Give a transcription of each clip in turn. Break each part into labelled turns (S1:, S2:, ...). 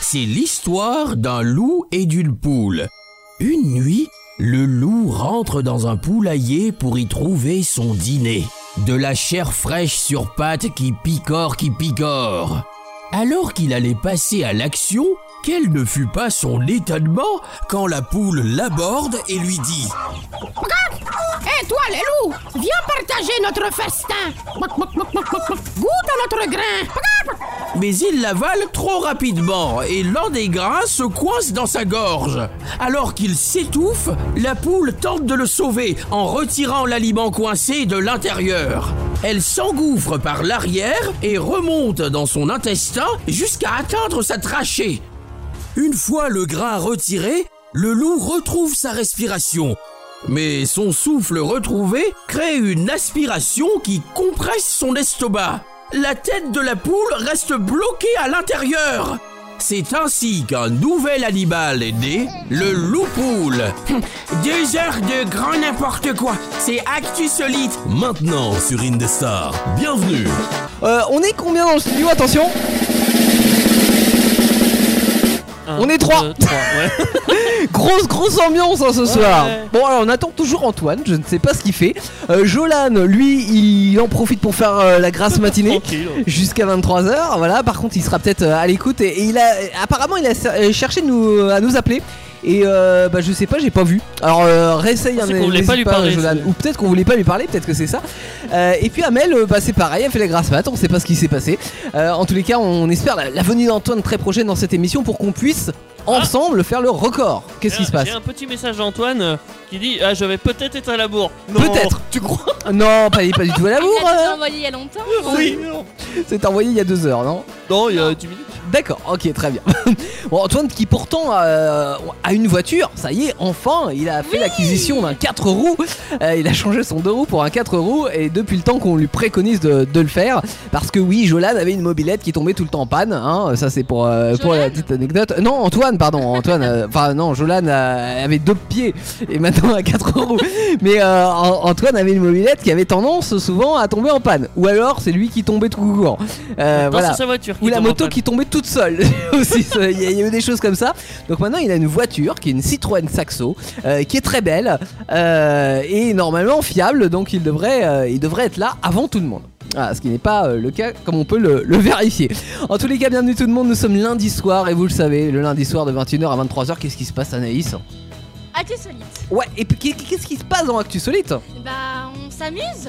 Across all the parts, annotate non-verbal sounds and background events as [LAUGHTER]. S1: c'est l'histoire d'un loup et d'une poule. Une nuit, le loup rentre dans un poulailler pour y trouver son dîner. De la chair fraîche sur pattes qui picore, qui picore. Alors qu'il allait passer à l'action, quel ne fut pas son étonnement quand la poule l'aborde et lui dit
S2: Hé, toi, le loup, viens partager notre festin. Goûte à notre grain.
S1: Mais il l'avale trop rapidement et l'un des grains se coince dans sa gorge. Alors qu'il s'étouffe, la poule tente de le sauver en retirant l'aliment coincé de l'intérieur. Elle s'engouffre par l'arrière et remonte dans son intestin jusqu'à atteindre sa trachée. Une fois le grain retiré, le loup retrouve sa respiration. Mais son souffle retrouvé crée une aspiration qui compresse son estomac la tête de la poule reste bloquée à l'intérieur. C'est ainsi qu'un nouvel animal est né, le [LAUGHS] loup-poule. Deux heures de grand n'importe quoi, c'est Actu Solide. Maintenant sur Indestar, bienvenue.
S3: Euh, on est combien dans le studio Attention
S4: Un,
S3: On est trois.
S4: deux, trois, ouais.
S3: [LAUGHS] Grosse, grosse ambiance hein, ce soir
S4: ouais.
S3: Bon alors on attend toujours Antoine, je ne sais pas ce qu'il fait. Euh, Jolan, lui, il en profite pour faire euh, la
S4: [LAUGHS]
S3: grasse matinée.
S4: Tranquille.
S3: Jusqu'à 23h, voilà. Par contre, il sera peut-être euh, à l'écoute et, et il a apparemment il a cer- euh, cherché de nous, à nous appeler et euh, bah je sais pas, j'ai pas vu. Alors euh, réessaye.
S4: C'est
S3: hein,
S4: qu'on voulait
S3: n'hésite
S4: pas lui parler,
S3: Jolan.
S4: c'est-
S3: ou peut-être qu'on voulait pas lui parler, peut-être que c'est ça. Euh, et puis Amel, euh, bah c'est pareil, elle fait la grasse mat, on sait pas ce qui s'est passé. Euh, en tous les cas, on espère la, la venue d'Antoine très prochaine dans cette émission pour qu'on puisse
S4: Ah.
S3: ensemble faire le record. Qu'est-ce qui se passe
S4: J'ai un petit message d'Antoine euh, qui dit Ah, je vais peut-être être à la bourre. Non.
S3: Peut-être.
S4: Tu crois
S3: Non, pas, pas du tout à la bourre.
S5: Elle l'a
S3: hein.
S5: envoyé il y a longtemps.
S4: Oui.
S3: C'est envoyé il y a deux heures, non Ah,
S4: Non, il y a 10 minutes.
S3: D'accord, ok, très bien. [LAUGHS] bon, Antoine qui pourtant euh, a une voiture, ça y est, enfin, il a fait l'acquisition d'un 4 roues. Euh, il a changé son 2 roues pour un 4 roues et depuis le temps qu'on lui préconise de, de le faire, parce que oui, Jolan avait une mobilette qui tombait tout le temps en panne. hein, ça c'est pour, euh, pour la
S5: Jolan
S3: petite anecdote. Non, Antoine, pardon, Antoine. euh, Enfin non, Jolan euh, avait deux pieds et maintenant à 4 roues. Mais euh, An- Antoine avait une mobilette qui avait tendance souvent à tomber en panne. Ou alors c'est lui qui tombait tout court. Euh,
S4: Non,
S3: voilà.
S4: c'est sa voiture.
S3: Ou la
S4: tombe en
S3: moto
S4: panne.
S3: qui tombait toute seule [LAUGHS] aussi. ça, Il y, a- il y a eu des choses comme ça. Donc maintenant, il a une voiture qui est une Citroën Saxo, euh, qui est très belle euh, et normalement fiable. Donc il devrait, euh, il devrait être là avant tout le monde. Voilà, ce qui n'est pas euh, le cas, comme on peut le, le vérifier. En tous les cas, bienvenue tout le monde. Nous sommes lundi soir et vous le savez, le lundi soir de 21h à 23h, qu'est-ce qui se passe, Anaïs
S5: Actu solide.
S3: Ouais. Et puis qu'est- qu'est-ce qui se passe dans Actu Solite
S5: Bah, on s'amuse.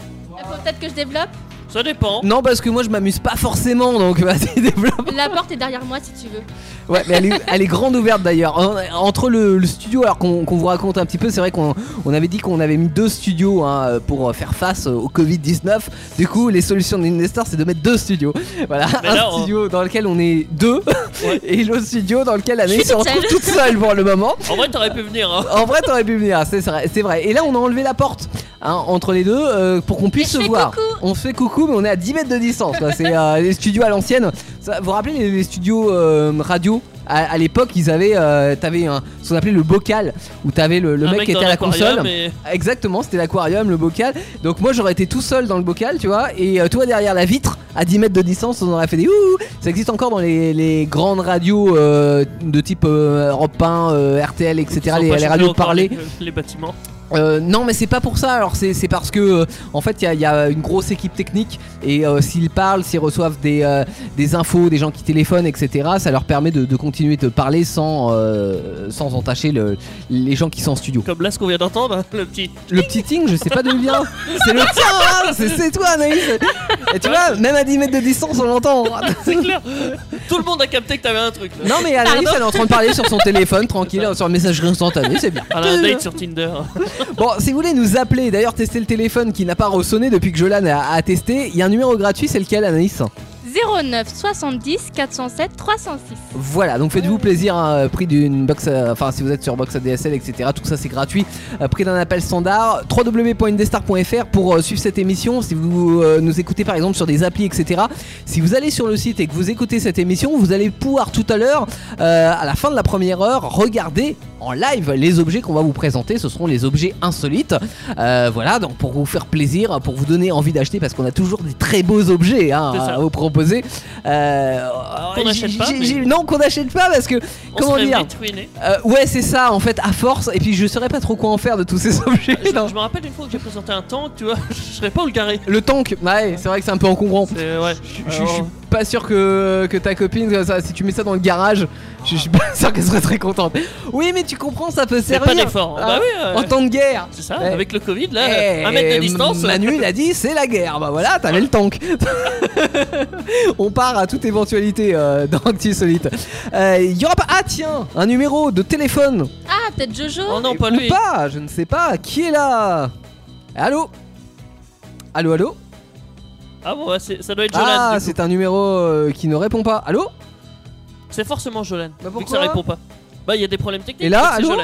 S5: Il Faut peut-être que je développe.
S4: Ça dépend.
S3: Non, parce que moi je m'amuse pas forcément. Donc [LAUGHS] bah, vas-y, développe.
S5: La porte est derrière moi si tu veux.
S3: Ouais, mais elle est, elle est grande ouverte d'ailleurs. En- Entre le, le studio, alors qu'on qu'on vous raconte un petit peu, c'est vrai qu'on on avait dit qu'on avait mis deux studios hein, pour faire face au Covid-19. Du coup, les solutions de Indestar, c'est de mettre deux studios. Voilà,
S4: Mais
S3: un
S4: là, on-
S3: studio dans lequel on est deux
S4: Ouais.
S3: et l'autre studio dans lequel Anaïs
S5: suis
S3: se retrouve
S5: seule.
S3: toute seule pour le moment.
S4: En vrai, t'aurais pu venir. Hein.
S3: En vrai, t'aurais pu venir, c'est vrai, c'est vrai. Et là, on a enlevé la porte hein, entre les deux euh, pour qu'on puisse
S5: Et je
S3: se
S5: fais
S3: voir.
S5: coucou.
S3: On se fait coucou, mais on est à 10 mètres de distance. quoi. C'est euh, les studios à l'ancienne. Ça- Vous vous rappelez les, les studios euh, radio à, à l'époque, ils avaient, euh, t'avais un- ce qu'on appelait le bocal, où t'avais le, le
S4: Un
S3: mec, qui
S4: dans
S3: était à la
S4: l'aquarium
S3: console.
S4: et-
S3: Exactement, c'était l'aquarium, le bocal. Donc moi, j'aurais été tout seul dans le bocal, tu vois, et euh, toi derrière la vitre, à 10 mètres de distance, on aurait fait des ouh. Ça existe encore dans les, les grandes radios euh, de type euh, Europe 1, euh, RTL, etc.
S4: Ils ont
S3: Les,
S4: pas
S3: les
S4: changé
S3: radios de
S4: encore
S3: parler.
S4: les- Les bâtiments.
S3: Euh, non, mais c'est pas pour ça. Alors c'est c'est parce que euh, en fait il y a- il y, a une grosse équipe technique et euh, s'ils parlent, s'ils reçoivent des, euh, des infos, des gens qui téléphonent, etc. Ça leur permet de, de continuer de parler sans euh, sans entacher le- les gens qui sont en studio.
S4: Comme là, ce qu'on vient d'entendre, hein, le petit.
S3: Le petit ting, je sais pas d'où il vient. C'est le tien, hein c'est c'est toi, Anaïs. Et tu vois, même à 10 mètres de distance, on l'entend.
S4: C'est clair. Tout le monde a capté que t'avais un truc. Là.
S3: Non, mais Anaïs, elle est en train de parler sur son téléphone, tranquille, sur un message instantané, c'est bien.
S4: À la date sur Tinder.
S3: Bon, si vous voulez nous appeler, d'ailleurs, tester le téléphone qui n'a pas ressonné depuis que Jolan a, a testé, il y a un numéro gratuit, c'est lequel, Anaïs
S5: 09 70 407 306.
S3: Voilà, donc faites-vous plaisir, hein, prix d'une box, euh, enfin si vous êtes sur box ADSL, etc. Tout ça c'est gratuit. Euh, prix d'un appel standard, www.indestar.fr pour euh, suivre cette émission. Si vous euh, nous écoutez par exemple sur des applis, etc. Si vous allez sur le site et que vous écoutez cette émission, vous allez pouvoir tout à l'heure, euh, à la fin de la première heure, regarder en live. Les objets qu'on va vous présenter, ce seront les objets insolites. Euh, voilà, donc pour vous faire plaisir, pour vous donner envie d'acheter, parce qu'on a toujours des très beaux objets hein,
S4: C'est ça.
S3: à vous proposer. Euh,
S4: Qu'on
S3: j'ai-
S4: n'achète pas,
S3: j'ai-
S4: mais-
S3: j'ai- Non, qu'on n'achète pas, parce que
S4: On
S3: comment
S4: serait
S3: dire
S4: détruinés.
S3: Euh, Ouais, c'est ça, en fait, à force. Et puis je saurais pas trop quoi en faire de tous ces [LAUGHS] objets.
S4: Je,
S3: non.
S4: je me rappelle une fois que j'ai présenté un tank, tu vois, [LAUGHS] je savais pas où le garer.
S3: Le tank, ouais, c'est vrai que c'est un peu encombrant.
S4: C'est ouais.
S3: Je- Je je suis pas sûr que, que ta copine, comme ça, si tu mets ça dans le garage, je je suis pas [LAUGHS] sûr qu'elle serait très contente. Oui, mais tu comprends, ça peut
S4: C'est
S3: servir.
S4: pas d'effort.
S3: Ah,
S4: Bah oui, euh,
S3: En temps de guerre.
S4: c'est ça.
S3: Ouais.
S4: Avec le Covid, là,
S3: Eh,
S4: un mètre de distance.
S3: Manu, il a dit c'est la guerre. Bah voilà, t'avais le tank. [LAUGHS] On part à toute éventualité euh, dans Actisolite. Euh, Il y aura pas. Ah tiens, un numéro de téléphone.
S5: Ah, peut-être Jojo
S4: Oh non, pas
S3: Ou
S4: lui.
S3: pas, je ne sais pas. Qui est là Allô Allô, allô
S4: Ah bon, ouais, c'est- ça doit être Jolan.
S3: Ah,
S4: du coup.
S3: c'est un numéro euh, qui ne répond pas. Allô
S4: c'est forcément Jolan.
S3: Bah
S4: vu que
S3: pourquoi
S4: ça répond pas. Bah, il y a des problèmes techniques.
S3: Et là,
S4: donc c'est
S3: allô
S4: Jolan.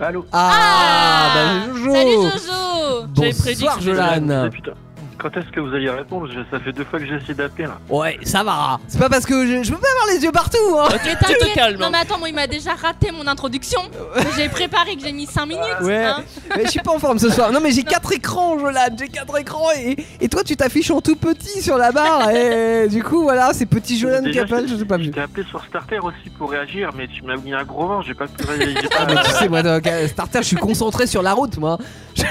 S6: Allô
S3: Ah, bah, Jojo
S5: Salut Jojo
S4: J'avais prédit que
S3: Bonsoir
S4: c'était Jolan.
S3: Jolan
S6: Ah, putain. Quand est-ce que vous allez répondre Je- Ça fait deux fois que j'essaie d'appeler là.
S3: Ouais, ça va C'est pas parce que je, je peux pas avoir les yeux partout hein.
S4: Ok, tu
S5: Mais
S4: te
S5: t'inquiète,
S4: calmes.
S5: non
S4: hein.
S5: mais attends, moi il m'a déjà raté
S3: [LAUGHS]
S5: mon introduction. J'ai préparé que j'ai mis 5 minutes.
S3: Ouais.
S5: hein.
S3: [LAUGHS] Mais je suis pas en forme ce soir Non mais j'ai quatre écrans Jolan, j'ai quatre écrans et, et toi tu t'affiches en tout petit sur la barre Et du coup voilà, c'est petit Jolan qui
S6: Déjà,
S3: appelle, je sais pas
S6: Je
S3: plus
S6: t'ai appelé sur Starter aussi pour réagir, mais tu m'as mis un gros vent, j'ai pas pu réagir.
S3: [LAUGHS]
S6: j'ai
S3: Ah
S6: pas-
S3: mais tu sais moi, donc, euh, starter, je suis concentré sur la route moi [LAUGHS] Je-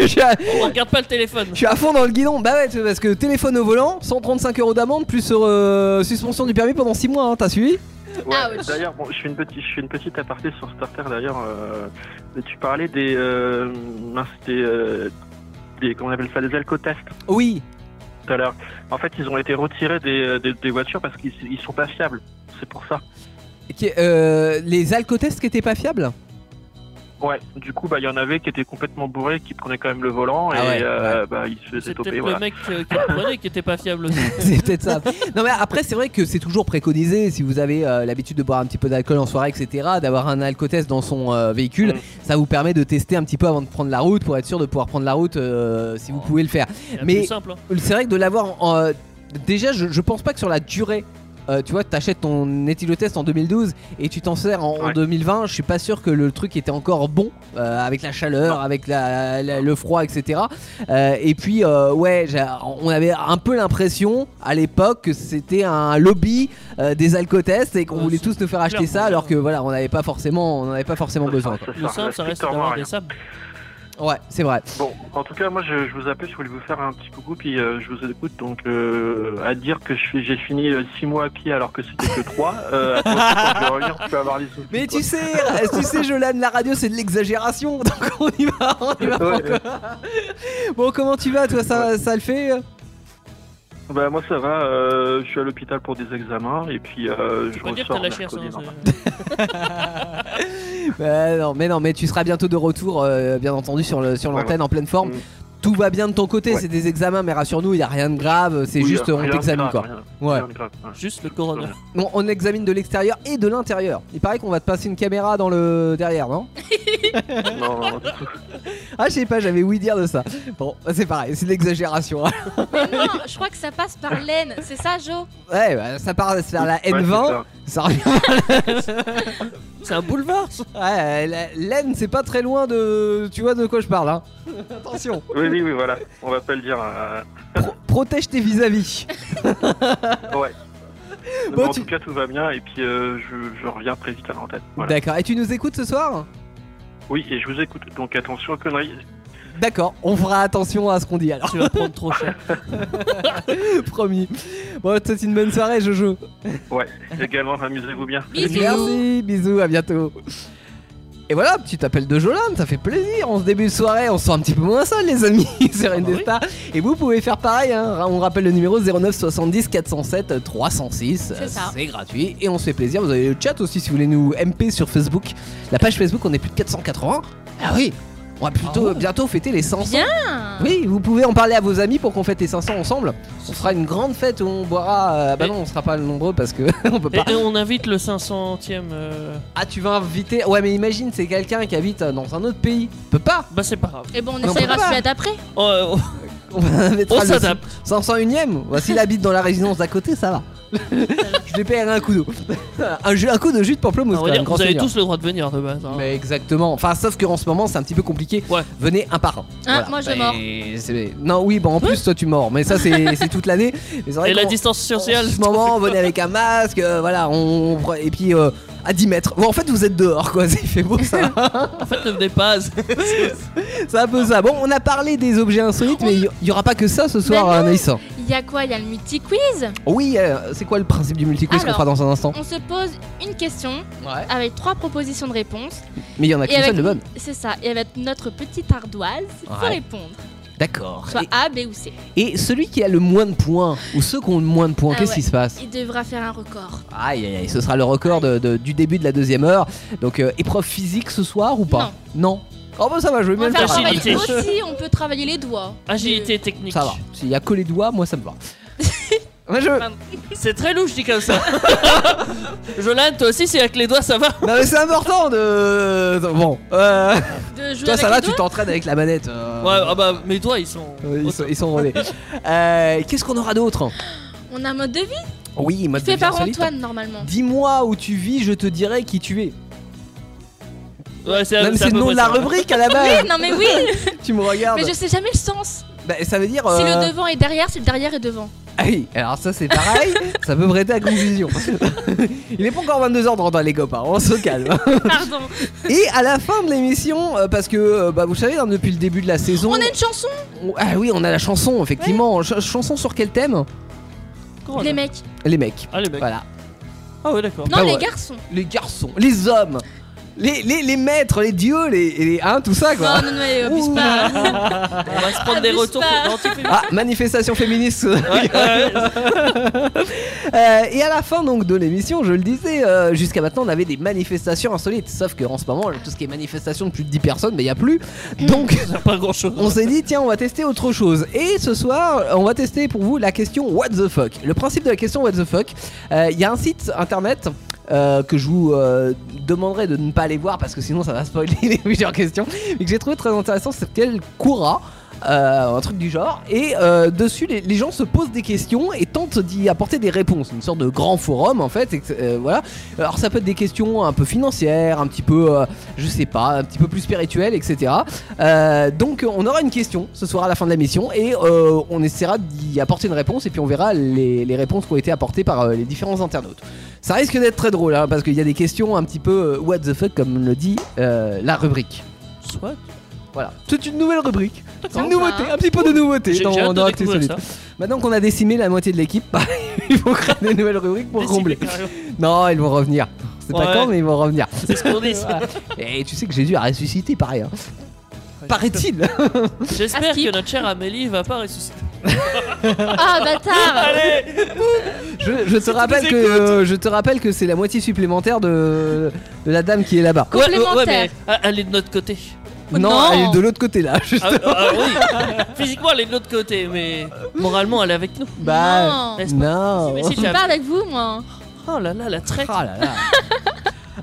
S3: je- je-
S4: On regarde pas le téléphone.
S3: Je suis à fond dans le guidon. Bah ouais, tu vois, parce que téléphone au volant, 135 euros d'amende plus euh, suspension du permis pendant 6 mois, hein, t'as suivi
S6: Ouais,
S5: Ah, ouais.
S6: D'ailleurs, bon, je fais une petite, je fais une petite aparté sur Starter. D'ailleurs, euh, tu parlais des, euh, mince, des, euh, des, comment on appelle ça, des alcotests
S3: Oui.
S6: tout à l'heure. En fait, ils ont été retirés des, euh, des, des voitures parce qu'ils ils sont pas fiables. C'est pour ça.
S3: Qui- euh, les alcotests qui étaient pas fiables
S6: Ouais. Du coup, bah, il y en avait qui étaient complètement bourrés, qui prenaient quand même le volant
S3: Ah
S6: et
S3: ouais,
S6: euh, bah, ils se faisaient
S4: C'est peut-être
S6: toper.
S4: le
S6: Voilà.
S4: mec euh, qui le prenait qui était pas
S3: [LAUGHS]
S4: fiable aussi.
S3: [LAUGHS] C'est peut-être ça. Non mais après c'est vrai que c'est toujours préconisé si vous avez euh, l'habitude de boire un petit peu d'alcool en soirée etc d'avoir un alcotest dans son euh, véhicule
S6: Mm.
S3: ça vous permet de tester un petit peu avant de prendre la route pour être sûr de pouvoir prendre la route euh, si vous pouvez le faire.
S4: C'est
S3: Mais-
S4: plus simple. hein.
S3: C'est vrai que de l'avoir en- euh, déjà, je, je pense pas que sur la durée. euh, tu vois, t'achètes ton éthylotest en 2012 et tu t'en sers en, en
S6: Ouais.
S3: 2020. Je suis pas sûr que le truc était encore bon euh, avec la chaleur, avec la- la- le froid, etc. Euh, et puis, euh, ouais, j'a- on avait un peu l'impression à l'époque que c'était un lobby euh, des alcotests et qu'on
S4: Ouais,
S3: voulait
S4: c'est
S3: tous nous faire acheter
S4: clairement
S3: ça,
S4: ça.
S3: alors que voilà, on n'avait pas forcément, on n'avait pas forcément
S6: Ça
S3: besoin.
S6: sert-
S3: quoi.
S6: ça
S4: Le
S6: sert
S4: simple, ça reste
S6: strictement à
S4: d'avoir
S6: rien.
S4: des sables.
S3: [LAUGHS] Ouais, c'est vrai.
S6: Bon, en tout cas, moi, je, je vous appelle, je voulais vous faire un petit coucou, puis euh, je vous écoute. Donc, euh, à dire que je fais- j'ai fini 6 mois à pied alors que c'était que 3, euh,
S3: [LAUGHS]
S6: attention, quand je vais revenir, tu vas avoir des soucis.
S3: Mais
S6: quoi.
S3: tu sais, euh, tu sais, Jolan, la radio c'est de l'exagération, [LAUGHS] donc on y va, on y va.
S6: Ouais,
S3: Franco. Bon, comment tu vas, toi Ça, ça le fait euh
S6: Bah, moi, ça va, euh, je suis à l'hôpital pour des examens, et puis euh, je
S4: Faut dire que
S6: ressors
S4: t'as la chair.
S6: mercredi,
S4: ça, hein,
S6: normalement.
S4: c'est-
S3: Bah, non, mais non, mais tu seras bientôt de retour, euh, bien entendu, sur le sur
S6: Voilà.
S3: l'antenne en pleine forme.
S6: Mm.
S3: Tout va bien de ton côté,
S6: Ouais.
S3: c'est des examens, mais rassure-nous, il y a rien de grave, c'est
S6: Oui,
S3: juste
S6: euh,
S3: on
S6: rien de
S3: t'examine
S6: grave,
S3: quoi.
S6: rien-
S3: Ouais.
S6: rien de grave, ouais.
S4: Juste le corona.
S3: Bon, on examine de l'extérieur et de l'intérieur. Il paraît qu'on va te passer une caméra dans le derrière, non
S6: Non, non, non.
S3: Ah, je sais pas, j'avais oui dire de ça. Bon, bah, c'est pareil, c'est de l'exagération. hein. [LAUGHS]
S5: Mais non, je crois que ça passe par l'aine, c'est ça Jo
S3: Ouais, bah, ça part vers la
S6: Ouais,
S3: N20,
S6: c'est
S3: ça
S6: ça.
S3: revient [LAUGHS]
S4: C'est un boulevard.
S3: Ouais, la- l'Aisne, c'est pas très loin de. Tu vois de quoi je parle, hein [LAUGHS] Attention
S6: Oui, oui, oui, voilà, on va pas le dire. euh,
S3: Pro- Protège tes vis-à-vis
S6: ouais.
S3: Bon,
S6: Mais en
S3: tu-
S6: tout cas, tout va bien, et puis euh, je, je reviens très vite à l'antenne. Voilà.
S3: D'accord, et tu nous écoutes ce soir
S6: Oui, et je vous écoute, donc attention aux conneries.
S3: D'accord, on fera attention à ce qu'on dit alors,
S4: Tu vas prendre trop cher.
S3: [LAUGHS] promis. Bon, c'est une bonne soirée, Jojo.
S6: Ouais, également, amusez-vous bien.
S5: Bisous Eh
S3: Merci, bisous, à bientôt. Et voilà, petit appel de Jolan, ça fait plaisir. En ce début de soirée, on se sent un petit peu moins seul, les amis, [LAUGHS] sur Indestar. Et vous pouvez faire pareil. hein. On rappelle le numéro 09 70 407 306.
S5: C'est ça.
S3: C'est gratuit et on se fait plaisir. Vous avez le chat aussi si vous voulez nous MP sur Facebook. La page Facebook, on est plus de 480. Ah oui, on va plutôt bientôt fêter les 500.
S5: Bien
S3: Oui, vous pouvez en parler à vos amis pour qu'on fête les 500 ensemble. On fera une grande fête où on boira. euh, bah
S4: Et-
S3: non, on sera pas nombreux parce que [LAUGHS] on peut pas.
S4: Et, et on invite le 500ème. euh,
S3: Ah, tu vas inviter. Ouais, mais imagine, c'est quelqu'un qui habite euh, dans un autre pays. Peut pas. [LAUGHS]
S4: Bah, c'est pas grave.
S5: Et bon, on
S3: Non,
S5: essayera
S3: pourquoi
S5: celui d'après.
S4: Oh, euh,
S3: On va
S4: on
S3: mettre
S4: s'adapte. hein,
S3: Bah, 501 e S'il habite dans la résidence d'à côté, ça va. [LAUGHS] Je l'ai payé un coup d'eau. [LAUGHS] un, jus- un coup de jus de pamplemousse.
S4: Ah, On
S3: quand
S4: va dire,
S3: même, grand
S4: vous avez
S3: seigneur.
S4: tous le droit de venir de base. hein.
S3: Mais exactement. Enfin, sauf qu'en ce moment, c'est un petit peu compliqué.
S4: Ouais.
S3: Venez un par un.
S5: Ah, moi, je
S3: Bah,
S5: mords.
S3: c'est- Non, oui, bon, en plus, toi, tu mords. Mais ça,
S4: [LAUGHS]
S3: c'est c'est toute l'année. Mais c'est vrai
S4: Et la
S3: qu'en-
S4: distance sociale
S3: [LAUGHS] En ce moment, venez avec un masque, euh, voilà, on. on- Et puis euh, à 10 mètres. Bon, en fait, vous êtes dehors, quoi, [LAUGHS] c'est fait beau ça.
S4: En fait, ne venez pas.
S3: c'est un peu ça. Bon, on a parlé des objets insolites, mais il n'y aura pas que ça ce soir, euh,
S5: non.
S3: Anaïs.
S5: Il y a quoi Il y a le multi-quiz.
S3: Oui, euh, c'est quoi le principe du multi-quiz qu'on
S5: Alors.
S3: fera dans un instant
S5: On se pose une question
S3: Ouais.
S5: avec trois propositions de réponse.
S3: Mais il y en a qu'une
S5: avec...
S3: seule de bonne.
S5: C'est ça. Et avec notre petite ardoise, il faut
S3: Ouais.
S5: répondre.
S3: D'accord.
S5: Soit A, B ou C.
S3: Et, et celui qui a le moins de points, ou ceux qui ont le moins de points,
S5: Ah
S3: qu'est-ce
S5: ouais.
S3: qui se passe
S5: Il devra faire un record.
S3: Aïe aïe aïe, ce sera le record de- de- du début de la deuxième heure. Donc euh, épreuve physique ce soir ou pas Non. Oh bah ça va, je vais
S5: On
S3: bien
S5: peut
S3: le
S5: faire
S3: faire.
S4: agilité.
S5: travailler aussi, on peut travailler les doigts.
S4: Agilité technique.
S3: Ça va. S'il y a que les doigts, moi ça
S5: [LAUGHS]
S3: me va. Moi, je...
S4: C'est très louche, dit comme ça. [LAUGHS] Jolan, toi aussi, c'est avec les doigts, ça va
S3: Non mais c'est important de... Bon. Euh...
S5: De, de jouer
S3: Toi
S5: avec
S3: ça va,
S5: les
S3: tu
S5: doigts.
S3: t'entraînes avec la manette. euh,
S4: Ouais, ah bah, mes doigts, ils sont.
S3: euh, Ils sont, ils sont
S4: [LAUGHS]
S3: relais. Euh, Qu'est-ce qu'on aura d'autre
S5: On a un mode de vie
S3: Oui, mode de
S5: fait
S3: vie
S5: par
S3: insolite.
S5: Antoine normalement.
S3: Dis-moi où tu vis, je te dirai qui tu es.
S4: Ouais, c'est
S3: Non, mais
S4: à
S3: c'est
S4: peu
S3: le nom
S4: près
S3: de la
S4: ça.
S3: rubrique à la base.
S5: Oui, non
S3: [LAUGHS]
S5: mais oui,
S3: tu me regardes.
S5: mais je sais jamais le sens.
S3: Bah, ça veut dire.
S5: Si
S3: euh,
S5: le devant est derrière, si le derrière
S3: [LAUGHS]
S5: est devant.
S3: Ah oui, alors ça c'est
S5: [LAUGHS]
S3: pareil, ça peut prêter à confusion. [LAUGHS] Il est pas encore 22h30 hein, les copains, on se calme.
S5: [LAUGHS] Pardon.
S3: Et à la fin de l'émission, euh, parce que euh, bah, vous savez, hein, depuis le début de la saison.
S5: On a une chanson
S3: on- Ah oui, on a la chanson, effectivement. Ch- chanson sur quel thème Oh
S4: Comment
S5: Les
S4: là
S5: mecs.
S3: Les mecs.
S4: Ah, les mecs.
S3: Voilà.
S4: Ah, ouais, d'accord.
S5: Non,
S3: Ah
S5: les
S3: ouais.
S5: garçons.
S3: Les garçons, les hommes, les, les, les maîtres, les dieux, les, les- hein, tout ça quoi.
S4: [LAUGHS]
S5: Non, non, non, mais abuse
S3: Ouh. [LAUGHS]
S5: pas.
S4: On va se prendre des
S5: Abuse
S4: retours.
S5: pas.
S4: Non, tu fais-
S3: Ah, manifestation féministe.
S4: Ouais, ouais, ouais.
S3: [LAUGHS] Euh, et à la fin donc de l'émission, je le disais, euh, jusqu'à maintenant on avait des manifestations insolites. Sauf que en ce moment, tout ce qui est manifestation de plus de 10 personnes, mais il n'y a plus.
S4: Mm.
S3: Donc
S4: T'as pas grand chose.
S3: on s'est dit, tiens, on va tester autre chose. Et ce soir, on va tester pour vous la question What the fuck. Le principe de la question What the fuck, euh, il y a un site internet. euh, que je vous euh, demanderai de ne pas aller voir parce que sinon ça va spoiler [LAUGHS] les plusieurs questions et que j'ai trouvé très intéressant c'est qu'elle courra euh, un truc du genre et euh, dessus les, les gens se posent des questions et tentent d'y apporter des réponses une sorte de grand forum en fait et que, euh, voilà alors ça peut être des questions un peu financières un petit peu euh, je sais pas un petit peu plus spirituelles etc euh, donc euh, on aura une question ce soir à la fin de la mission et euh, on essaiera d'y apporter une réponse et puis on verra les, les réponses qui ont été apportées par euh, les différents internautes. Ça risque d'être très drôle hein, parce qu'il y a des questions un petit peu euh, what the fuck comme le dit euh, la rubrique.
S4: Soit.
S3: Voilà, c'est une nouvelle rubrique, une
S5: Sympa.
S3: nouveauté, un petit peu de nouveauté
S4: J'ai
S3: dans,
S4: j'ai hâte
S3: dans
S4: de
S3: Actu
S4: découvrir
S3: Solide.
S4: ça.
S3: Maintenant qu'on a décimé la moitié de l'équipe, [LAUGHS] bah, il faut créer des nouvelles rubriques pour
S4: Décimé,
S3: combler.
S4: carrément.
S3: Non, ils vont revenir. C'est pas
S4: Ouais.
S3: quand, mais ils vont revenir.
S4: [LAUGHS] C'est ce qu'on dit.
S3: Et tu sais que Jésus a ressuscité, pareil. hein. Paraît-il. Ah,
S4: J'espère
S5: À skip.
S4: que notre chère Amélie va pas ressusciter.
S5: Ah, bâtard
S4: Allez
S3: Je, je te rappelle que euh, je te rappelle que c'est la moitié supplémentaire de, de la dame qui est là-bas.
S4: Ouais, ouais, ouais, mais
S5: Complémentaire.
S4: ah, elle est de notre côté.
S3: Non,
S5: non.
S3: elle est de l'autre côté là. juste.
S4: Ah, ah,
S3: [LAUGHS]
S4: oui. Physiquement, elle est de l'autre côté, mais moralement, elle est avec nous.
S3: bah
S5: Non.
S4: n'est-ce
S3: non.
S4: Mais
S5: Je
S4: si,
S5: suis
S4: t'as-
S5: pas avec vous, moi.
S4: Oh là là, la traite.
S3: Ah là là.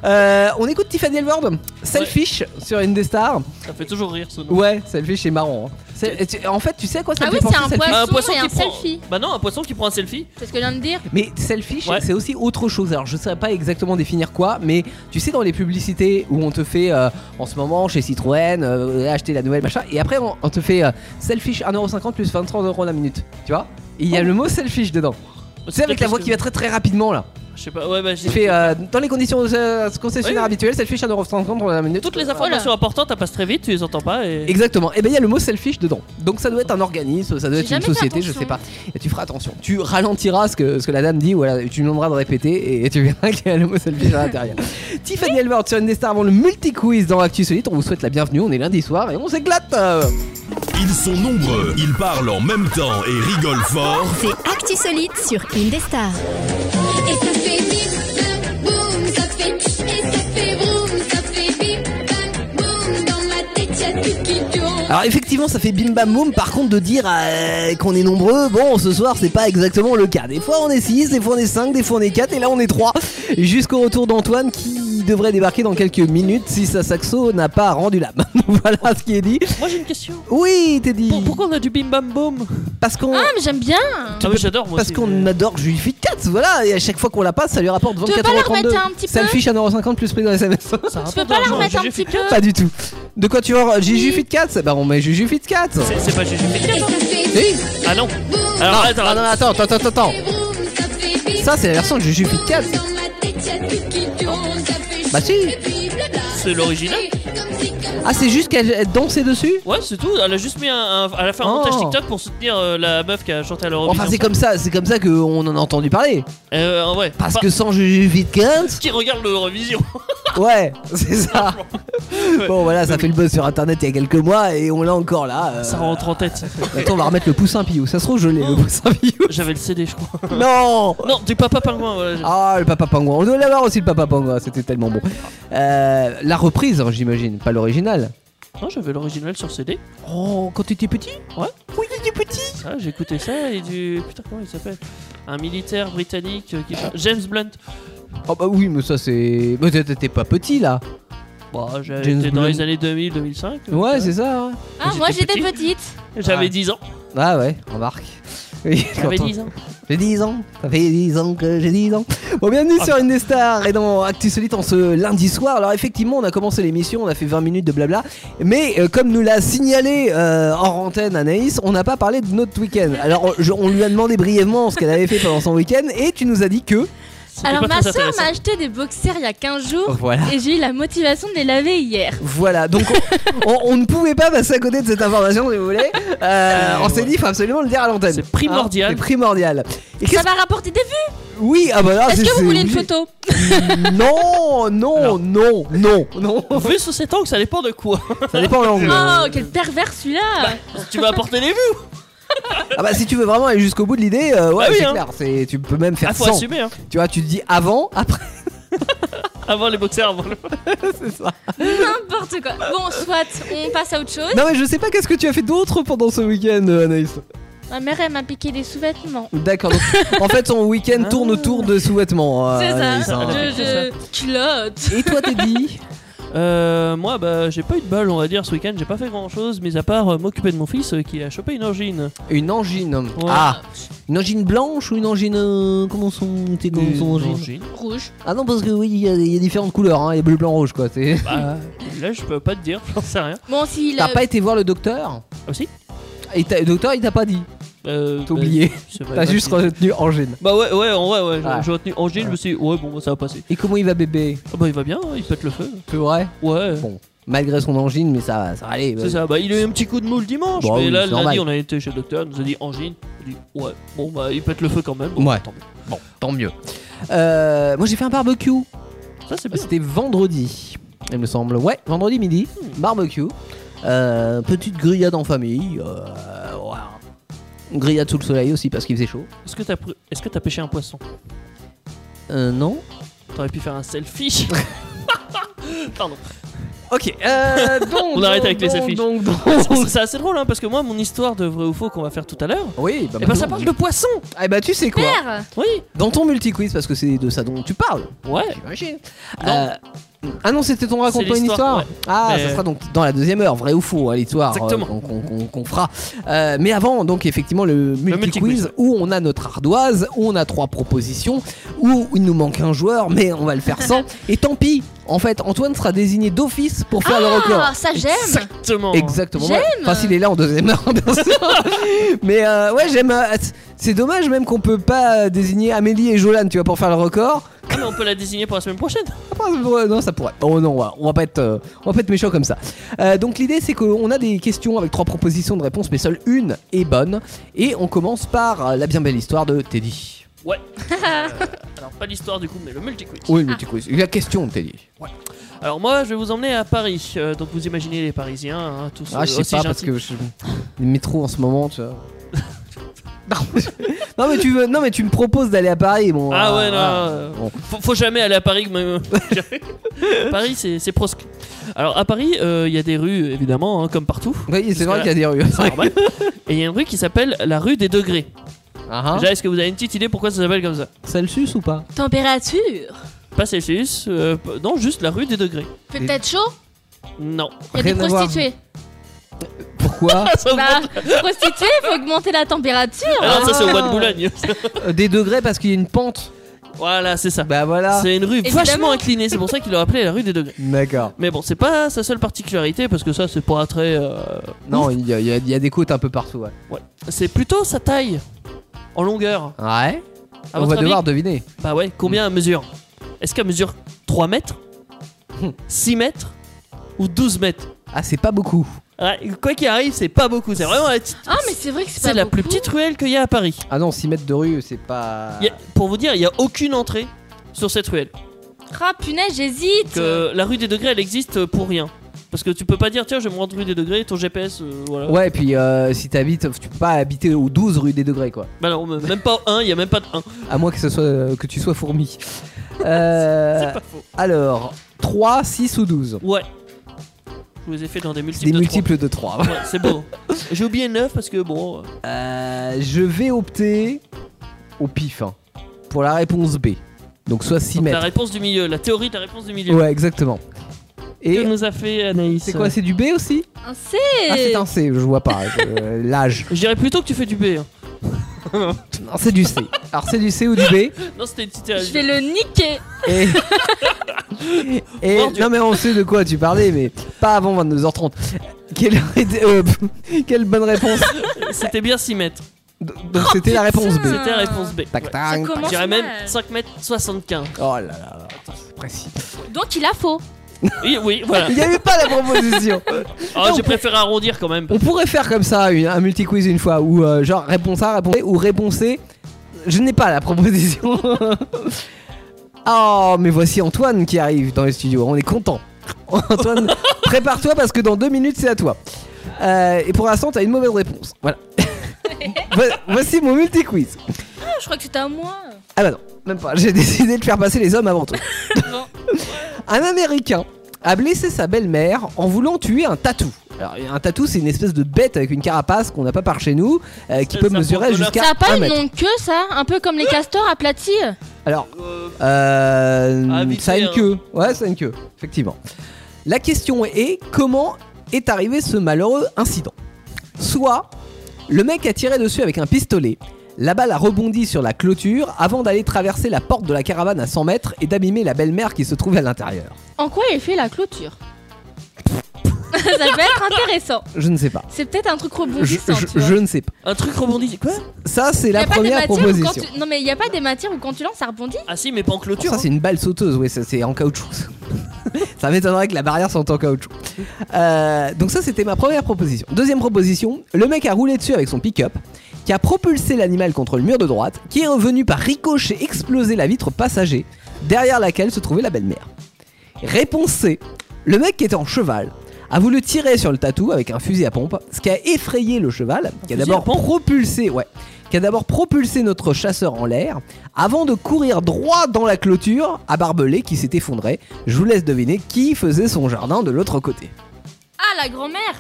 S3: Euh, on écoute Tiffany Elward, Selfish sur Indestar.
S4: Ça fait toujours rire ce nom.
S3: Ouais, Selfish c'est marrant. hein. C'est- et tu- En fait, tu sais à quoi ça me
S5: Ah oui,
S3: fait
S5: c'est
S3: penser
S5: un
S3: Selfish
S5: poisson,
S4: un poisson
S5: et
S4: qui
S5: un
S4: prend.
S5: selfie.
S4: Bah non, un poisson qui prend un selfie.
S5: C'est ce que je viens de dire. Ah,
S3: Mais selfish,
S4: Ouais.
S3: c'est aussi autre chose. Alors, je saurais pas exactement définir quoi, mais tu sais, dans les publicités où on te fait euh, en ce moment chez Citroën, euh, acheter la nouvelle machin, et après on, on te fait euh, selfish 1,50€ plus 23€ la minute, tu vois Et il y a
S4: Oh.
S3: le mot selfish dedans. Tu sais, avec la voix qui va très très rapidement là.
S4: Je sais pas, ouais, bah j'ai
S3: Tu fais euh, dans les conditions euh, concessionnaires
S4: Oui.
S3: habituelles, selfish 1,50€ la minute.
S4: Toutes les informations importantes, elles passent très vite, tu les entends pas et.
S3: Exactement. Et ben il y a le mot selfish dedans. Donc ça doit être un organisme, ça doit
S5: J'ai
S3: être une
S5: jamais fait
S3: société, je
S5: attention.
S3: sais pas. Et tu feras attention. Tu ralentiras ce que, ce que la dame dit, voilà, et tu lui demanderas de répéter et, et tu verras qu'il y a le mot selfish à l'intérieur. Tiffany Elbert sur une des stars avant le multi-quiz dans Actu Solide. On vous souhaite la bienvenue. On est lundi soir et on s'éclate. euh.
S7: Ils sont nombreux, ils parlent en même temps et rigolent fort.
S8: C'est Actisolite sur Indestar.
S9: Et ça fait bim, bam, boum, ça fait, et ça fait vroom, ça fait bim, bam, boum, dans ma tête y'a tout qui tourne.
S3: Alors effectivement, ça fait bim bam boum. Par contre, de dire euh, qu'on est nombreux, bon, ce soir, c'est pas exactement le cas. Des fois, on est 6, des fois, on est 5, des fois, on est 4, et là, on est 3. Jusqu'au retour d'Antoine qui il devrait débarquer dans quelques minutes si sa saxo n'a pas rendu l'âme. [LAUGHS] voilà ce qui est dit.
S4: Moi j'ai une question.
S3: Oui, Teddy.
S4: Pour- pourquoi on a du bim bam boom
S3: Parce qu'on
S5: Ah, mais j'aime bien.
S4: Ah mais j'adore moi.
S3: parce
S4: aussi.
S3: qu'on adore Julie Fit voilà, et à chaque fois qu'on la passe, ça lui rapporte
S5: veux
S3: 24,32€.
S5: pas la remettre un petit
S3: Ça le
S5: peu
S3: fiche 1,50€ plus prix dans les SMS.
S4: Ça
S5: Tu
S4: rapporte
S5: peux pas la
S4: d'argent.
S5: remettre un
S4: J'ai- j'ai
S5: petit
S4: fait-
S3: [LAUGHS]
S5: peu
S3: Pas du tout. De quoi tu vois Juju Fit Bah on met Juju Fit
S4: C'est c'est pas Gigi Fit
S9: Et ça fait
S3: Si
S4: Ah non. Alors attends,
S3: Ah non, attends, attends, attends, attends.
S9: vroom, ça fait bip.
S3: Ça, c'est la version de Juju Fit
S9: Dans ma tête, y a tout qui tourne, ça fait
S3: Bah si.
S9: chou- et blabla.
S4: c'est l'original.
S9: Comme si, comme
S3: Ah, c'est juste qu'elle dansait dessus
S4: Ouais, c'est tout. Elle a juste mis un, un- elle a fait un
S3: Oh.
S4: montage TikTok pour soutenir euh, la meuf qui a chanté à l'Eurovision.
S3: Enfin, c'est comme ça, c'est comme ça qu'on en a entendu parler.
S4: Euh, ouais.
S3: Parce
S4: Pas-
S3: que sans Juju Fit
S4: qui regarde l'Eurovision.
S3: ouais, [LAUGHS] c'est ça. Bon, voilà, ça fait le buzz sur internet il y a quelques mois et on l'a encore là. euh.
S4: [LAUGHS] Ça rentre en tête. ça.
S3: Attends, on va remettre le poussin Piou. Ça se trouve, je l'ai, le poussin [LAUGHS] Piou.
S4: J'avais le CD, je crois.
S3: Non
S4: Non, du papa pingouin. Voilà, j'ai-
S3: Ah, le papa pingouin. On doit l'avoir aussi, le papa pingouin. C'était tellement bon. Euh, la reprise, hein, j'imagine, pas l'original.
S4: Non, j'avais l'original sur CD.
S3: Oh, quand t'étais petit
S4: Ouais.
S3: Oui, t'étais petit
S4: Ça, j'écoutais ça et du. Putain, comment il s'appelle Un militaire britannique euh, qui. James Blunt.
S3: Oh bah oui, mais ça c'est... Mais t'étais- t'étais pas petit là
S4: Bah, j'ai-
S3: James
S4: j'étais dans
S3: Blunt.
S4: les années 2000-2005.
S3: Ouais, c'est ça. ouais.
S5: Ah, moi
S4: J'étais
S5: j'étais petite.
S4: euh, J'avais
S3: Ouais.
S4: 10 ans.
S3: Ah ouais, remarque. [LAUGHS] Oui,
S4: J'avais
S3: quand on-
S4: 10 ans.
S3: J'ai 10 ans, ça fait 10 ans que j'ai 10 ans. Bon, bienvenue
S5: Ah.
S3: sur Une des Stars et dans Actu Solite en ce lundi soir. Alors, effectivement, on a commencé l'émission, on a fait 20 minutes de blabla. Mais euh, comme nous l'a signalé euh, en antenne Anaïs, on n'a pas parlé de notre week-end. Alors, on- je- on lui a demandé brièvement ce qu'elle avait fait pendant son week-end et tu nous as dit que.
S4: C'était
S5: Alors
S4: pas
S5: ma
S4: très
S5: soeur
S4: intéressant.
S5: m'a acheté des boxers il y a 15 jours
S3: Voilà.
S5: et j'ai eu la motivation de les laver hier.
S3: Voilà, donc on, on- on ne pouvait pas passer à côté de cette information, si vous voulez. Euh, on s'est dit, il faut absolument le dire à l'antenne.
S4: C'est primordial.
S3: Ah, c'est primordial. Et
S5: Ça
S3: qu'est-ce-
S5: va rapporter des vues.
S3: Oui, ah bah là,
S5: Est-ce
S3: c'est-
S5: que vous
S3: c'est
S5: voulez une
S3: obligé.
S5: photo
S3: [LAUGHS] Non, non,
S4: Alors.
S3: non, non, non.
S4: Vu sous 7 ans que ça dépend de quoi.
S3: Ça dépend de l'angle.
S5: Oh, quel pervers celui-là
S4: tu vas apporter les vues.
S3: Ah bah si tu veux vraiment aller jusqu'au bout de l'idée, euh, ouais,
S4: Bah oui,
S3: c'est
S4: hein.
S3: clair. c'est- Tu peux même faire
S4: Ah, faut
S3: 100.
S4: assumer. Hein.
S3: Tu vois, tu te dis avant, [LAUGHS] après,
S4: Avant les boxers, avant le.
S3: c'est ça.
S5: N'importe quoi. Bon, soit, on passe à autre chose.
S3: Non mais je sais pas qu'est-ce que tu as fait d'autre pendant ce week-end, euh, Anaïs.
S5: Ma mère, elle m'a piqué des sous-vêtements.
S3: D'accord. donc, en fait, son week-end tourne autour de sous-vêtements. euh,
S5: C'est
S3: Anaïs,
S5: ça,
S3: hein.
S5: je, je... culotte.
S3: Et toi, t'es dit
S4: Euh, moi, bah, j'ai pas eu de bol, on va dire, ce week-end. J'ai pas fait grand chose, mais à part euh, m'occuper de mon fils euh, qui a chopé une angine.
S3: Une angine. Ah, une angine blanche ou une angine. euh, comment sont tes comment
S4: Une
S3: sont angines
S4: angine.
S5: Rouge.
S3: Ah non, parce que oui, il y, a- il y a différentes couleurs. hein, Il y a bleu, blanc, rouge quoi. c'est-
S4: Bah, là, je peux pas te dire, [LAUGHS] j'en sais rien.
S5: Bon, s'il
S3: T'as
S5: a-
S3: pas été voir le docteur
S4: Ah, si
S3: Et t'as- Le docteur, il t'a pas dit.
S4: Euh,
S3: T'as oublié.
S4: bah, c'est vrai,
S3: T'as
S4: bah,
S3: juste Ah.
S4: si.
S3: retenu angine.
S4: Bah, ouais, ouais, en vrai, ouais. j'ai-
S3: Ouais.
S4: J'ai retenu angine, je me suis dit, ouais, bon, bah, ça va passer.
S3: Et comment il va bébé
S4: Ah, bah, il va bien, hein, il pète le feu.
S3: C'est vrai
S4: Ouais.
S3: Bon, Malgré son angine, mais ça va, ça va aller.
S4: C'est ça, bah il a eu un petit coup de mou le dimanche,
S3: Bah
S4: mais
S3: oui,
S4: là
S3: c'est
S4: lundi
S3: normal.
S4: on a été chez le docteur, il nous a dit angine, il dit ouais, bon bah il pète le feu quand même, bon,
S3: Ouais.
S4: tant mieux.
S3: Tant mieux. Euh, moi j'ai fait un barbecue.
S4: Ça c'est bien.
S3: C'était vendredi, il me semble. Ouais, vendredi midi. Barbecue. Euh, petite grillade en famille. euh, voilà. Une grillade sous le soleil aussi parce qu'il faisait chaud.
S4: Est-ce que t'as pr- est-ce que t'as pêché un poisson
S3: Euh, non
S4: T'aurais pu faire un selfie. [LAUGHS] Pardon.
S3: Ok, euh, donc.
S4: On arrête avec les
S3: donc,
S4: affiches.
S3: donc, donc.
S4: C'est c'est assez drôle hein, parce que moi mon histoire de vrai ou faux qu'on va faire tout à l'heure,
S3: Oui, bah,
S4: et ben ça parle de poisson.
S3: Eh bah, tu sais quoi
S5: Père
S4: Oui.
S3: Dans ton multi-quiz, parce que c'est de ça dont tu parles,
S4: Ouais.
S3: j'imagine.
S4: Non.
S3: Euh, ah non, c'était ton raconte-moi
S4: C'est
S3: une histoire
S4: l'histoire,
S3: Ah,
S4: Mais-
S3: ça sera donc dans la deuxième heure, vrai ou faux, hein, l'histoire euh,
S4: Exactement.
S3: qu'on qu'on- qu'on- qu'on fera. Euh, mais avant, donc effectivement, le multi-quiz
S4: multi-quiz.
S3: où on a notre ardoise, où on a trois propositions, où il nous manque un joueur, mais on va le faire sans. Et tant pis, en fait, Antoine sera désigné d'office pour faire le record.
S5: Ah, ça j'aime.
S4: Exactement.
S3: Exactement. Ouais. Enfin, s'il est là en deuxième heure, [LAUGHS] bien sûr. Mais euh, ouais, j'aime. euh, C'est dommage même qu'on peut pas euh, désigner Amélie et Jolan, tu vois, pour faire le record.
S4: Ah, mais on peut la désigner pour la semaine prochaine.
S3: Ah, pardon, ouais, Non, ça pourrait. Oh non, on va, on va pas être, euh, on va pas être méchant comme ça. Euh, donc l'idée, c'est qu'on a des questions avec trois propositions de réponse, mais seule une est bonne. Et on commence par euh, la bien belle histoire de Teddy.
S4: Ouais. Euh, alors pas l'histoire du coup, mais le multi-quiz.
S3: Oui, mais tu quiz. La question, de Teddy.
S4: Alors moi je vais vous emmener à Paris. Euh, donc vous imaginez les Parisiens, hein, tous
S3: Ah,
S4: euh,
S3: je sais
S4: aussi
S3: pas parce
S4: gentils.
S3: que je... les métros en ce moment, tu
S4: [LAUGHS]
S3: vois. non mais tu veux, non mais tu me proposes d'aller à Paris, bon.
S4: Ah
S3: euh,
S4: ouais, non,
S3: voilà.
S4: euh,
S3: Bon.
S4: faut, faut jamais aller à Paris. même. [LAUGHS] Paris, c'est c'est proscrit. Alors, à Paris, euh, il y a des rues, évidemment, hein, comme partout.
S3: Oui, c'est vrai
S4: Jusque-là.
S3: qu'il y a des rues.
S4: C'est normal. Et il y a une rue qui s'appelle la rue des degrés.
S3: Ah, ah.
S4: Déjà, est-ce que vous avez une petite idée pourquoi ça s'appelle comme ça
S3: C'est le sus ou pas
S5: Température.
S4: Passesius, euh, non, juste la rue des degrés.
S5: Fait peut-être chaud
S4: Non. [LAUGHS]
S5: Il y a des
S3: Rien à voir.
S5: prostituées.
S3: Pourquoi [LAUGHS]
S4: Ça
S5: Bah, prostituées, faut augmenter la température.
S4: Ah non, ça c'est au bois de Boulogne. [LAUGHS]
S3: Euh, Des degrés parce qu'il y a une pente.
S4: voilà, c'est ça.
S3: Bah voilà.
S4: C'est une rue
S5: Évidemment.
S4: vachement inclinée, c'est pour ça qu'ils l'ont appelée la rue des degrés.
S3: D'accord.
S4: Mais bon, c'est pas sa seule particularité parce que ça c'est pas très. euh,
S3: Non, il y, a- il y a- il y a des côtes un peu partout. Ouais.
S4: ouais. C'est plutôt sa taille en longueur.
S3: Ouais.
S4: À
S3: On
S4: votre
S3: va
S4: avis,
S3: devoir deviner.
S4: Bah ouais, combien elle mesure Est-ce qu'elle mesure
S3: [LAUGHS]
S4: 3 mètres 6 mètres Ou 12 mètres
S3: Ah, c'est pas beaucoup.
S4: Ouais, Quoi qu'il arrive, c'est pas beaucoup. C'est vraiment la, petite-
S5: Ah, mais c'est vrai que c'est
S4: c'est
S5: pas
S4: la
S5: beaucoup.
S4: plus petite ruelle qu'il y a à Paris.
S3: Ah non, 6 mètres de rue, c'est pas.
S4: Il y a- pour vous dire, il n'y a aucune entrée sur cette ruelle.
S5: Ah, punaise, j'hésite.
S4: Que la rue des degrés, elle existe pour rien. Parce que tu peux pas dire, tiens, je vais me rendre rue des degrés, ton GPS, euh, voilà.
S3: Ouais, puis euh, si t'habites, tu peux pas habiter aux 12 rue des degrés, quoi.
S4: Bah non, même pas un, il y a même pas de 1.
S3: À moins que, ce soit, euh, que tu sois
S4: [LAUGHS]
S3: fourmi. Euh,
S4: Pas faux.
S3: alors, 3, 6 ou 12
S4: Ouais. Je vous les ai fait dans des
S3: C'est
S4: multiples.
S3: des
S4: de
S3: multiples de 3.
S4: trois. Ouais,
S3: [LAUGHS]
S4: c'est beau. J'ai oublié 9 parce que bon. euh,
S3: Euh, je vais opter au pif hein, pour la réponse B. Donc soit 6
S4: donc la
S3: mètres.
S4: réponse du milieu, la théorie de la réponse du milieu.
S3: Ouais, exactement.
S4: Que
S3: Et
S4: nous a fait Anaïs
S3: c'est quoi C'est du B aussi
S5: Un C.
S3: Ah, c'est un C, je vois
S4: [LAUGHS]
S3: pas. euh, L'âge.
S4: Je dirais plutôt que tu fais du B. hein.
S3: Non, c'est du C. Alors c'est du C ou du B
S4: Non, c'était une petite
S5: Je vais le niquer.
S3: Et. et-
S4: Mon Dieu.
S3: non, mais on sait de quoi tu parlais, mais pas avant 22h30. Quelle, heure était- euh, [LAUGHS] pff, quelle bonne réponse!
S4: C'était bien 6 mètres.
S3: Donc, c'était la réponse B.
S4: C'était la réponse B.
S3: Tac,
S4: Oh,
S3: tac,
S4: Ouais.
S5: Ça
S4: Je
S5: commence-
S3: tac.
S4: dirais même
S5: mal.
S4: 5 mètres 75.
S3: Oh là là là, attends, c'est précis.
S5: Donc il a faux.
S4: Oui,
S3: [LAUGHS]
S4: oui, voilà.
S3: Il n'y avait pas la
S4: [LAUGHS]
S3: proposition!
S4: Ah, j'ai préféré arrondir quand même.
S3: On pourrait faire comme ça une- un multi-quiz une fois où euh, genre réponse A, réponse B ou réponse C. Je n'ai pas la proposition. [LAUGHS] oh, mais voici Antoine qui arrive dans les studios. On est content. [LAUGHS] Antoine, prépare-toi parce que dans deux minutes, c'est à toi. Euh, et pour l'instant, t'as une mauvaise réponse. Voilà. [LAUGHS] Vo- voici mon multi-quiz.
S5: Ah, je crois que c'était à moi.
S3: Ah bah non, même pas. J'ai [LAUGHS] décidé de faire passer les hommes avant tout.
S5: Bon.
S3: [LAUGHS] Un Américain a blessé sa belle-mère en voulant tuer un tatou. Alors, un tatou, c'est une espèce de bête avec une carapace qu'on n'a pas par chez nous, euh, qui
S4: Ça,
S3: peut
S4: ça
S3: mesurer
S4: porte de la-
S3: jusqu'à
S5: Ça a pas
S3: 1
S5: une
S3: mètre.
S5: longue queue, ça Un peu comme les castors aplatis
S3: Alors, euh,
S4: Ah, vite
S3: ça a
S4: fait,
S3: une
S4: hein.
S3: queue. Ouais, ça a une queue, effectivement. La question est comment est arrivé ce malheureux incident Soit le mec a tiré dessus avec un pistolet, la balle a rebondi sur la clôture avant d'aller traverser la porte de la caravane à 100 mètres et d'abîmer la belle-mère qui se trouvait à l'intérieur.
S5: En quoi il fait la clôture [LAUGHS] Ça peut être intéressant.
S3: Je ne sais pas.
S5: C'est peut-être un truc
S3: Je,
S5: rebondissant,
S3: je-
S5: tu vois.
S3: je ne sais pas.
S4: Un truc rebondit. Quoi
S3: Ça, c'est
S5: Y a
S3: la
S5: pas des
S3: première
S5: matières où quand
S3: proposition.
S5: tu- Non mais il n'y a pas des matières où quand tu lances ça rebondit
S4: Ah si, mais pas en clôture.
S3: Oh, Ça, c'est une balle sauteuse, oui, ça, c'est en caoutchouc. [LAUGHS] ça m'étonnerait que la barrière soit en caoutchouc. Euh, donc, ça, c'était ma première proposition. Deuxième proposition le mec a roulé dessus avec son pick-up, qui a propulsé l'animal contre le mur de droite, qui est revenu par ricochet exploser la vitre passager, derrière laquelle se trouvait la belle-mère. Réponse C le mec qui était en cheval a voulu tirer sur le tatou avec un fusil à pompe, ce qui a effrayé le cheval, qui a
S4: fusil à
S3: d'abord
S4: pompe
S3: propulsé, ouais, qui a d'abord propulsé notre chasseur en l'air, avant de courir droit dans la clôture à barbelé qui s'est effondré. Je vous laisse deviner qui faisait son jardin de l'autre côté.
S5: Ah la grand-mère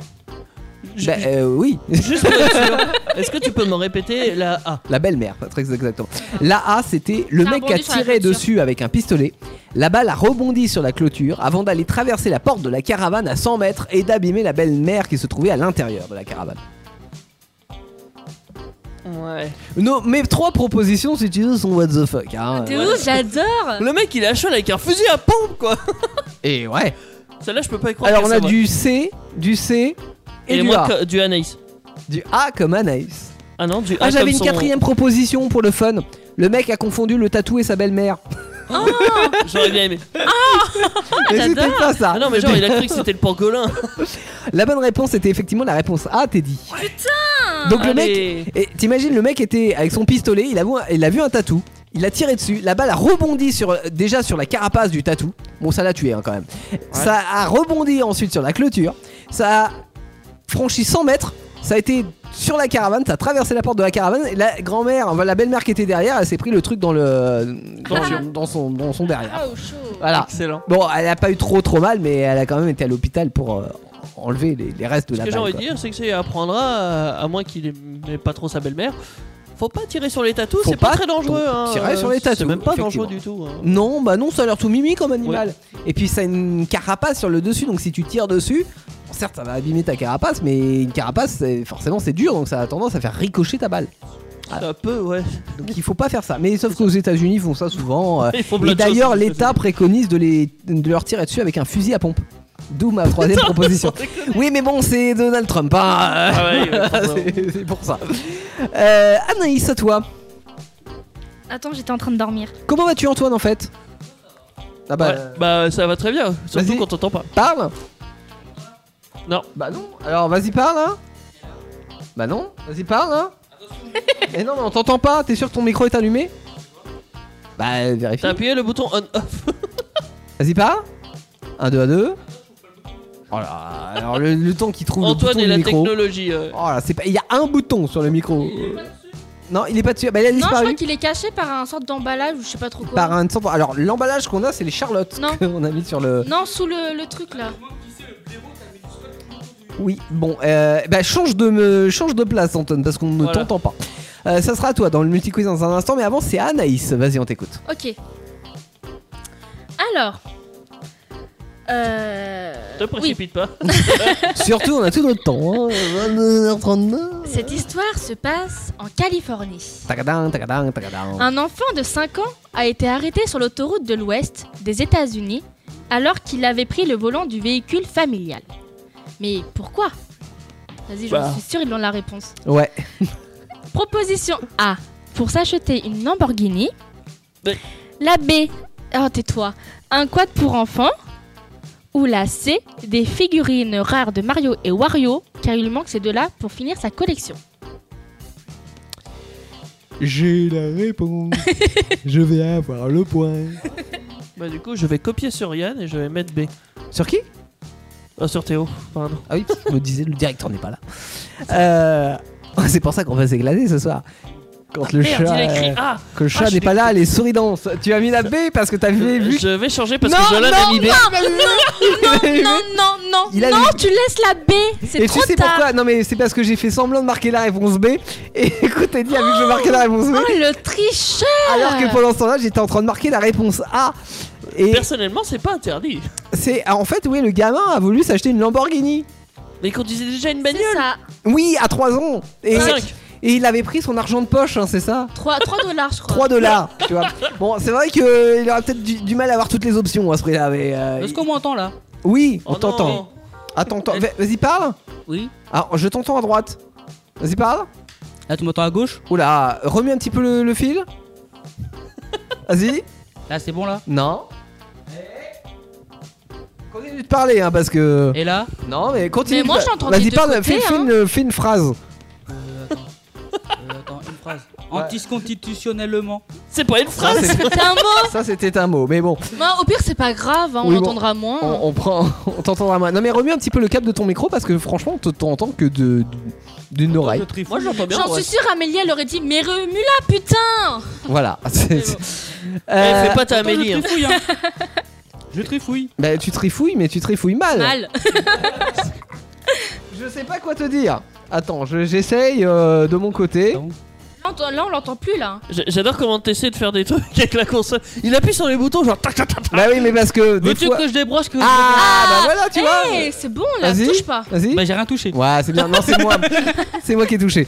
S4: Je-
S3: Bah, euh, oui, [LAUGHS]
S4: Juste pour être sûr, Est-ce que tu peux me répéter la A
S3: la belle-mère, pas très exactement. La A, c'était le
S5: Ça a
S3: mec qui a
S5: rebondi sur la
S3: tiré
S5: clôture.
S3: dessus avec un pistolet. La balle a rebondi sur la clôture avant d'aller traverser la porte de la caravane à 100 mètres et d'abîmer la belle-mère qui se trouvait à l'intérieur de la caravane.
S4: Ouais.
S3: Non, mes trois propositions, si tu veux, sont what the fuck. hein.
S4: Ah,
S5: T'es ouf, j'adore
S4: Le mec, il est à cheval avec un fusil à pompe, quoi.
S3: Et ouais.
S4: Celle-là, je peux pas y croire.
S3: Alors on
S4: qu'elle
S3: a
S4: soit
S3: du C, du C
S4: vraie.
S3: et,
S4: Et
S3: du
S4: moi,
S3: A.
S4: que- du Anaïs.
S3: Du A comme Anaïs.
S4: Ah non, du A.
S3: Ah, j'avais
S4: comme
S3: une
S4: son-
S3: quatrième proposition pour le fun. Le mec a confondu le tatou et sa belle-mère.
S4: J'aurais bien aimé.
S3: Mais c'était
S4: j'adore.
S3: pas ça.
S4: Ah non, mais genre, il a cru que c'était le pangolin.
S3: La bonne réponse était effectivement la réponse A, t'es dit. Putain Donc le mec,
S4: Allez.
S3: et t'imagines le mec était avec son pistolet, il a vu, il a vu un tatou, il a tiré dessus, la balle a rebondi sur déjà sur la carapace du tatou. Bon ça l'a tué hein, quand même. Ça a rebondi ensuite sur la clôture, ça a franchi 100 mètres, ça a été sur la caravane, ça a traversé la porte de la caravane, et la grand-mère, enfin, la belle-mère qui était derrière, elle s'est pris le truc dans le dans,
S4: Ah.
S3: dans son dans son derrière.
S5: Ah, au chaud
S3: Voilà.
S4: Excellent.
S3: Bon, elle a pas eu trop trop mal, mais elle a quand même été à l'hôpital pour euh, enlever les, les restes de
S4: Ce
S3: la
S4: que j'ai
S3: balle.
S4: envie de
S3: quoi.
S4: dire, c'est que c'est apprendra, à, à moins qu'il aime pas trop sa belle-mère, Faut pas tirer sur les tatous,
S3: Faut
S4: c'est pas,
S3: pas
S4: très dangereux. hein.
S3: tirer sur les
S4: C'est
S3: tatous,
S4: même pas dangereux
S3: effectivement.
S4: du tout.
S3: [LAUGHS]
S4: hein.
S3: Non, bah non, ça a l'air tout mimi comme animal. Et puis ça a une carapace sur le dessus, donc si tu tires dessus, bon, certes ça va abîmer ta carapace, mais une carapace, c'est- forcément c'est dur, donc ça a tendance à faire ricocher ta balle.
S4: Un peu, ouais.
S3: Donc il faut pas faire ça. Mais sauf qu'aux États-Unis ils font ça souvent. euh,
S4: [LAUGHS] Ils font plein
S3: et
S4: de choses.
S3: d'ailleurs l'État préconise de, les, de leur tirer dessus avec un fusil à pompe. D'où ma troisième
S4: [LAUGHS]
S3: proposition. Oui mais bon c'est Donald Trump. hein.
S4: Ah ouais, [LAUGHS] ouais, franchement.
S3: c'est c'est pour ça. Euh, Anaïs à toi.
S5: Attends, j'étais en train de dormir.
S3: Comment vas-tu Antoine en fait Ah bah
S4: Ouais, bah ça va très bien, surtout
S3: vas-y.
S4: quand t'entend pas.
S3: parle.
S4: Non.
S3: Bah non. Alors vas-y parle hein. Bah non. Vas-y parle hein. Et non mais on t'entend pas. T'es sûr que ton micro est allumé Bah vérifie.
S4: T'as appuyé le bouton on-off.
S3: Vas-y, pas 1, 2, 1, 2. Oh là, alors le, le temps qu'il trouve
S4: Antoine
S3: le bouton
S4: et
S3: du
S4: la
S3: micro.
S4: technologie. euh.
S3: Oh là, c'est pas, il y a un bouton sur le micro. Non, il est pas dessus. Bah, il a
S5: Non, je
S3: disparu
S5: crois qu'il est caché par un sorte d'emballage ou je sais pas trop quoi.
S3: par un centre. Alors l'emballage qu'on a, c'est les charlottes
S5: Non.
S3: qu'on a mis sur le.
S5: Non, sous le, le truc là.
S3: Oui. Bon, euh, bah change de me, change de place, Antoine, parce qu'on ne
S4: Voilà.
S3: t'entend pas. Euh, ça sera à toi dans le multi quiz dans un instant, mais avant c'est Anaïs. Vas-y, on [LAUGHS] t'écoute.
S5: Ok. Alors. Euh.
S4: Te précipite pas.
S3: Surtout, on a tout notre temps. Hein. 22h39.
S5: Cette histoire se passe en Californie.
S3: Tacadin, tacadin, tacadin.
S5: Un enfant de 5 ans a été arrêté sur l'autoroute de l'Ouest des États-Unis alors qu'il avait pris le volant du véhicule familial. Mais pourquoi Vas-y, je
S4: Bah.
S5: suis sûre, ils ont la réponse.
S3: Ouais.
S5: Proposition A pour s'acheter une Lamborghini.
S4: Ouais.
S5: La B, oh tais-toi, un quad pour enfants. Ou la C, des figurines rares de Mario et Wario, car il manque ces deux-là pour finir sa collection.
S3: J'ai la réponse. je vais avoir le point.
S4: Bah du coup je vais copier sur Yann et je vais mettre B.
S3: Sur qui
S4: Ah sur Théo, pardon.
S3: Ah oui, parce que je me disais, le directeur n'est pas là. Euh, [LAUGHS] C'est pour ça qu'on va s'éclater ce soir. Quand le
S4: Merde, il
S3: chat,
S4: a écrit
S3: euh,
S4: A.
S3: quand le chat
S4: Ah, je
S3: n'est
S4: l'ai
S3: pas là, les souris dansent. Tu as mis la B parce que t'avais vu.
S4: Je vais changer parce
S3: Non,
S4: que Jolan a
S3: non,
S4: mis B.
S3: que-
S5: Non, non, non,
S3: Il a
S5: non,
S3: mis-
S5: tu laisses la B, c'est
S3: Et tu
S5: trop
S3: sais
S5: tard.
S3: pourquoi Non mais c'est parce que j'ai fait semblant de marquer la réponse B. Et [LAUGHS] écoute, t'as dit, ah, vu que je marquais la réponse B,
S5: Oh le tricheur
S3: alors que pendant ce temps-là, j'étais en train de marquer la réponse A. Et
S4: Personnellement c'est pas interdit.
S3: c'est ah, en fait, oui, le gamin a voulu s'acheter une Lamborghini.
S4: Mais quand tu déjà une
S5: C'est
S4: bagnole.
S5: ça,
S3: Oui, à 3 ans. Et,
S4: 5.
S3: et il avait pris son argent de poche, hein, c'est ça
S5: 3, dollars je crois.
S3: 3
S4: [LAUGHS]
S3: dollars, tu vois. Bon, c'est vrai qu'il aurait peut-être du, du mal à avoir toutes les options à ce prix-là, mais. euh,
S10: Est-ce qu'on m'entend là
S3: Oui, on
S4: Oh
S3: t'entend.
S4: non.
S3: Attends, t'en- va- vas-y, parle.
S10: Oui.
S3: Ah, je t'entends à droite. Vas-y, parle.
S10: Là, tu m'entends à gauche
S3: Oula, remue un petit peu le, le fil. Vas-y.
S10: Là, c'est bon là
S3: Non. Eh, Continue de parler, hein, parce que.
S10: Et là
S3: Non, mais continue.
S5: Mais moi,
S3: de-
S5: je t'entends des
S3: Vas-y,
S5: deux
S3: parle,
S5: côtés,
S3: fais, fais
S5: hein.
S3: une, fais une phrase.
S10: Euh, attends. Euh, attends, une phrase. Anticonstitutionnellement.
S4: C'est pas une
S3: Ça,
S4: phrase.
S3: Ah, c'est-
S5: C'est un mot
S3: [LAUGHS] Ça, c'était un mot, mais bon,
S5: Bah, Au pire c'est pas grave, hein, on
S3: Oui, bon.
S5: l'entendra moins.
S3: on, on prend. [LAUGHS] On t'entendra moins. Non, mais remue un petit peu le cap de ton micro, parce que franchement, on te- t'entends que de. de- d'une oreille.
S4: Moi j'entends bien.
S5: J'en
S4: ouais.
S5: suis sûre, Amélie, elle aurait dit Mais remue-la, putain
S3: Voilà. [LAUGHS] C'est-
S4: Eh,
S3: Euh,
S4: fais pas ta Amélie. hein.
S10: trifouille, hein. Je trifouille.
S3: bah, tu trifouilles, mais tu trifouilles mal.
S5: Mal
S3: Je sais pas quoi te dire. Attends, je- j'essaye euh, de mon côté.
S5: Là, on- Là, on l'entend plus, là.
S4: J'a- J'adore comment t'essaies de faire des trucs [LAUGHS] avec la console. Il appuie sur les boutons genre tac tac tac. tac.
S3: Bah oui, mais parce que des
S10: Veux-tu
S3: fois.
S10: que je débroche que
S3: Ah, bah voilà, tu vois.
S5: Eh, c'est bon, là,
S3: Vas-y.
S5: touche pas.
S3: Vas-y.
S10: Bah, j'ai rien touché.
S3: Ouais, c'est bien. Non, c'est moi. c'est moi qui ai touché.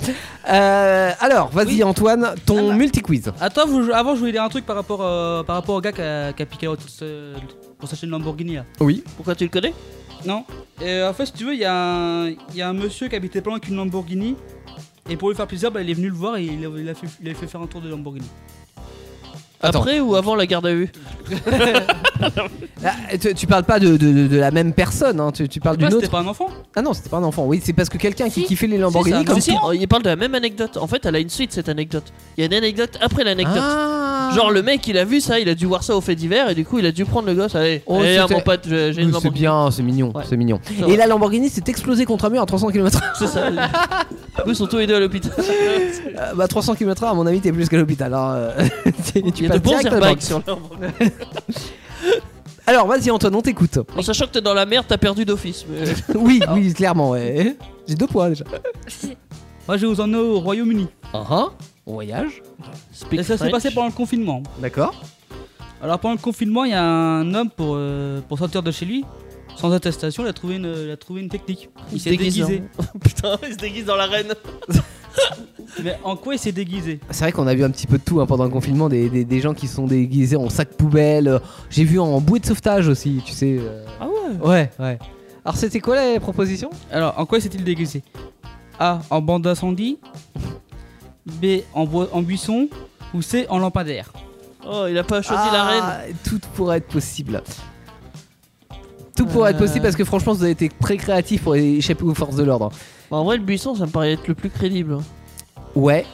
S3: Euh, alors, vas-y
S10: Oui.
S3: Antoine, ton
S10: Ah bah.
S3: multi-quiz.
S10: Attends, vous- avant, je voulais dire un truc par rapport, euh, par rapport au gars qui a, qui a piqué la route, euh, pour s'acheter une Lamborghini là.
S3: Oui.
S4: Pourquoi tu le connais
S10: Non Et, euh, En fait, si tu veux, il y, a un- il y a un monsieur qui habitait pas loin avec une Lamborghini. Et pour lui faire plaisir, bah, il est venu le voir et il a, il a fait, il a fait faire un tour de Lamborghini.
S3: Attends.
S4: Après ou avant la garde à vue
S3: Ah, tu, tu parles pas de, de- de- de la même personne, hein, tu, tu parles
S10: Bah,
S3: d'une
S10: c'était
S3: autre.
S10: pas un enfant
S3: Ah non, c'était pas un enfant. Oui, c'est parce que quelqu'un qui
S5: Si.
S3: kiffait les Lamborghini
S10: Si, c'est un
S3: comme
S10: enfant.
S4: Oh, Il parle de la même anecdote. En fait, elle a une suite cette anecdote. Il y a une anecdote après l'anecdote.
S3: Ah.
S4: Genre le mec il a vu ça, il a dû voir ça au fait divers et du coup il a dû prendre le gosse. Allez,
S3: Oh,
S4: allez,
S3: c'était-
S4: mon pote, je- j'ai
S3: Oui,
S4: une
S3: c'est
S4: Lamborghini.
S3: bien, c'est mignon,
S4: Ouais.
S3: c'est mignon.
S4: Ça
S3: Et
S4: va.
S3: la Lamborghini s'est explosée contre un mur à 300 km/h. [LAUGHS]
S4: C'est ça. Eux sont tous les deux à l'hôpital.
S3: Euh, bah 300 km/h à mon avis t'es plus qu'à l'hôpital. hein, [LAUGHS] euh, tu
S4: Il
S3: tu
S4: y a de
S3: passes
S4: bons
S3: direct au
S4: airbags
S3: doc.
S4: sur la Lamborghini.
S3: Alors vas-y Antoine, on
S4: [LAUGHS]
S3: t'écoute.
S4: En sachant que t'es dans la merde, t'as perdu d'office. mais-
S3: Oui,
S4: Ah.
S3: oui, clairement. ouais. J'ai deux points déjà. Ah,
S10: Moi, je vais vous emmener au Royaume-Uni.
S3: On voyage.
S10: Et ça s'est passé pendant le confinement.
S3: D'accord.
S10: Alors pendant le confinement, il y a un homme pour, euh, pour sortir de chez lui, sans attestation, il a trouvé une, il a trouvé une technique.
S4: Il
S10: Il
S4: se
S10: s'est
S4: déguise
S10: déguisé.
S4: [LAUGHS] Putain, il se déguise dans l'arène.
S10: Mais en quoi il s'est déguisé
S3: C'est vrai qu'on a vu un petit peu de tout hein, pendant le confinement, des, des- des gens qui sont déguisés en sac poubelle. euh, J'ai vu en bouée de sauvetage aussi, tu sais. euh.
S10: Ah ouais
S3: Ouais, ouais. Alors c'était quoi la proposition
S10: Alors en quoi s'est-il déguisé A. En bande d'incendie. B. En, bois- en buisson. Ou C. En lampadaire.
S4: Oh, il a pas choisi
S3: Ah,
S4: l'arène.
S3: Tout pourrait être possible. Tout pourrait
S4: Euh.
S3: être possible parce que franchement, vous avez été très créatif pour échapper aux forces de l'ordre.
S4: Bah, en vrai, le buisson, ça me paraît être le plus crédible.
S3: Ouais,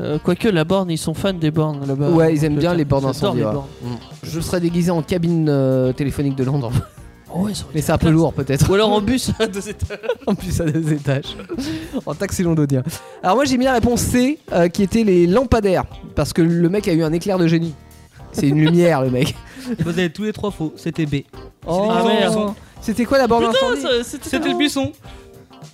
S4: Euh, Quoique la borne, ils sont fans des bornes là-bas.
S3: ouais, ils aiment
S4: Donc, euh,
S3: bien les bornes
S4: j'adore
S3: d'incendie.
S4: les
S3: ouais.
S4: bornes.
S3: Mm. Je serais déguisé en cabine euh, téléphonique de Londres. [LAUGHS]
S4: Oh, ouais, ça aurait
S3: Mais
S4: été
S3: c'est un peu
S4: classe.
S3: lourd peut-être.
S4: Ou alors en bus [LAUGHS] à deux étages.
S3: [LAUGHS] en plus à deux étages. en taxi londonien. Alors moi j'ai mis la réponse C euh, qui était les lampadaires. Parce que le mec a eu un éclair de génie. C'est une lumière le
S4: [LAUGHS]
S3: mec.
S10: Vous avez tous les trois faux. C'était B.
S3: Oh.
S4: Ah, merde.
S3: C'était quoi la borne d'incendie
S4: Ça, c'était-
S10: C'était le buisson.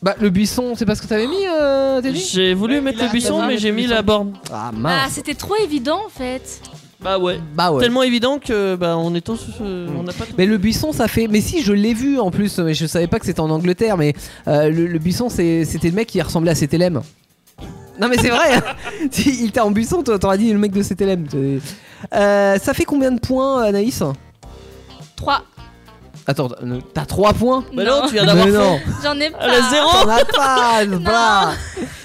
S3: Bah le buisson, c'est parce que t'avais mis euh, t'as dit
S4: J'ai voulu
S10: Ouais,
S4: mettre
S10: il a-
S4: le buisson,
S10: il a
S4: mais j'ai
S10: mis
S4: mis
S10: le
S4: la borne.
S3: Ah
S5: Ah,
S3: mince.
S5: c'était trop évident en fait.
S4: Bah ouais.
S3: bah ouais. Mm.
S4: Tellement évident que bah on est tous, euh, on n'a pas.
S3: Mais le buisson, ça fait. Mais si, je l'ai vu en plus, mais je savais pas que c'était en Angleterre. Mais euh, le, le buisson, c'est- c'était le mec qui ressemblait à CTLM. Non, mais c'est vrai! hein. [LAUGHS] Si il t'a en buisson, toi, t'aurais dit le mec de CTLM. T'es- Euh, ça fait combien de points, Anaïs?
S5: 3.
S3: Attends, euh, t'as 3 points?
S4: Bah non,
S5: Non.
S4: tu viens d'avoir
S3: Mais
S4: fait.
S3: non!
S5: [LAUGHS] J'en ai
S4: Ah, la
S5: pas.
S4: zéro.
S3: T'en as
S4: [LAUGHS]
S3: pas! bah.